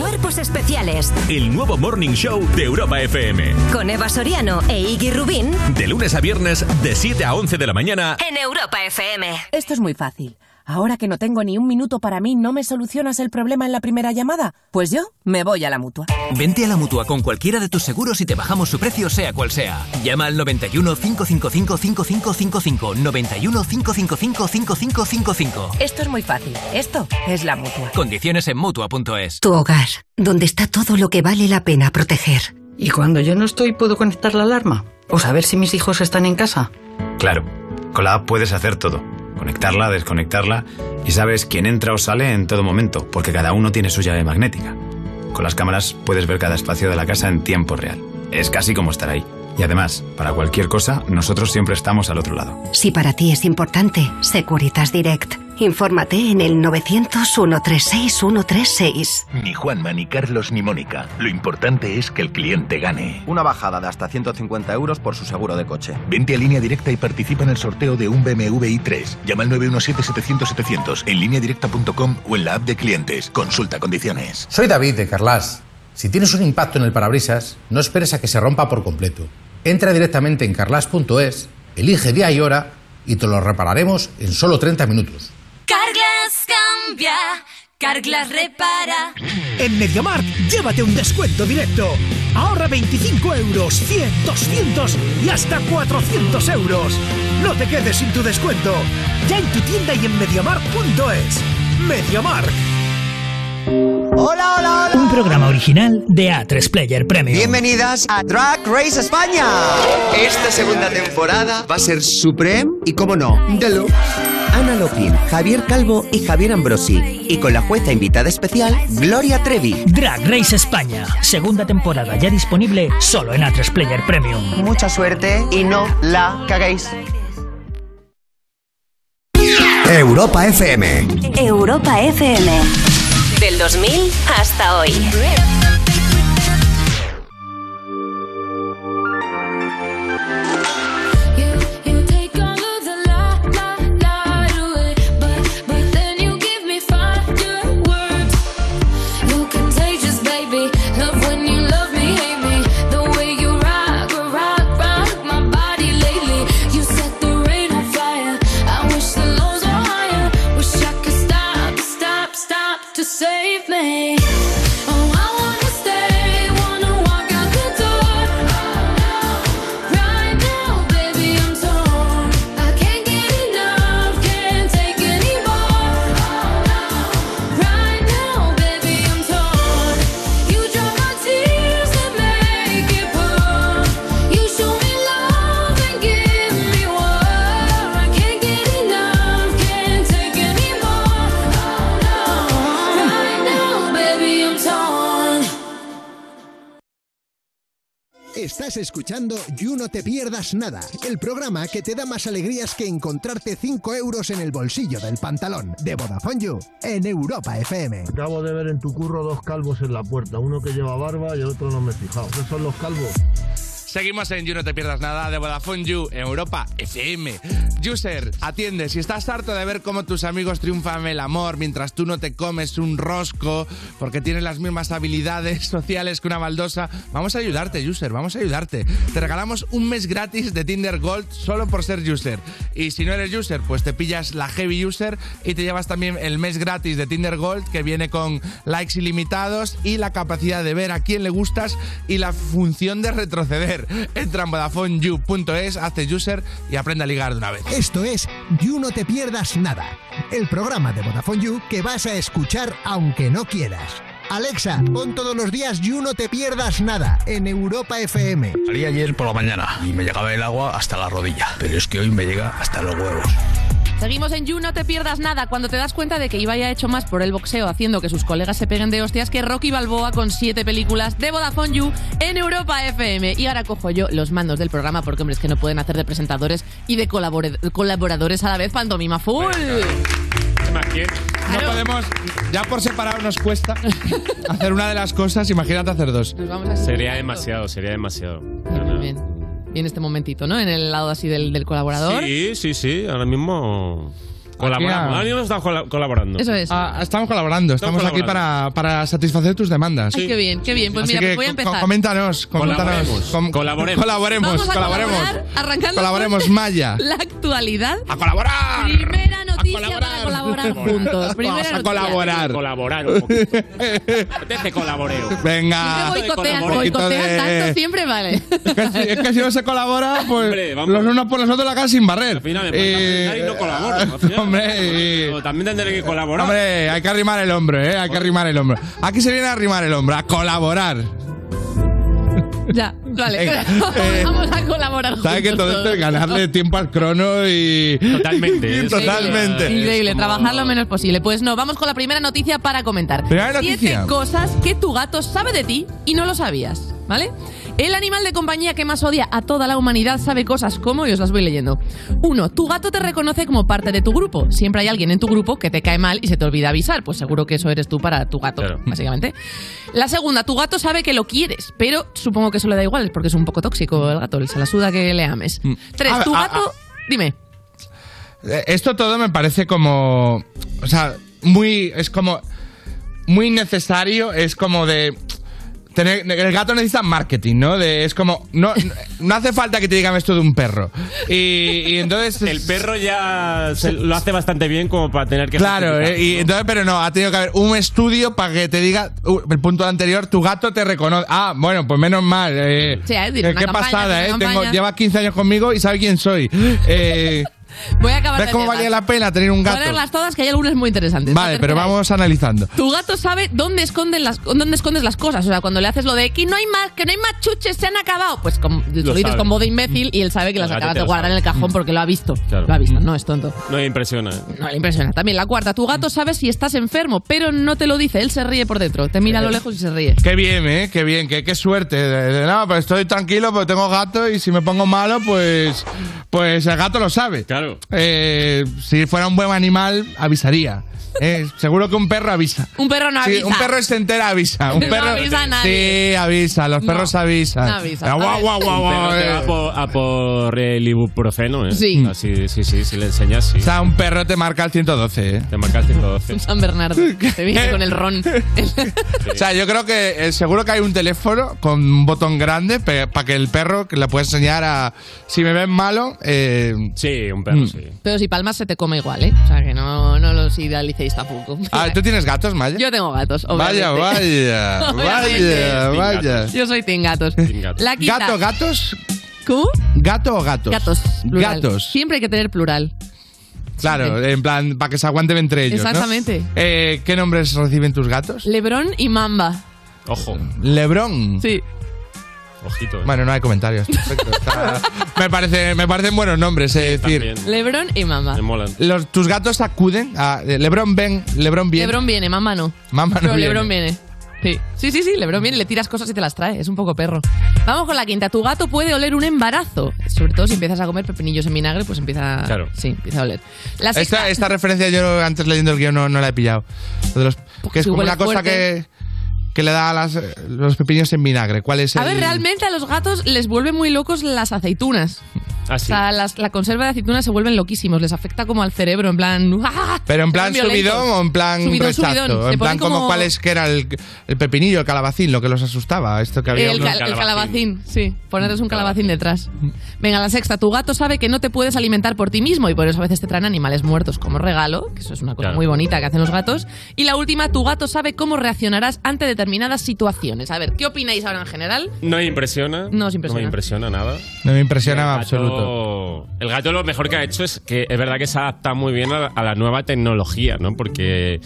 [SPEAKER 37] Cuerpos especiales
[SPEAKER 14] El nuevo Morning Show de Europa FM.
[SPEAKER 37] con Eva Soriano e Iggy Rubín
[SPEAKER 14] De lunes a viernes, de 7 a 11 de la mañana.
[SPEAKER 37] en Europa FM.
[SPEAKER 21] Esto es muy fácil. Ahora que no tengo ni un minuto para mí, ¿no me solucionas el problema en la primera llamada? Pues yo me voy a la mutua.
[SPEAKER 16] Vente a la mutua con cualquiera de tus seguros y te bajamos su precio, sea cual sea. Llama al 91 555 5555. 91 555 5555.
[SPEAKER 21] Esto es muy fácil. Esto es la mutua.
[SPEAKER 16] Condiciones en mutua.es.
[SPEAKER 15] Tu hogar, donde está todo lo que vale la pena proteger.
[SPEAKER 27] ¿Y cuando yo no estoy puedo conectar la alarma? ¿O saber si mis hijos están en casa?
[SPEAKER 28] Claro, con la app puedes hacer todo. Conectarla, desconectarla y sabes quién entra o sale en todo momento, porque cada uno tiene su llave magnética. Con las cámaras puedes ver cada espacio de la casa en tiempo real. Es casi como estar ahí. Y además, para cualquier cosa, nosotros siempre estamos al otro lado.
[SPEAKER 15] Si para ti es importante, Securitas Direct. Infórmate en el 900-136-136.
[SPEAKER 30] Ni Juanma, ni Carlos, ni Mónica. Lo importante es que el cliente gane.
[SPEAKER 23] Una bajada de hasta 150 euros por su seguro de coche.
[SPEAKER 30] Vente a línea directa y participa en el sorteo de un BMW i3. Llama al 917-700-700 en lineadirecta.com o en la app de clientes. Consulta condiciones.
[SPEAKER 23] Soy David de Carlas. Si tienes un impacto en el parabrisas, no esperes a que se rompa por completo. Entra directamente en carlas.es, elige día y hora y te lo repararemos en solo 30 minutos.
[SPEAKER 37] Carglass cambia, Carglass repara.
[SPEAKER 10] En MediaMarkt, llévate un descuento directo. Ahorra 25 euros, 100, 200 y hasta 400 euros. No te quedes sin tu descuento. Ya en tu tienda y en MediaMarkt.es. MediaMarkt. Hola, hola, hola.
[SPEAKER 21] Un programa original de A3 Player Premium.
[SPEAKER 10] Bienvenidas a Drag Race España. Esta segunda temporada va a ser Supreme y, como no, Deluxe. Ana Lopin, Javier Calvo y Javier Ambrosi. Y con la jueza invitada especial, Gloria Trevi.
[SPEAKER 21] Drag Race España, segunda temporada ya disponible solo en A3 Player Premium.
[SPEAKER 10] Mucha suerte y no la caguéis.
[SPEAKER 22] Europa FM.
[SPEAKER 15] Europa FM. Del 2000 hasta hoy.
[SPEAKER 33] You take all of the la la la away, but but then you give me finer words. You contagious, baby. Love when you love me, hate me. The way you rock, rock, rock my body lately. You set the rain on fire. I wish the lows were higher. Wish I could stop, stop, stop to save me. Oh, I wanna stay, wanna walk out the door. Right now, baby, I'm torn. I can't get enough, can't take anymore. Right now, baby, I'm torn. You dry my tears and make it pour. You show me love and give me war. I can't get enough, can't take anymore. Right now, baby, I'm torn.
[SPEAKER 22] Estás escuchando You No Te Pierdas Nada, el programa que te da más alegrías que encontrarte 5 euros en el bolsillo del pantalón de Vodafone You en Europa FM.
[SPEAKER 41] Acabo de ver en tu curro dos calvos en la puerta, uno que lleva barba y el otro no me he fijado. ¿Esos son los calvos?
[SPEAKER 5] Seguimos en You No Te Pierdas Nada de Vodafone You en Europa FM. User, atiende. Si estás harto de ver cómo tus amigos triunfan en el amor mientras tú no te comes un rosco porque tienes las mismas habilidades sociales que una baldosa, vamos a ayudarte, User. Vamos a ayudarte. Te regalamos un mes gratis de Tinder Gold solo por ser User. Y si no eres User, pues te pillas la Heavy User y te llevas también el mes gratis de Tinder Gold que viene con likes ilimitados y la capacidad de ver a quién le gustas y la función de retroceder. Entra en VodafoneYou.es, hazte user y aprende a ligar de una vez.
[SPEAKER 22] Esto es You No Te Pierdas Nada, el programa de Vodafone You que vas a escuchar aunque no quieras. Alexa, pon todos los días You No Te Pierdas Nada en Europa FM.
[SPEAKER 42] Salí ayer por la mañana y me llegaba el agua hasta la rodilla, pero es que hoy me llega hasta los huevos.
[SPEAKER 4] Seguimos en You, no te pierdas nada cuando te das cuenta de que Ibai ha hecho más por el boxeo haciendo que sus colegas se peguen de hostias que Rocky Balboa con siete películas de Vodafone You en Europa FM. Y ahora cojo yo los mandos del programa porque, hombre, es que no pueden hacer de presentadores y de colabore- colaboradores a la vez pantomima full.
[SPEAKER 5] No podemos, ya por separado nos cuesta hacer una de las cosas, imagínate hacer dos.
[SPEAKER 4] Pues vamos a
[SPEAKER 3] Sería demasiado, sería demasiado.
[SPEAKER 4] Bien, bien este momentito, ¿no? En el lado así del, del colaborador.
[SPEAKER 3] Sí, sí, sí, ahora mismo
[SPEAKER 5] Aquí
[SPEAKER 3] colaboramos.
[SPEAKER 5] a-
[SPEAKER 3] Ahora mismo estamos cola- colaborando.
[SPEAKER 4] Eso es.
[SPEAKER 5] Ah, estamos colaborando, estamos,
[SPEAKER 3] Estamos
[SPEAKER 5] aquí para, para satisfacer tus demandas.
[SPEAKER 4] Ay, qué bien, qué bien. Pues
[SPEAKER 5] Así
[SPEAKER 4] mira,
[SPEAKER 5] que
[SPEAKER 4] pues voy a
[SPEAKER 5] co- co-
[SPEAKER 4] empezar.
[SPEAKER 5] coméntanos, coméntanos.
[SPEAKER 3] Colaboremos,
[SPEAKER 5] com-
[SPEAKER 3] colaboremos.
[SPEAKER 5] Colaboremos,
[SPEAKER 4] Vamos a
[SPEAKER 5] colaboremos.
[SPEAKER 4] colaborar, arrancando
[SPEAKER 5] Colaboremos,
[SPEAKER 4] con
[SPEAKER 5] Maya.
[SPEAKER 4] La actualidad.
[SPEAKER 5] ¡A colaborar!
[SPEAKER 4] Primera noticia para colaborar juntos. Primera
[SPEAKER 5] Vamos a
[SPEAKER 4] noticia.
[SPEAKER 5] colaborar.
[SPEAKER 3] Colaborar un poquito. Apetece colaboreo.
[SPEAKER 5] Venga.
[SPEAKER 4] Siempre boicotean,
[SPEAKER 5] Un poquito
[SPEAKER 4] boicotean
[SPEAKER 5] de-
[SPEAKER 4] tanto, siempre vale.
[SPEAKER 5] Es que, si- es que si no se colabora, pues los unos por los otros la cagan sin barrer. Eh,
[SPEAKER 3] Ahí no colaboro. al final. Pero También tendré que colaborar.
[SPEAKER 5] Hombre, hay que arrimar el hombro, ¿eh? Hay que arrimar el hombro. Aquí se viene a arrimar el hombro, a colaborar.
[SPEAKER 4] Ya, vale.
[SPEAKER 5] Venga, eh,
[SPEAKER 4] Vamos a colaborar juntos.
[SPEAKER 5] ¿Sabes que todo esto es ganarle tiempo al crono y.
[SPEAKER 3] Totalmente.
[SPEAKER 5] y
[SPEAKER 4] Increíble,
[SPEAKER 5] totalmente.
[SPEAKER 4] Increíble, trabajar lo menos posible. Pues no, vamos con la primera noticia para comentar.
[SPEAKER 5] Primera
[SPEAKER 4] Siete
[SPEAKER 5] noticia.
[SPEAKER 4] cosas que tu gato sabe de ti y no lo sabías, ¿vale? El animal de compañía que más odia a toda la humanidad sabe cosas como, y os las voy leyendo. Uno, tu gato te reconoce como parte de tu grupo. Siempre hay alguien en tu grupo que te cae mal y se te olvida avisar. Pues seguro que eso eres tú para tu gato, básicamente. La segunda, tu gato sabe que lo quieres, pero supongo que eso le da igual, porque es un poco tóxico el gato, se la suda que le ames. Tres,
[SPEAKER 5] Mm. A-
[SPEAKER 4] tu
[SPEAKER 5] a-
[SPEAKER 4] gato... Dime.
[SPEAKER 5] Eh, Esto todo me parece como. O sea, muy. Es como. Muy necesario, es como de. Tener, el gato necesita marketing, ¿no? De, es como. No, no hace falta que te digan esto de un perro. Y, y entonces.
[SPEAKER 3] El perro ya se- lo hace bastante bien como para tener que.
[SPEAKER 5] Claro,
[SPEAKER 3] justificar.
[SPEAKER 5] eh, y entonces, pero no, ha tenido que haber un estudio para que te diga uh, el punto anterior, tu gato te reconoce. Ah, bueno, pues menos mal. eh,
[SPEAKER 4] Sí, es decir,
[SPEAKER 5] eh,
[SPEAKER 4] una
[SPEAKER 5] qué
[SPEAKER 4] campaña,
[SPEAKER 5] pasada,
[SPEAKER 4] una
[SPEAKER 5] eh. tengo-
[SPEAKER 4] campaña.
[SPEAKER 5] lleva 15 años conmigo y sabe quién soy. Eh,
[SPEAKER 4] Voy a acabar
[SPEAKER 5] ¿Ves
[SPEAKER 4] de
[SPEAKER 5] cómo
[SPEAKER 4] leerlas.
[SPEAKER 5] valía la pena tener un gato?
[SPEAKER 4] Ponerlas todas, que hay algunas muy interesantes.
[SPEAKER 5] Vale,
[SPEAKER 4] La
[SPEAKER 5] pero
[SPEAKER 4] tercera
[SPEAKER 5] vamos analizando.
[SPEAKER 4] es, Tu gato sabe dónde, esconden las, dónde escondes las cosas. O sea, cuando le haces lo de que no hay más, que no hay más chuches, se han acabado. Pues como lo, dices
[SPEAKER 3] sabe.
[SPEAKER 4] con voz de imbécil y él sabe que las
[SPEAKER 3] El gatete
[SPEAKER 4] acabas de
[SPEAKER 3] lo
[SPEAKER 4] guardar
[SPEAKER 3] sabe.
[SPEAKER 4] en el cajón porque lo ha visto.
[SPEAKER 3] Mm. Claro. Mm.
[SPEAKER 4] Lo ha visto, no es tonto.
[SPEAKER 3] No me impresiona.
[SPEAKER 4] No le impresiona. También la cuarta, tu gato sabe si estás enfermo, pero no te lo dice. Él se ríe por dentro. Te mira a lo lejos y se ríe.
[SPEAKER 5] Qué bien, ¿eh? Qué bien, qué, qué suerte. De, de, no, pero estoy tranquilo porque tengo gato y si me pongo malo, pues pues el gato lo sabe. Eh,
[SPEAKER 3] Claro.
[SPEAKER 5] si fuera un buen animal, avisaría. Eh, seguro que un perro avisa.
[SPEAKER 4] Un perro no
[SPEAKER 5] Sí,
[SPEAKER 4] avisa.
[SPEAKER 5] un perro se entera, avisa. Un
[SPEAKER 4] No
[SPEAKER 5] perro,
[SPEAKER 4] avisa a nadie.
[SPEAKER 5] Sí, avisa. Los
[SPEAKER 4] No,
[SPEAKER 5] perros avisan.
[SPEAKER 4] no avisa.
[SPEAKER 5] Pero guau, guau, guau,
[SPEAKER 3] Un perro
[SPEAKER 5] guau,
[SPEAKER 3] que
[SPEAKER 5] eh.
[SPEAKER 3] va por- a por el ibuprofeno, ¿eh?
[SPEAKER 4] Sí.
[SPEAKER 3] Así, sí, sí, si le enseñas, sí.
[SPEAKER 5] O sea, un perro te marca el 112, ¿eh?
[SPEAKER 3] Te marca el 112.
[SPEAKER 4] Un San Bernardo. Te viene con el ron.
[SPEAKER 5] O sea, yo creo que eh, seguro que hay un teléfono con un botón grande para que el perro que le pueda enseñar a. Si me ven malo. eh, mm.
[SPEAKER 3] sí, un perro, sí.
[SPEAKER 4] Pero si palmas se te come igual, ¿eh? O sea, que no, no los idealicéis tampoco.
[SPEAKER 5] Ah, ¿tú tienes gatos, Maya?
[SPEAKER 4] Yo tengo gatos, obviamente.
[SPEAKER 5] Vaya, vaya, vaya,
[SPEAKER 4] Obviamente.
[SPEAKER 5] vaya.
[SPEAKER 4] Yo soy team gatos. La quinta.
[SPEAKER 5] ¿Gato, gatos?
[SPEAKER 4] ¿Cómo?
[SPEAKER 5] ¿Gato o gatos?
[SPEAKER 4] Gatos. plural.
[SPEAKER 5] Gatos.
[SPEAKER 4] Siempre hay que tener plural.
[SPEAKER 5] Claro, en plan, para que se aguanten entre ellos. ¿no?
[SPEAKER 4] Exactamente.
[SPEAKER 5] Eh, ¿Qué nombres reciben tus gatos?
[SPEAKER 4] Lebrón y Mamba.
[SPEAKER 3] Ojo.
[SPEAKER 5] Lebrón.
[SPEAKER 4] Sí.
[SPEAKER 3] Ojito. eh.
[SPEAKER 5] Bueno, no hay comentarios. Perfecto. Está- me, parece, me parecen buenos nombres, es decir.
[SPEAKER 4] Lebrón y Mamba.
[SPEAKER 5] Los, ¿Tus gatos acuden? A, eh, Lebrón ven, Lebrón bien.
[SPEAKER 4] Lebrón viene, Mamba no.
[SPEAKER 5] Mamba no
[SPEAKER 4] Pero
[SPEAKER 5] viene.
[SPEAKER 4] Lebrón viene. Sí. sí, sí, sí, Lebrón viene, le tiras cosas y te las trae. Es un poco perro. Vamos con la quinta. Tu gato puede oler un embarazo. Sobre todo si empiezas a comer pepinillos en vinagre, pues empieza.
[SPEAKER 5] Claro.
[SPEAKER 4] Sí, empieza a oler. La sexta.
[SPEAKER 5] Esta, esta referencia yo antes leyendo el guión no, no la he pillado. Lo de los- que es
[SPEAKER 4] si
[SPEAKER 5] como
[SPEAKER 4] huele
[SPEAKER 5] una cosa
[SPEAKER 4] fuerte.
[SPEAKER 5] que, que le da a las- los pepinillos en vinagre. ¿Cuál es
[SPEAKER 4] A
[SPEAKER 5] el-
[SPEAKER 4] ver, realmente a los gatos les vuelve muy locos las aceitunas.
[SPEAKER 5] Ah, sí.
[SPEAKER 4] O sea, las- la conserva de aceitunas se vuelven loquísimos, les afecta como al cerebro, en plan. ¡ah!
[SPEAKER 5] Pero en plan
[SPEAKER 4] Son violentos.
[SPEAKER 5] subidón o en plan
[SPEAKER 4] Subidón,
[SPEAKER 5] rechazo.
[SPEAKER 4] subidón. Se
[SPEAKER 5] En
[SPEAKER 4] ponen
[SPEAKER 5] plan como,
[SPEAKER 4] como-
[SPEAKER 5] cuál es que era el, el pepinillo, el calabacín, lo que los asustaba. Esto que había
[SPEAKER 4] El,
[SPEAKER 5] uno-
[SPEAKER 4] cal- el calabacín. sí. Ponerles un calabacín detrás. Venga, la sexta. Tu gato sabe que no te puedes alimentar por ti mismo y por eso a veces te traen animales muertos como regalo, que eso es una cosa
[SPEAKER 1] Claro.
[SPEAKER 4] muy bonita que hacen los gatos. Y la última, tu gato sabe cómo reaccionarás ante determinadas situaciones. A ver, ¿qué opináis ahora en general?
[SPEAKER 3] No me impresiona.
[SPEAKER 4] No os impresiona.
[SPEAKER 3] No me impresiona nada.
[SPEAKER 5] No me impresiona en absoluto.
[SPEAKER 3] absoluto. El gato lo mejor que ha hecho es que es verdad que se adapta muy bien a la, a la nueva tecnología, ¿no? Porque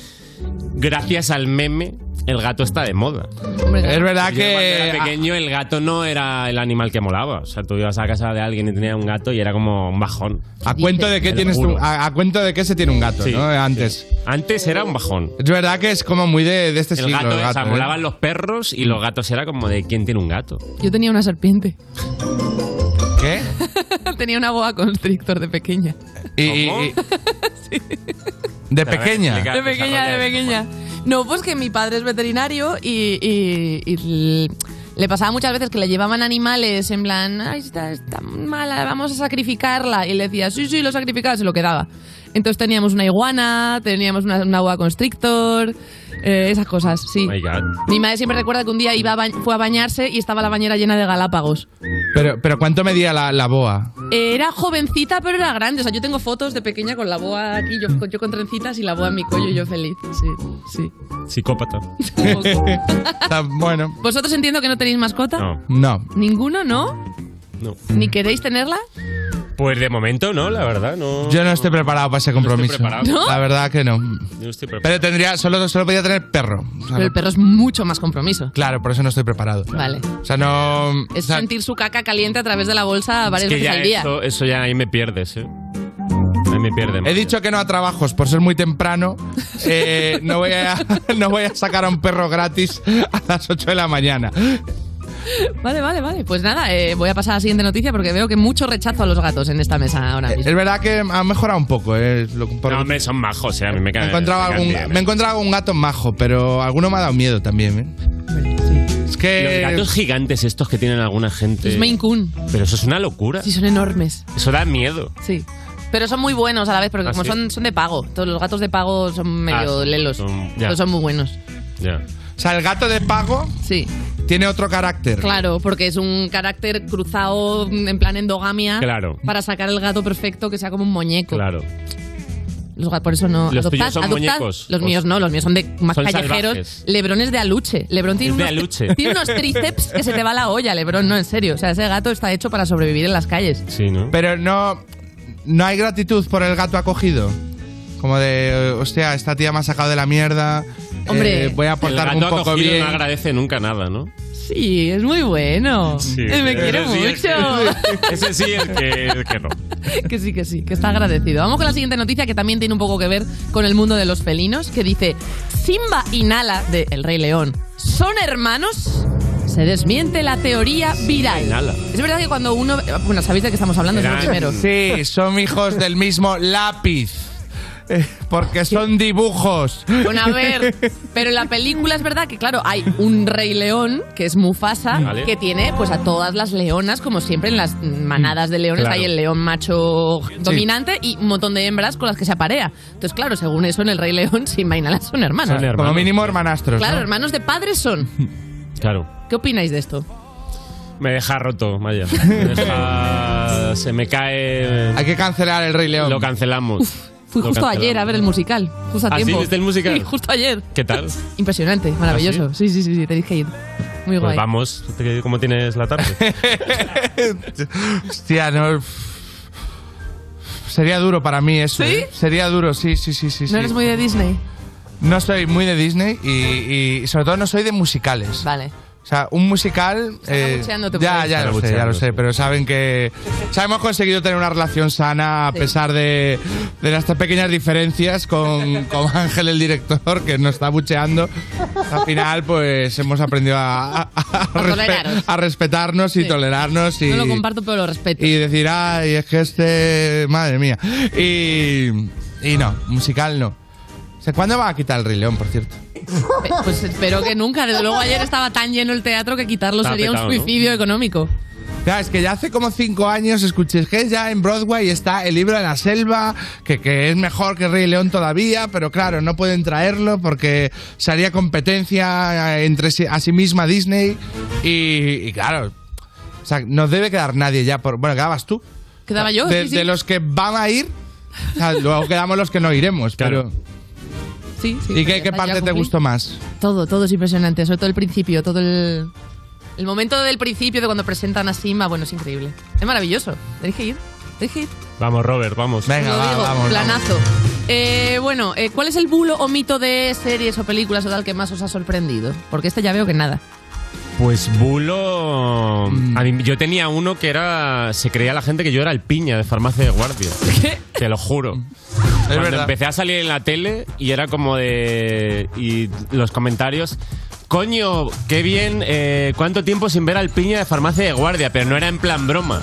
[SPEAKER 3] gracias al meme el gato está de moda.
[SPEAKER 5] Es verdad
[SPEAKER 3] Yo cuando
[SPEAKER 5] que. ah.
[SPEAKER 3] era pequeño el gato no era el animal que molaba. O sea, tú ibas a casa de alguien y tenía un gato y era como un bajón.
[SPEAKER 5] ¿A cuento de qué
[SPEAKER 3] Te lo
[SPEAKER 5] tienes
[SPEAKER 3] juro.
[SPEAKER 5] tú- a, a cuento de qué se tiene un gato,
[SPEAKER 3] Sí,
[SPEAKER 5] ¿no? Antes.
[SPEAKER 3] Antes era un bajón.
[SPEAKER 5] Es verdad que es como muy de, de este
[SPEAKER 3] El
[SPEAKER 5] siglo.
[SPEAKER 3] gato,
[SPEAKER 5] el
[SPEAKER 3] o sea,
[SPEAKER 5] gato, ¿eh?
[SPEAKER 3] molaban los perros y los gatos era como de quién tiene un gato.
[SPEAKER 4] Yo tenía una serpiente.
[SPEAKER 5] ¿Qué?
[SPEAKER 4] tenía una boa constrictor de pequeña.
[SPEAKER 5] De pequeña.
[SPEAKER 4] De pequeña, de pequeña. No, pues que mi padre es veterinario y, y- y l- le pasaba muchas veces que le llevaban animales en plan, ay, está, está mala, vamos a sacrificarla. Y le decía, sí, sí, lo sacrificaba, se lo quedaba. Entonces teníamos una iguana, teníamos una, una boa constrictor, eh, esas cosas, sí.
[SPEAKER 3] Oh My God.
[SPEAKER 4] Mi madre siempre recuerda que un día iba a ba- fue a bañarse y estaba la bañera llena de galápagos.
[SPEAKER 5] Pero, pero ¿cuánto medía la, la boa?
[SPEAKER 4] Eh, Era jovencita, pero era grande. O sea, yo tengo fotos de pequeña con la boa aquí, yo, con- yo con trencitas y la boa en mi cuello, yo feliz. Sí. Sí.
[SPEAKER 3] Psicópata.
[SPEAKER 5] Está bueno.
[SPEAKER 4] ¿Vosotros entiendo que no tenéis mascota?
[SPEAKER 5] No.
[SPEAKER 4] ¿Ninguno, no?
[SPEAKER 3] No.
[SPEAKER 4] ¿Ni queréis tenerla?
[SPEAKER 3] Pues de momento no, la verdad, no.
[SPEAKER 5] Yo no estoy preparado para ese compromiso.
[SPEAKER 3] preparado. ¿No?
[SPEAKER 5] La verdad que no.
[SPEAKER 3] Yo estoy preparado.
[SPEAKER 5] Pero tendría, solo, solo podía tener perro. O sea,
[SPEAKER 4] Pero el
[SPEAKER 5] no-
[SPEAKER 4] perro es mucho más compromiso.
[SPEAKER 5] claro, por eso no estoy preparado.
[SPEAKER 4] Vale.
[SPEAKER 5] O sea, no.
[SPEAKER 4] Es
[SPEAKER 5] o sea,
[SPEAKER 4] sentir su caca caliente a través de la bolsa
[SPEAKER 3] Es
[SPEAKER 4] varias
[SPEAKER 3] que
[SPEAKER 4] veces
[SPEAKER 3] ya
[SPEAKER 4] al día.
[SPEAKER 3] Eso, eso ya ahí me pierdes, ¿eh? Ahí me pierdes.
[SPEAKER 5] He dicho que no a trabajos por ser muy temprano. Eh, no, voy a, no voy a sacar a un perro gratis a las 8 de la mañana.
[SPEAKER 4] Vale, vale, vale. Pues nada, eh, voy a pasar a la siguiente noticia porque veo que mucho rechazo a los gatos en esta mesa ahora
[SPEAKER 3] Eh,
[SPEAKER 4] mismo.
[SPEAKER 5] Es verdad que ha mejorado un poco. eh, lo- por-
[SPEAKER 3] No, hombre, son majos, ¿eh? A mí me
[SPEAKER 5] me,
[SPEAKER 3] caen.
[SPEAKER 5] encontraba
[SPEAKER 3] me caen
[SPEAKER 5] algún,
[SPEAKER 3] bien, ¿eh?
[SPEAKER 5] me he encontrado un gato majo, pero alguno me ha dado miedo también. ¿eh? Es que.
[SPEAKER 3] Los gatos gigantes estos que tienen alguna gente.
[SPEAKER 4] Los Maine Coon.
[SPEAKER 3] Pero eso es una locura.
[SPEAKER 4] Pues Sí, son enormes.
[SPEAKER 3] Eso da miedo.
[SPEAKER 4] Sí. Pero son muy buenos a la vez porque
[SPEAKER 3] ¿Ah,
[SPEAKER 4] como
[SPEAKER 3] sí?
[SPEAKER 4] son, son de pago. Todos los gatos de pago son medio
[SPEAKER 5] Ah, sí.
[SPEAKER 4] lelos.
[SPEAKER 5] Son- ya.
[SPEAKER 4] Pero son muy buenos.
[SPEAKER 5] O sea, el gato de pago
[SPEAKER 4] sí.
[SPEAKER 5] tiene otro carácter.
[SPEAKER 4] Claro, porque es un carácter cruzado mm, en plan endogamia.
[SPEAKER 5] Claro.
[SPEAKER 4] Para sacar el gato perfecto que sea como un muñeco.
[SPEAKER 3] Claro.
[SPEAKER 4] Los gatos, por eso no.
[SPEAKER 3] Los
[SPEAKER 4] adoptad-
[SPEAKER 3] tuyos son
[SPEAKER 4] adoptad-
[SPEAKER 3] muñecos.
[SPEAKER 4] Los míos no, los míos son de más
[SPEAKER 3] Son
[SPEAKER 4] callejeros.
[SPEAKER 3] salvajes.
[SPEAKER 4] Lebrón es de aluche. Lebrón tiene,
[SPEAKER 3] Es de
[SPEAKER 4] unos,
[SPEAKER 3] aluche.
[SPEAKER 4] tiene unos tríceps que se te va la olla, Lebrón, no, en serio. O sea, ese gato está hecho para sobrevivir en las calles.
[SPEAKER 3] Sí, ¿no?
[SPEAKER 5] Pero no. no hay gratitud por el gato acogido. Como de, eh, hostia, esta tía me ha sacado de la mierda. eh, voy a
[SPEAKER 3] el
[SPEAKER 5] aportar un
[SPEAKER 3] gato
[SPEAKER 5] poco
[SPEAKER 3] acogido
[SPEAKER 5] bien.
[SPEAKER 3] no agradece nunca nada, ¿no?
[SPEAKER 4] Sí, es muy bueno. Eh, Me quiere
[SPEAKER 3] Ese sí es que-
[SPEAKER 4] mucho.
[SPEAKER 3] ese sí es que, el que no.
[SPEAKER 4] que sí, que sí, que está agradecido. Vamos con la siguiente noticia que también tiene un poco que ver con el mundo de los felinos, que dice, Simba y Nala de El Rey León son hermanos. Se desmiente la teoría viral.
[SPEAKER 5] Nala.
[SPEAKER 4] Es verdad que cuando uno... Bueno, sabéis de qué estamos hablando, es lo primero.
[SPEAKER 5] Sí, son hijos del mismo lápiz. Eh, Porque son dibujos.
[SPEAKER 4] Bueno, a ver, pero en la película es verdad que, claro, hay un rey león, que es Mufasa,
[SPEAKER 1] Vale.
[SPEAKER 4] que tiene pues a todas las leonas, como siempre en las manadas de leones,
[SPEAKER 1] Claro.
[SPEAKER 4] hay el león macho dominante y un montón de hembras con las que se aparea. Entonces, claro, según eso, en el rey león, sin Mainala son hermanos.
[SPEAKER 5] Como mínimo hermanastros.
[SPEAKER 4] Claro,
[SPEAKER 5] ¿no?
[SPEAKER 4] hermanos de padres son.
[SPEAKER 3] Claro.
[SPEAKER 4] ¿Qué opináis de esto?
[SPEAKER 3] Me deja roto, vaya. Me deja- se me cae.
[SPEAKER 5] Hay que cancelar el Rey León.
[SPEAKER 3] Lo cancelamos.
[SPEAKER 4] Fui
[SPEAKER 3] Lo
[SPEAKER 4] justo
[SPEAKER 3] cancelamos.
[SPEAKER 4] ayer a ver el musical, justo a
[SPEAKER 3] ¿Ah, sí?
[SPEAKER 4] tiempo.
[SPEAKER 3] ¿Viste el musical?
[SPEAKER 4] Sí, justo ayer.
[SPEAKER 3] ¿Qué tal?
[SPEAKER 4] Impresionante, maravilloso. sí? sí, sí, sí, tenéis que ir. Muy
[SPEAKER 3] Pues
[SPEAKER 4] guay.
[SPEAKER 3] vamos, te- ¿cómo tienes la tarde?
[SPEAKER 5] Hostia, no. Sería duro para mí eso.
[SPEAKER 4] ¿Sí?
[SPEAKER 5] ¿eh? Sería duro, sí, sí, sí, sí.
[SPEAKER 4] ¿No eres muy de Disney?
[SPEAKER 5] No soy muy de Disney y, y sobre todo no soy de musicales.
[SPEAKER 4] Vale.
[SPEAKER 5] O sea, un musical. eh,
[SPEAKER 4] abucheándote por
[SPEAKER 5] ya,
[SPEAKER 4] ahí.
[SPEAKER 5] ya
[SPEAKER 4] Están
[SPEAKER 5] lo sé, ya lo
[SPEAKER 4] abucheándote.
[SPEAKER 5] sé, pero saben que. O sea, hemos conseguido tener una relación sana a pesar de, de nuestras pequeñas diferencias con, con Ángel, el director, que nos está bucheando. Al final, pues hemos aprendido a, a- a respe-
[SPEAKER 4] toleraros.
[SPEAKER 5] a respetarnos y tolerarnos. Y,
[SPEAKER 4] No lo comparto, pero lo respeto.
[SPEAKER 5] y decir, ay, es que este. Madre mía. Y. Y no, musical no. O sea, ¿Cuándo va a quitar el Rey León, por cierto?
[SPEAKER 4] Pe- Pues espero que nunca. Desde luego ayer estaba tan lleno el teatro que quitarlo
[SPEAKER 5] Estaba
[SPEAKER 4] sería
[SPEAKER 5] petado,
[SPEAKER 4] un
[SPEAKER 5] ¿no?
[SPEAKER 4] suicidio económico.
[SPEAKER 5] Ya, es que ya hace como cinco años escuché es que ya en Broadway está el libro de la selva, que, que es mejor que Rey León todavía, pero claro, no pueden traerlo porque se haría competencia eh, entre sí, a sí misma Disney. Y, y claro, o sea, no debe quedar nadie ya por. Bueno, quedabas tú.
[SPEAKER 4] Quedaba yo,
[SPEAKER 5] De,
[SPEAKER 4] sí, sí.
[SPEAKER 5] de los que van a ir, o sea, luego quedamos los que no iremos,
[SPEAKER 4] Sí, sí.
[SPEAKER 5] pero. ¿Y
[SPEAKER 4] pero
[SPEAKER 5] qué,
[SPEAKER 4] ya
[SPEAKER 5] qué
[SPEAKER 4] está, ya
[SPEAKER 5] parte te
[SPEAKER 4] cumplí.
[SPEAKER 5] gustó más?
[SPEAKER 4] Todo, todo es impresionante. Sobre todo el principio, todo el. El momento del principio de cuando presentan a Simba, bueno, es increíble. Es maravilloso. Tenéis que ir. Tenéis que ir.
[SPEAKER 3] Vamos, Robert, vamos.
[SPEAKER 5] Venga,
[SPEAKER 4] Lo digo, planazo. Eh, bueno, eh, ¿cuál es el bulo o mito de series o películas o tal que más os ha sorprendido? Porque este ya veo que nada.
[SPEAKER 3] Pues bulo.
[SPEAKER 5] Mm.
[SPEAKER 3] A mí- yo tenía uno que era. Se creía la gente que yo era el piña de farmacia de guardia. Te lo juro. Cuando
[SPEAKER 5] verdad.
[SPEAKER 3] empecé a salir en la tele y era como de. Y los comentarios. Coño, qué bien. eh, ¿Cuánto tiempo sin ver al piña de farmacia de guardia? Pero no era en plan broma.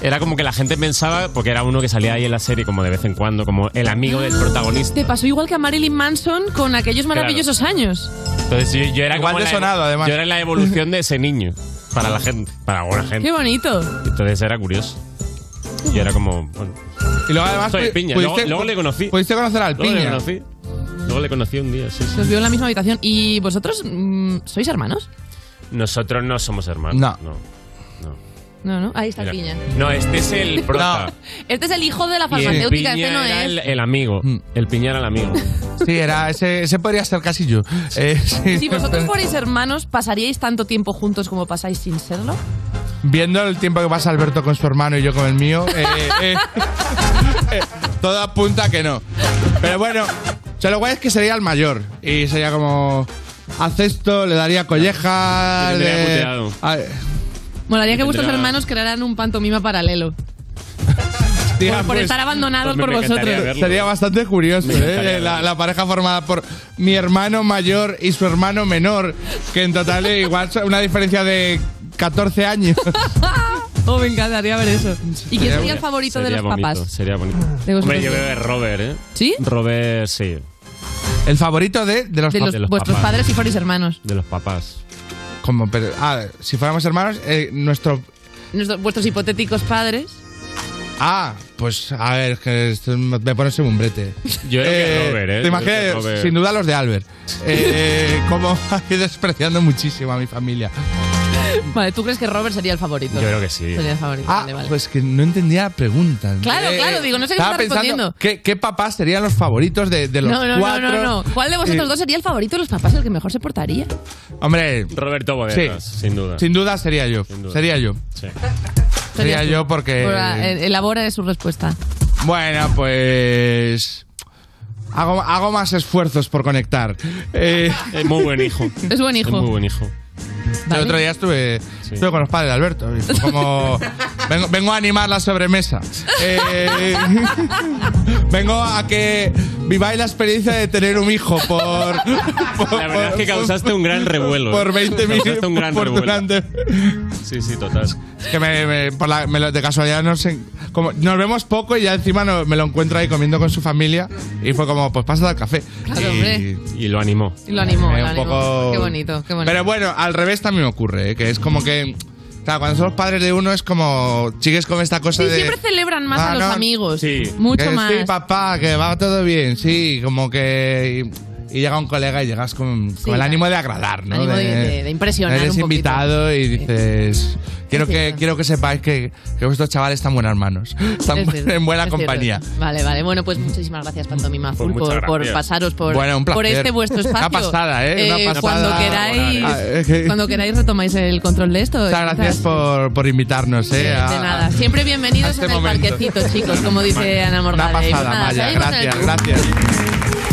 [SPEAKER 3] Era como que la gente pensaba, porque era uno que salía ahí en la serie como de vez en cuando, como el amigo del protagonista.
[SPEAKER 4] Te Este pasó igual que a Marilyn Manson con aquellos
[SPEAKER 3] Claro.
[SPEAKER 4] maravillosos años.
[SPEAKER 3] Entonces yo, yo era como
[SPEAKER 5] de
[SPEAKER 3] la evo-
[SPEAKER 5] sonado, además.
[SPEAKER 3] Yo era la evolución de ese niño. Para la gente. Para alguna gente.
[SPEAKER 4] Qué bonito.
[SPEAKER 3] Entonces era curioso. Y era como, bueno.
[SPEAKER 5] Y luego además
[SPEAKER 3] Soy
[SPEAKER 5] pu-
[SPEAKER 3] piña.
[SPEAKER 5] pudiste-
[SPEAKER 3] luego, luego le conocí.
[SPEAKER 5] ¿Pudiste conocer al
[SPEAKER 3] Luego
[SPEAKER 5] piña?
[SPEAKER 3] Le conocí. Luego le conocí un día, sí, sí.
[SPEAKER 4] Los vio en la misma habitación. ¿Y vosotros mm, sois hermanos?
[SPEAKER 3] Nosotros no somos hermanos.
[SPEAKER 5] No.
[SPEAKER 3] No,
[SPEAKER 4] No, no. Ahí está el
[SPEAKER 3] Mira.
[SPEAKER 4] piña.
[SPEAKER 3] No, este es el prota.
[SPEAKER 4] Este es el hijo de
[SPEAKER 3] Y
[SPEAKER 4] la
[SPEAKER 3] el
[SPEAKER 4] farmacéutica,
[SPEAKER 3] piña
[SPEAKER 4] este no
[SPEAKER 3] era
[SPEAKER 4] es.
[SPEAKER 3] el, el amigo.
[SPEAKER 5] Mm.
[SPEAKER 3] El piña era el amigo.
[SPEAKER 5] Sí, era, ese, ese podría ser casi yo. Eh, sí.
[SPEAKER 4] Si vosotros fuerais hermanos, ¿pasaríais tanto tiempo juntos como pasáis sin serlo?
[SPEAKER 5] Viendo el tiempo que pasa Alberto con su hermano y yo con el mío, eh, eh, eh, todo apunta a que no. Pero bueno, o sea, lo guay es que sería el mayor. Y sería como. Hace esto, le daría colleja.
[SPEAKER 3] Yo tendría
[SPEAKER 5] le-
[SPEAKER 3] muteado.
[SPEAKER 5] a-
[SPEAKER 4] Molaría que vuestros
[SPEAKER 5] Tendrá-
[SPEAKER 4] hermanos crearan un pantomima paralelo.
[SPEAKER 5] tía,
[SPEAKER 3] pues,
[SPEAKER 4] por estar abandonados
[SPEAKER 5] me
[SPEAKER 4] por
[SPEAKER 5] encantaría
[SPEAKER 4] vosotros.
[SPEAKER 5] verlo. Sería bastante curioso,
[SPEAKER 3] Me encantaría
[SPEAKER 5] ¿eh? La, la pareja formada por mi hermano mayor y su hermano menor, que en total eh, igual son una diferencia de 14 años.
[SPEAKER 4] Oh, me encantaría ver eso. ¿Y quién sería el favorito de
[SPEAKER 3] Sería
[SPEAKER 4] los
[SPEAKER 3] bonito,
[SPEAKER 4] papás?
[SPEAKER 3] Sería bonito. Hombre,
[SPEAKER 4] De vosotros
[SPEAKER 3] yo
[SPEAKER 4] dos.
[SPEAKER 3] creo que es Robert, ¿eh?
[SPEAKER 4] ¿Sí?
[SPEAKER 3] Robert, sí.
[SPEAKER 5] El favorito de, de los,
[SPEAKER 4] De
[SPEAKER 5] pa-
[SPEAKER 4] los-
[SPEAKER 5] de los
[SPEAKER 4] vuestros
[SPEAKER 5] papás.
[SPEAKER 4] padres si fuerais hermanos.
[SPEAKER 3] De los papás.
[SPEAKER 5] Como, pero, ah, si fuéramos hermanos, eh, nuestro.
[SPEAKER 4] Nuestro- vuestros hipotéticos padres.
[SPEAKER 5] Ah, pues a ver, que esto me pones en un brete.
[SPEAKER 3] Yo creo que Robert, ¿eh?
[SPEAKER 5] Te
[SPEAKER 3] Yo creo que
[SPEAKER 5] imaginas,
[SPEAKER 3] Robert.
[SPEAKER 5] sin duda, los de Albert. Eh, como aquí despreciando muchísimo a mi familia.
[SPEAKER 4] Vale, ¿tú crees que Robert sería el favorito? Sería el favorito.
[SPEAKER 5] Ah,
[SPEAKER 4] vale, vale.
[SPEAKER 5] pues que no entendía la pregunta. Eh,
[SPEAKER 4] Claro, claro, digo, no sé qué
[SPEAKER 5] estaba
[SPEAKER 4] está
[SPEAKER 5] pensando,
[SPEAKER 4] respondiendo.
[SPEAKER 5] ¿qué, qué papás serían los favoritos de, de los
[SPEAKER 4] no, no,
[SPEAKER 5] cuatro?
[SPEAKER 4] no, no, no. ¿Cuál de vosotros
[SPEAKER 5] Eh,
[SPEAKER 4] dos sería el favorito de los papás, el que mejor se portaría?
[SPEAKER 5] Hombre,
[SPEAKER 3] Roberto Bodegas, sin duda.
[SPEAKER 5] Sin duda sería yo.
[SPEAKER 3] duda.
[SPEAKER 5] Sería yo.
[SPEAKER 3] Sí.
[SPEAKER 5] Sería yo porque.
[SPEAKER 4] ah, Ahora, eh, elabora eh, su respuesta.
[SPEAKER 5] Bueno, pues. Hago, hago más esfuerzos por conectar. Eh,
[SPEAKER 3] Es muy buen hijo.
[SPEAKER 4] Es buen hijo. Es muy buen
[SPEAKER 3] hijo.
[SPEAKER 5] El otro día estuve, estuve con los padres de Alberto. y fue como, vengo, vengo a animar la sobremesa. Eh, vengo a que viváis la experiencia de tener un hijo por.
[SPEAKER 3] La verdad es que causaste un gran revuelo. ¿eh?
[SPEAKER 5] Por 20 mil-
[SPEAKER 3] Causaste un gran
[SPEAKER 5] por
[SPEAKER 3] revuelo.
[SPEAKER 5] durante-
[SPEAKER 3] Sí, sí, total.
[SPEAKER 5] Es que me, me- por la- me lo- de casualidad no sé, como, nos vemos poco y ya encima no- me lo encuentro ahí comiendo con su familia. Y fue como, pues pasa al café.
[SPEAKER 4] Claro,
[SPEAKER 5] y,
[SPEAKER 4] hombre.
[SPEAKER 3] lo animó.
[SPEAKER 4] Y lo animó,
[SPEAKER 5] Eh,
[SPEAKER 4] lo
[SPEAKER 5] un
[SPEAKER 4] animó.
[SPEAKER 5] poco-
[SPEAKER 4] Qué bonito, qué bonito.
[SPEAKER 5] Pero bueno, al revés también ocurre, ¿eh? que es como que. Claro, cuando somos padres de uno es como. Chigues con esta cosa
[SPEAKER 4] Sí,
[SPEAKER 5] de.
[SPEAKER 4] siempre celebran más
[SPEAKER 5] "Ah,
[SPEAKER 4] a los
[SPEAKER 5] no,
[SPEAKER 4] amigos. Mucho
[SPEAKER 5] que
[SPEAKER 4] más.
[SPEAKER 5] Sí, papá, que va todo bien, sí, como que. Y, y llega un colega y llegas con, con el
[SPEAKER 4] claro.
[SPEAKER 5] ánimo de agradar, ¿no?
[SPEAKER 4] Ánimo de- de- de impresionar
[SPEAKER 5] Eres
[SPEAKER 4] un poquito.
[SPEAKER 5] invitado y dices. Quiero que, quiero que sepáis que, que vuestros chavales están buenas manos. Están
[SPEAKER 4] Es cierto,
[SPEAKER 5] en buena
[SPEAKER 4] es
[SPEAKER 5] compañía.
[SPEAKER 4] cierto. Vale, vale. Bueno, pues muchísimas gracias, Pantomima Full,
[SPEAKER 5] Pues muchas
[SPEAKER 4] por, por
[SPEAKER 5] gracias.
[SPEAKER 4] pasaros por,
[SPEAKER 5] Bueno, un placer.
[SPEAKER 4] por este vuestro
[SPEAKER 5] Una
[SPEAKER 4] espacio.
[SPEAKER 5] pasada, ¿eh? Una pasada.
[SPEAKER 4] Cuando queráis,
[SPEAKER 5] Ah, es que-
[SPEAKER 4] cuando queráis retomáis el control de esto.
[SPEAKER 5] Muchas gracias por, por invitarnos, ¿eh?
[SPEAKER 4] De
[SPEAKER 5] a-
[SPEAKER 4] nada. Siempre bienvenidos
[SPEAKER 5] este
[SPEAKER 4] en el
[SPEAKER 5] momento.
[SPEAKER 4] parquecito, chicos, como dice Ana Morgade.
[SPEAKER 5] pasada,
[SPEAKER 4] Pues nada,
[SPEAKER 5] Maya,
[SPEAKER 4] seguimos en el
[SPEAKER 5] gracias,
[SPEAKER 4] club.
[SPEAKER 5] gracias.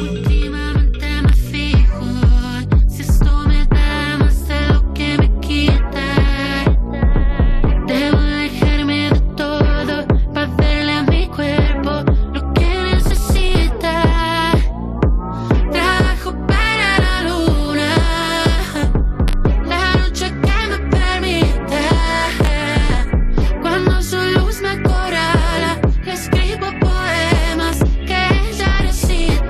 [SPEAKER 33] Últimamente me fijo si estuve de más de lo que me quita. Debo dejarme de todo para darle a mi cuerpo lo que necesita. Trabajo para la luna, la noche que me permita. Cuando su luz me acorrala, le escribo poemas que ella recita.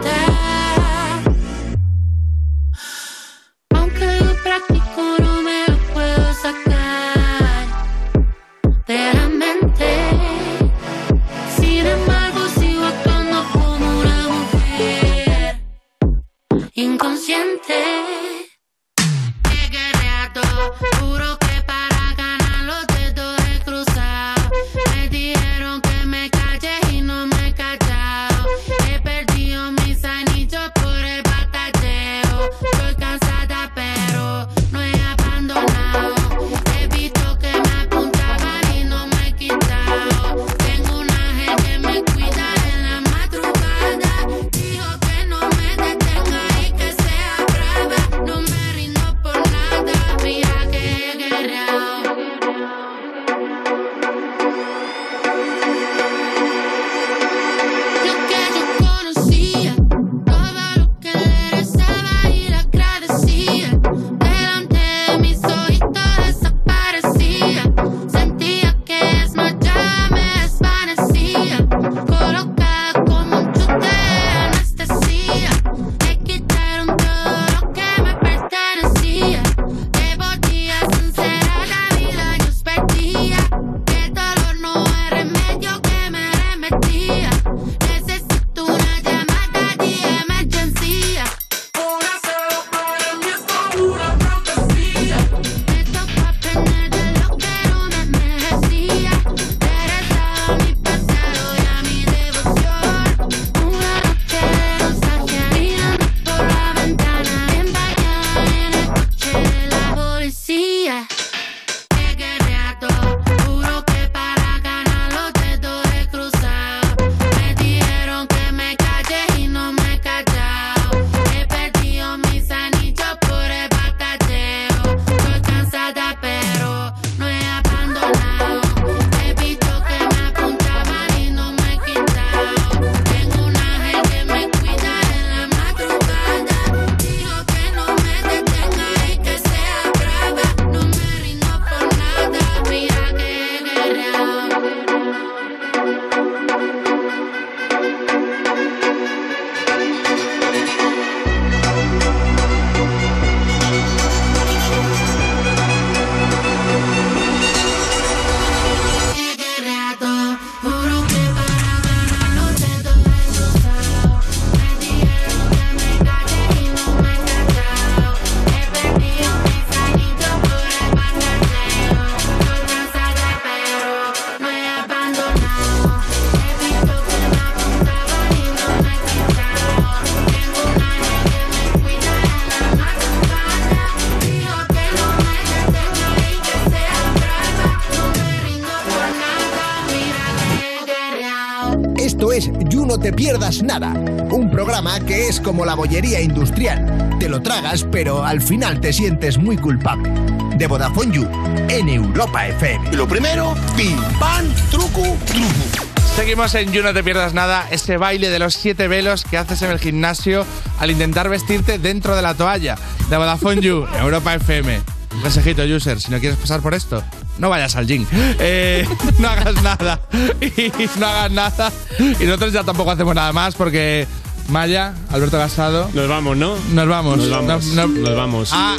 [SPEAKER 22] No te pierdas nada. Un programa que es como la bollería industrial. Te lo tragas, pero al final te sientes muy culpable. De Vodafone You, en Europa FM. Lo primero, pim, pan, truco, truco.
[SPEAKER 5] Seguimos en You No Te Pierdas Nada, ese baile de los siete velos que haces en el gimnasio al intentar vestirte dentro de la toalla. De Vodafone You, Europa FM. Un Consejito, user, si no quieres pasar por esto, no vayas al gym. Eh, no hagas nada. Y no hagas nada. Y nosotros ya tampoco hacemos nada más porque Maya, Alberto Gasado.
[SPEAKER 3] Nos vamos, ¿no?
[SPEAKER 5] Nos vamos.
[SPEAKER 3] Nos vamos.
[SPEAKER 5] No- no-
[SPEAKER 3] Nos vamos.
[SPEAKER 5] Ah,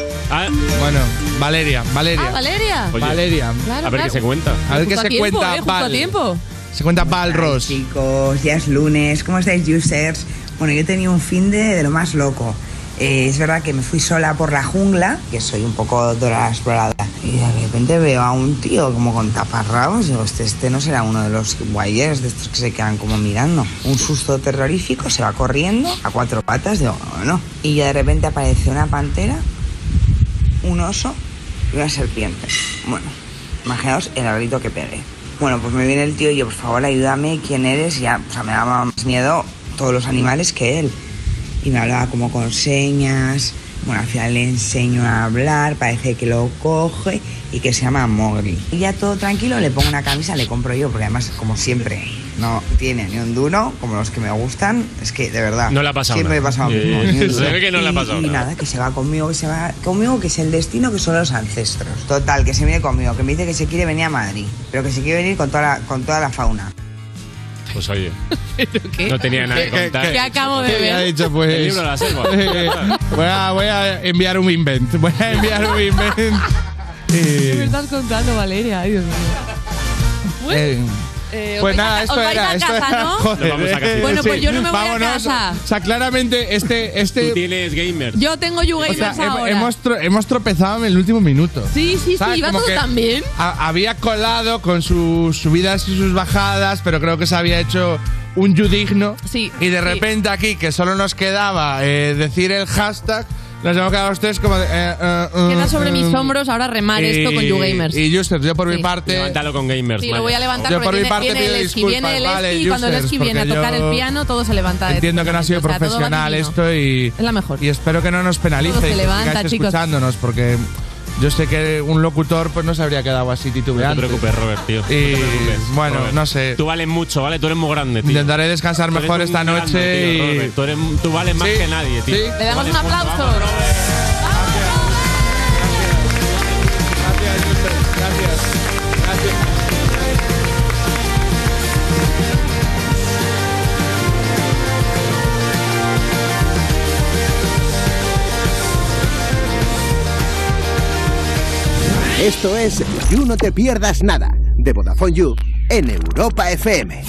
[SPEAKER 5] bueno, Valeria, Valeria.
[SPEAKER 4] Ah, Valeria.
[SPEAKER 5] Oye, Valeria.
[SPEAKER 4] Claro, claro.
[SPEAKER 5] A ver qué
[SPEAKER 4] Justo
[SPEAKER 5] se
[SPEAKER 4] tiempo,
[SPEAKER 5] cuenta,
[SPEAKER 4] eh, justo a
[SPEAKER 5] Val.
[SPEAKER 4] tiempo.
[SPEAKER 5] Se cuenta Balros.
[SPEAKER 1] Chicos, ya es lunes. ¿Cómo estáis, users? Bueno, yo he tenido un fin de, de lo más loco. Eh, es verdad que me fui sola por la jungla, que soy un poco dorada explorada. Y de repente veo a un tío como con taparrabos. Digo, este, este no será uno de los guayeros de estos que se quedan como mirando. Un susto terrorífico, se va corriendo a cuatro patas. Digo, no, no. Y ya de repente aparece una pantera, un oso y una serpiente. Bueno, imaginaos el grito que pegué. Bueno, pues me viene el tío y yo, por favor, ayúdame, ¿quién eres? Y ya, o sea, me daba más miedo todos los animales que él. Y me hablaba como con señas. Bueno, al final le enseño a hablar, parece que lo coge y que se llama Mogri. Y ya todo tranquilo, le pongo una camisa, le compro yo, porque además, como siempre, no tiene ni un duro, como los que me gustan. Es que, de verdad,
[SPEAKER 3] No le ha pasado
[SPEAKER 1] siempre
[SPEAKER 3] nada.
[SPEAKER 1] me pasa lo mismo.
[SPEAKER 3] Eh,
[SPEAKER 1] ni un
[SPEAKER 3] se
[SPEAKER 1] duro.
[SPEAKER 3] ve que no le ha
[SPEAKER 1] Y-
[SPEAKER 3] pasado
[SPEAKER 1] y
[SPEAKER 3] nada.
[SPEAKER 1] nada, que se va conmigo, que se va conmigo, que es el destino, que son los ancestros. Total, que se viene conmigo, que me dice que se quiere venir a Madrid, pero que se quiere venir con toda la, con toda la fauna.
[SPEAKER 3] Pues oye. No tenía nada que
[SPEAKER 5] ¿Qué-
[SPEAKER 3] contar.
[SPEAKER 5] qué- qué
[SPEAKER 4] acabo
[SPEAKER 5] ¿Qué le ha dicho, pues?
[SPEAKER 3] El libro de la selva.
[SPEAKER 5] Eh, voy, a, voy a enviar un invent. Voy a enviar un invent.
[SPEAKER 4] ¿Qué me
[SPEAKER 5] Eh,
[SPEAKER 4] estás contando, Valeria? Ay, Dios mío.
[SPEAKER 5] eh,
[SPEAKER 4] Eh, os
[SPEAKER 5] pues
[SPEAKER 4] vais
[SPEAKER 5] nada,
[SPEAKER 4] a-
[SPEAKER 5] esto
[SPEAKER 4] os vais
[SPEAKER 5] era.
[SPEAKER 4] a
[SPEAKER 5] esto
[SPEAKER 4] casa,
[SPEAKER 5] era-
[SPEAKER 4] ¿no?
[SPEAKER 5] joder,
[SPEAKER 3] Nos vamos a casa.
[SPEAKER 5] eh,
[SPEAKER 4] Bueno, pues
[SPEAKER 5] sí.
[SPEAKER 4] yo no me voy a
[SPEAKER 5] Vámonos.
[SPEAKER 4] casa.
[SPEAKER 5] O sea, claramente este. este
[SPEAKER 3] Tú tienes gamer.
[SPEAKER 4] Yo tengo YouGamers
[SPEAKER 5] o sea, hem-
[SPEAKER 4] ahora.
[SPEAKER 5] hemos, tro- hemos tropezado en el último minuto.
[SPEAKER 4] Sí, sí, sí,
[SPEAKER 5] ¿Sabes?
[SPEAKER 4] iba
[SPEAKER 5] Como
[SPEAKER 4] todo
[SPEAKER 5] que
[SPEAKER 4] tan bien.
[SPEAKER 5] a- había colado con sus subidas y sus bajadas, pero creo que se había hecho un you digno.
[SPEAKER 4] Sí.
[SPEAKER 5] Y de repente aquí, que solo nos quedaba eh, decir el hashtag, nos hemos quedado los tres como... de, eh, eh, eh,
[SPEAKER 4] Queda sobre
[SPEAKER 5] eh,
[SPEAKER 4] mis hombros ahora remar esto con
[SPEAKER 5] y-
[SPEAKER 4] YouGamers.
[SPEAKER 5] Y Justers, yo por
[SPEAKER 4] Sí.
[SPEAKER 5] mi parte...
[SPEAKER 3] Levántalo con gamers.
[SPEAKER 4] Sí, lo voy a levantar
[SPEAKER 5] Yo
[SPEAKER 4] porque
[SPEAKER 5] por mi
[SPEAKER 4] viene,
[SPEAKER 5] parte
[SPEAKER 4] viene
[SPEAKER 5] pido
[SPEAKER 4] el esquí, viene el
[SPEAKER 5] disculpas,
[SPEAKER 4] esquí,
[SPEAKER 5] vale,
[SPEAKER 4] y cuando el
[SPEAKER 5] users,
[SPEAKER 4] esquí viene a
[SPEAKER 5] porque
[SPEAKER 4] tocar
[SPEAKER 5] yo
[SPEAKER 4] el piano, todo se levanta. de-
[SPEAKER 5] Entiendo que no ha sido
[SPEAKER 4] o sea, todo va
[SPEAKER 5] profesional
[SPEAKER 4] divino.
[SPEAKER 5] esto y, y espero que no nos penalice
[SPEAKER 4] Todo se
[SPEAKER 5] y que
[SPEAKER 4] levanta,
[SPEAKER 5] sigáis
[SPEAKER 4] chicos.
[SPEAKER 5] escuchándonos porque yo sé que un locutor pues no se habría quedado así
[SPEAKER 3] No te
[SPEAKER 5] titubeante.
[SPEAKER 3] preocupes, Robert, tío. No te
[SPEAKER 5] Y,
[SPEAKER 3] preocupes,
[SPEAKER 5] bueno,
[SPEAKER 3] Robert.
[SPEAKER 5] no sé.
[SPEAKER 3] Tú vales mucho, ¿vale? Tú eres muy grande, tío.
[SPEAKER 5] Intentaré descansar
[SPEAKER 3] Tú eres
[SPEAKER 5] mejor
[SPEAKER 3] un
[SPEAKER 5] esta
[SPEAKER 3] grande,
[SPEAKER 5] noche
[SPEAKER 3] tío,
[SPEAKER 5] y-
[SPEAKER 3] Robert. Tú, eres, tú vales más
[SPEAKER 5] Sí,
[SPEAKER 3] que nadie, tío.
[SPEAKER 5] sí.
[SPEAKER 4] Le damos un aplauso.
[SPEAKER 22] Esto es You No Te Pierdas Nada, de Vodafone You, en Europa FM.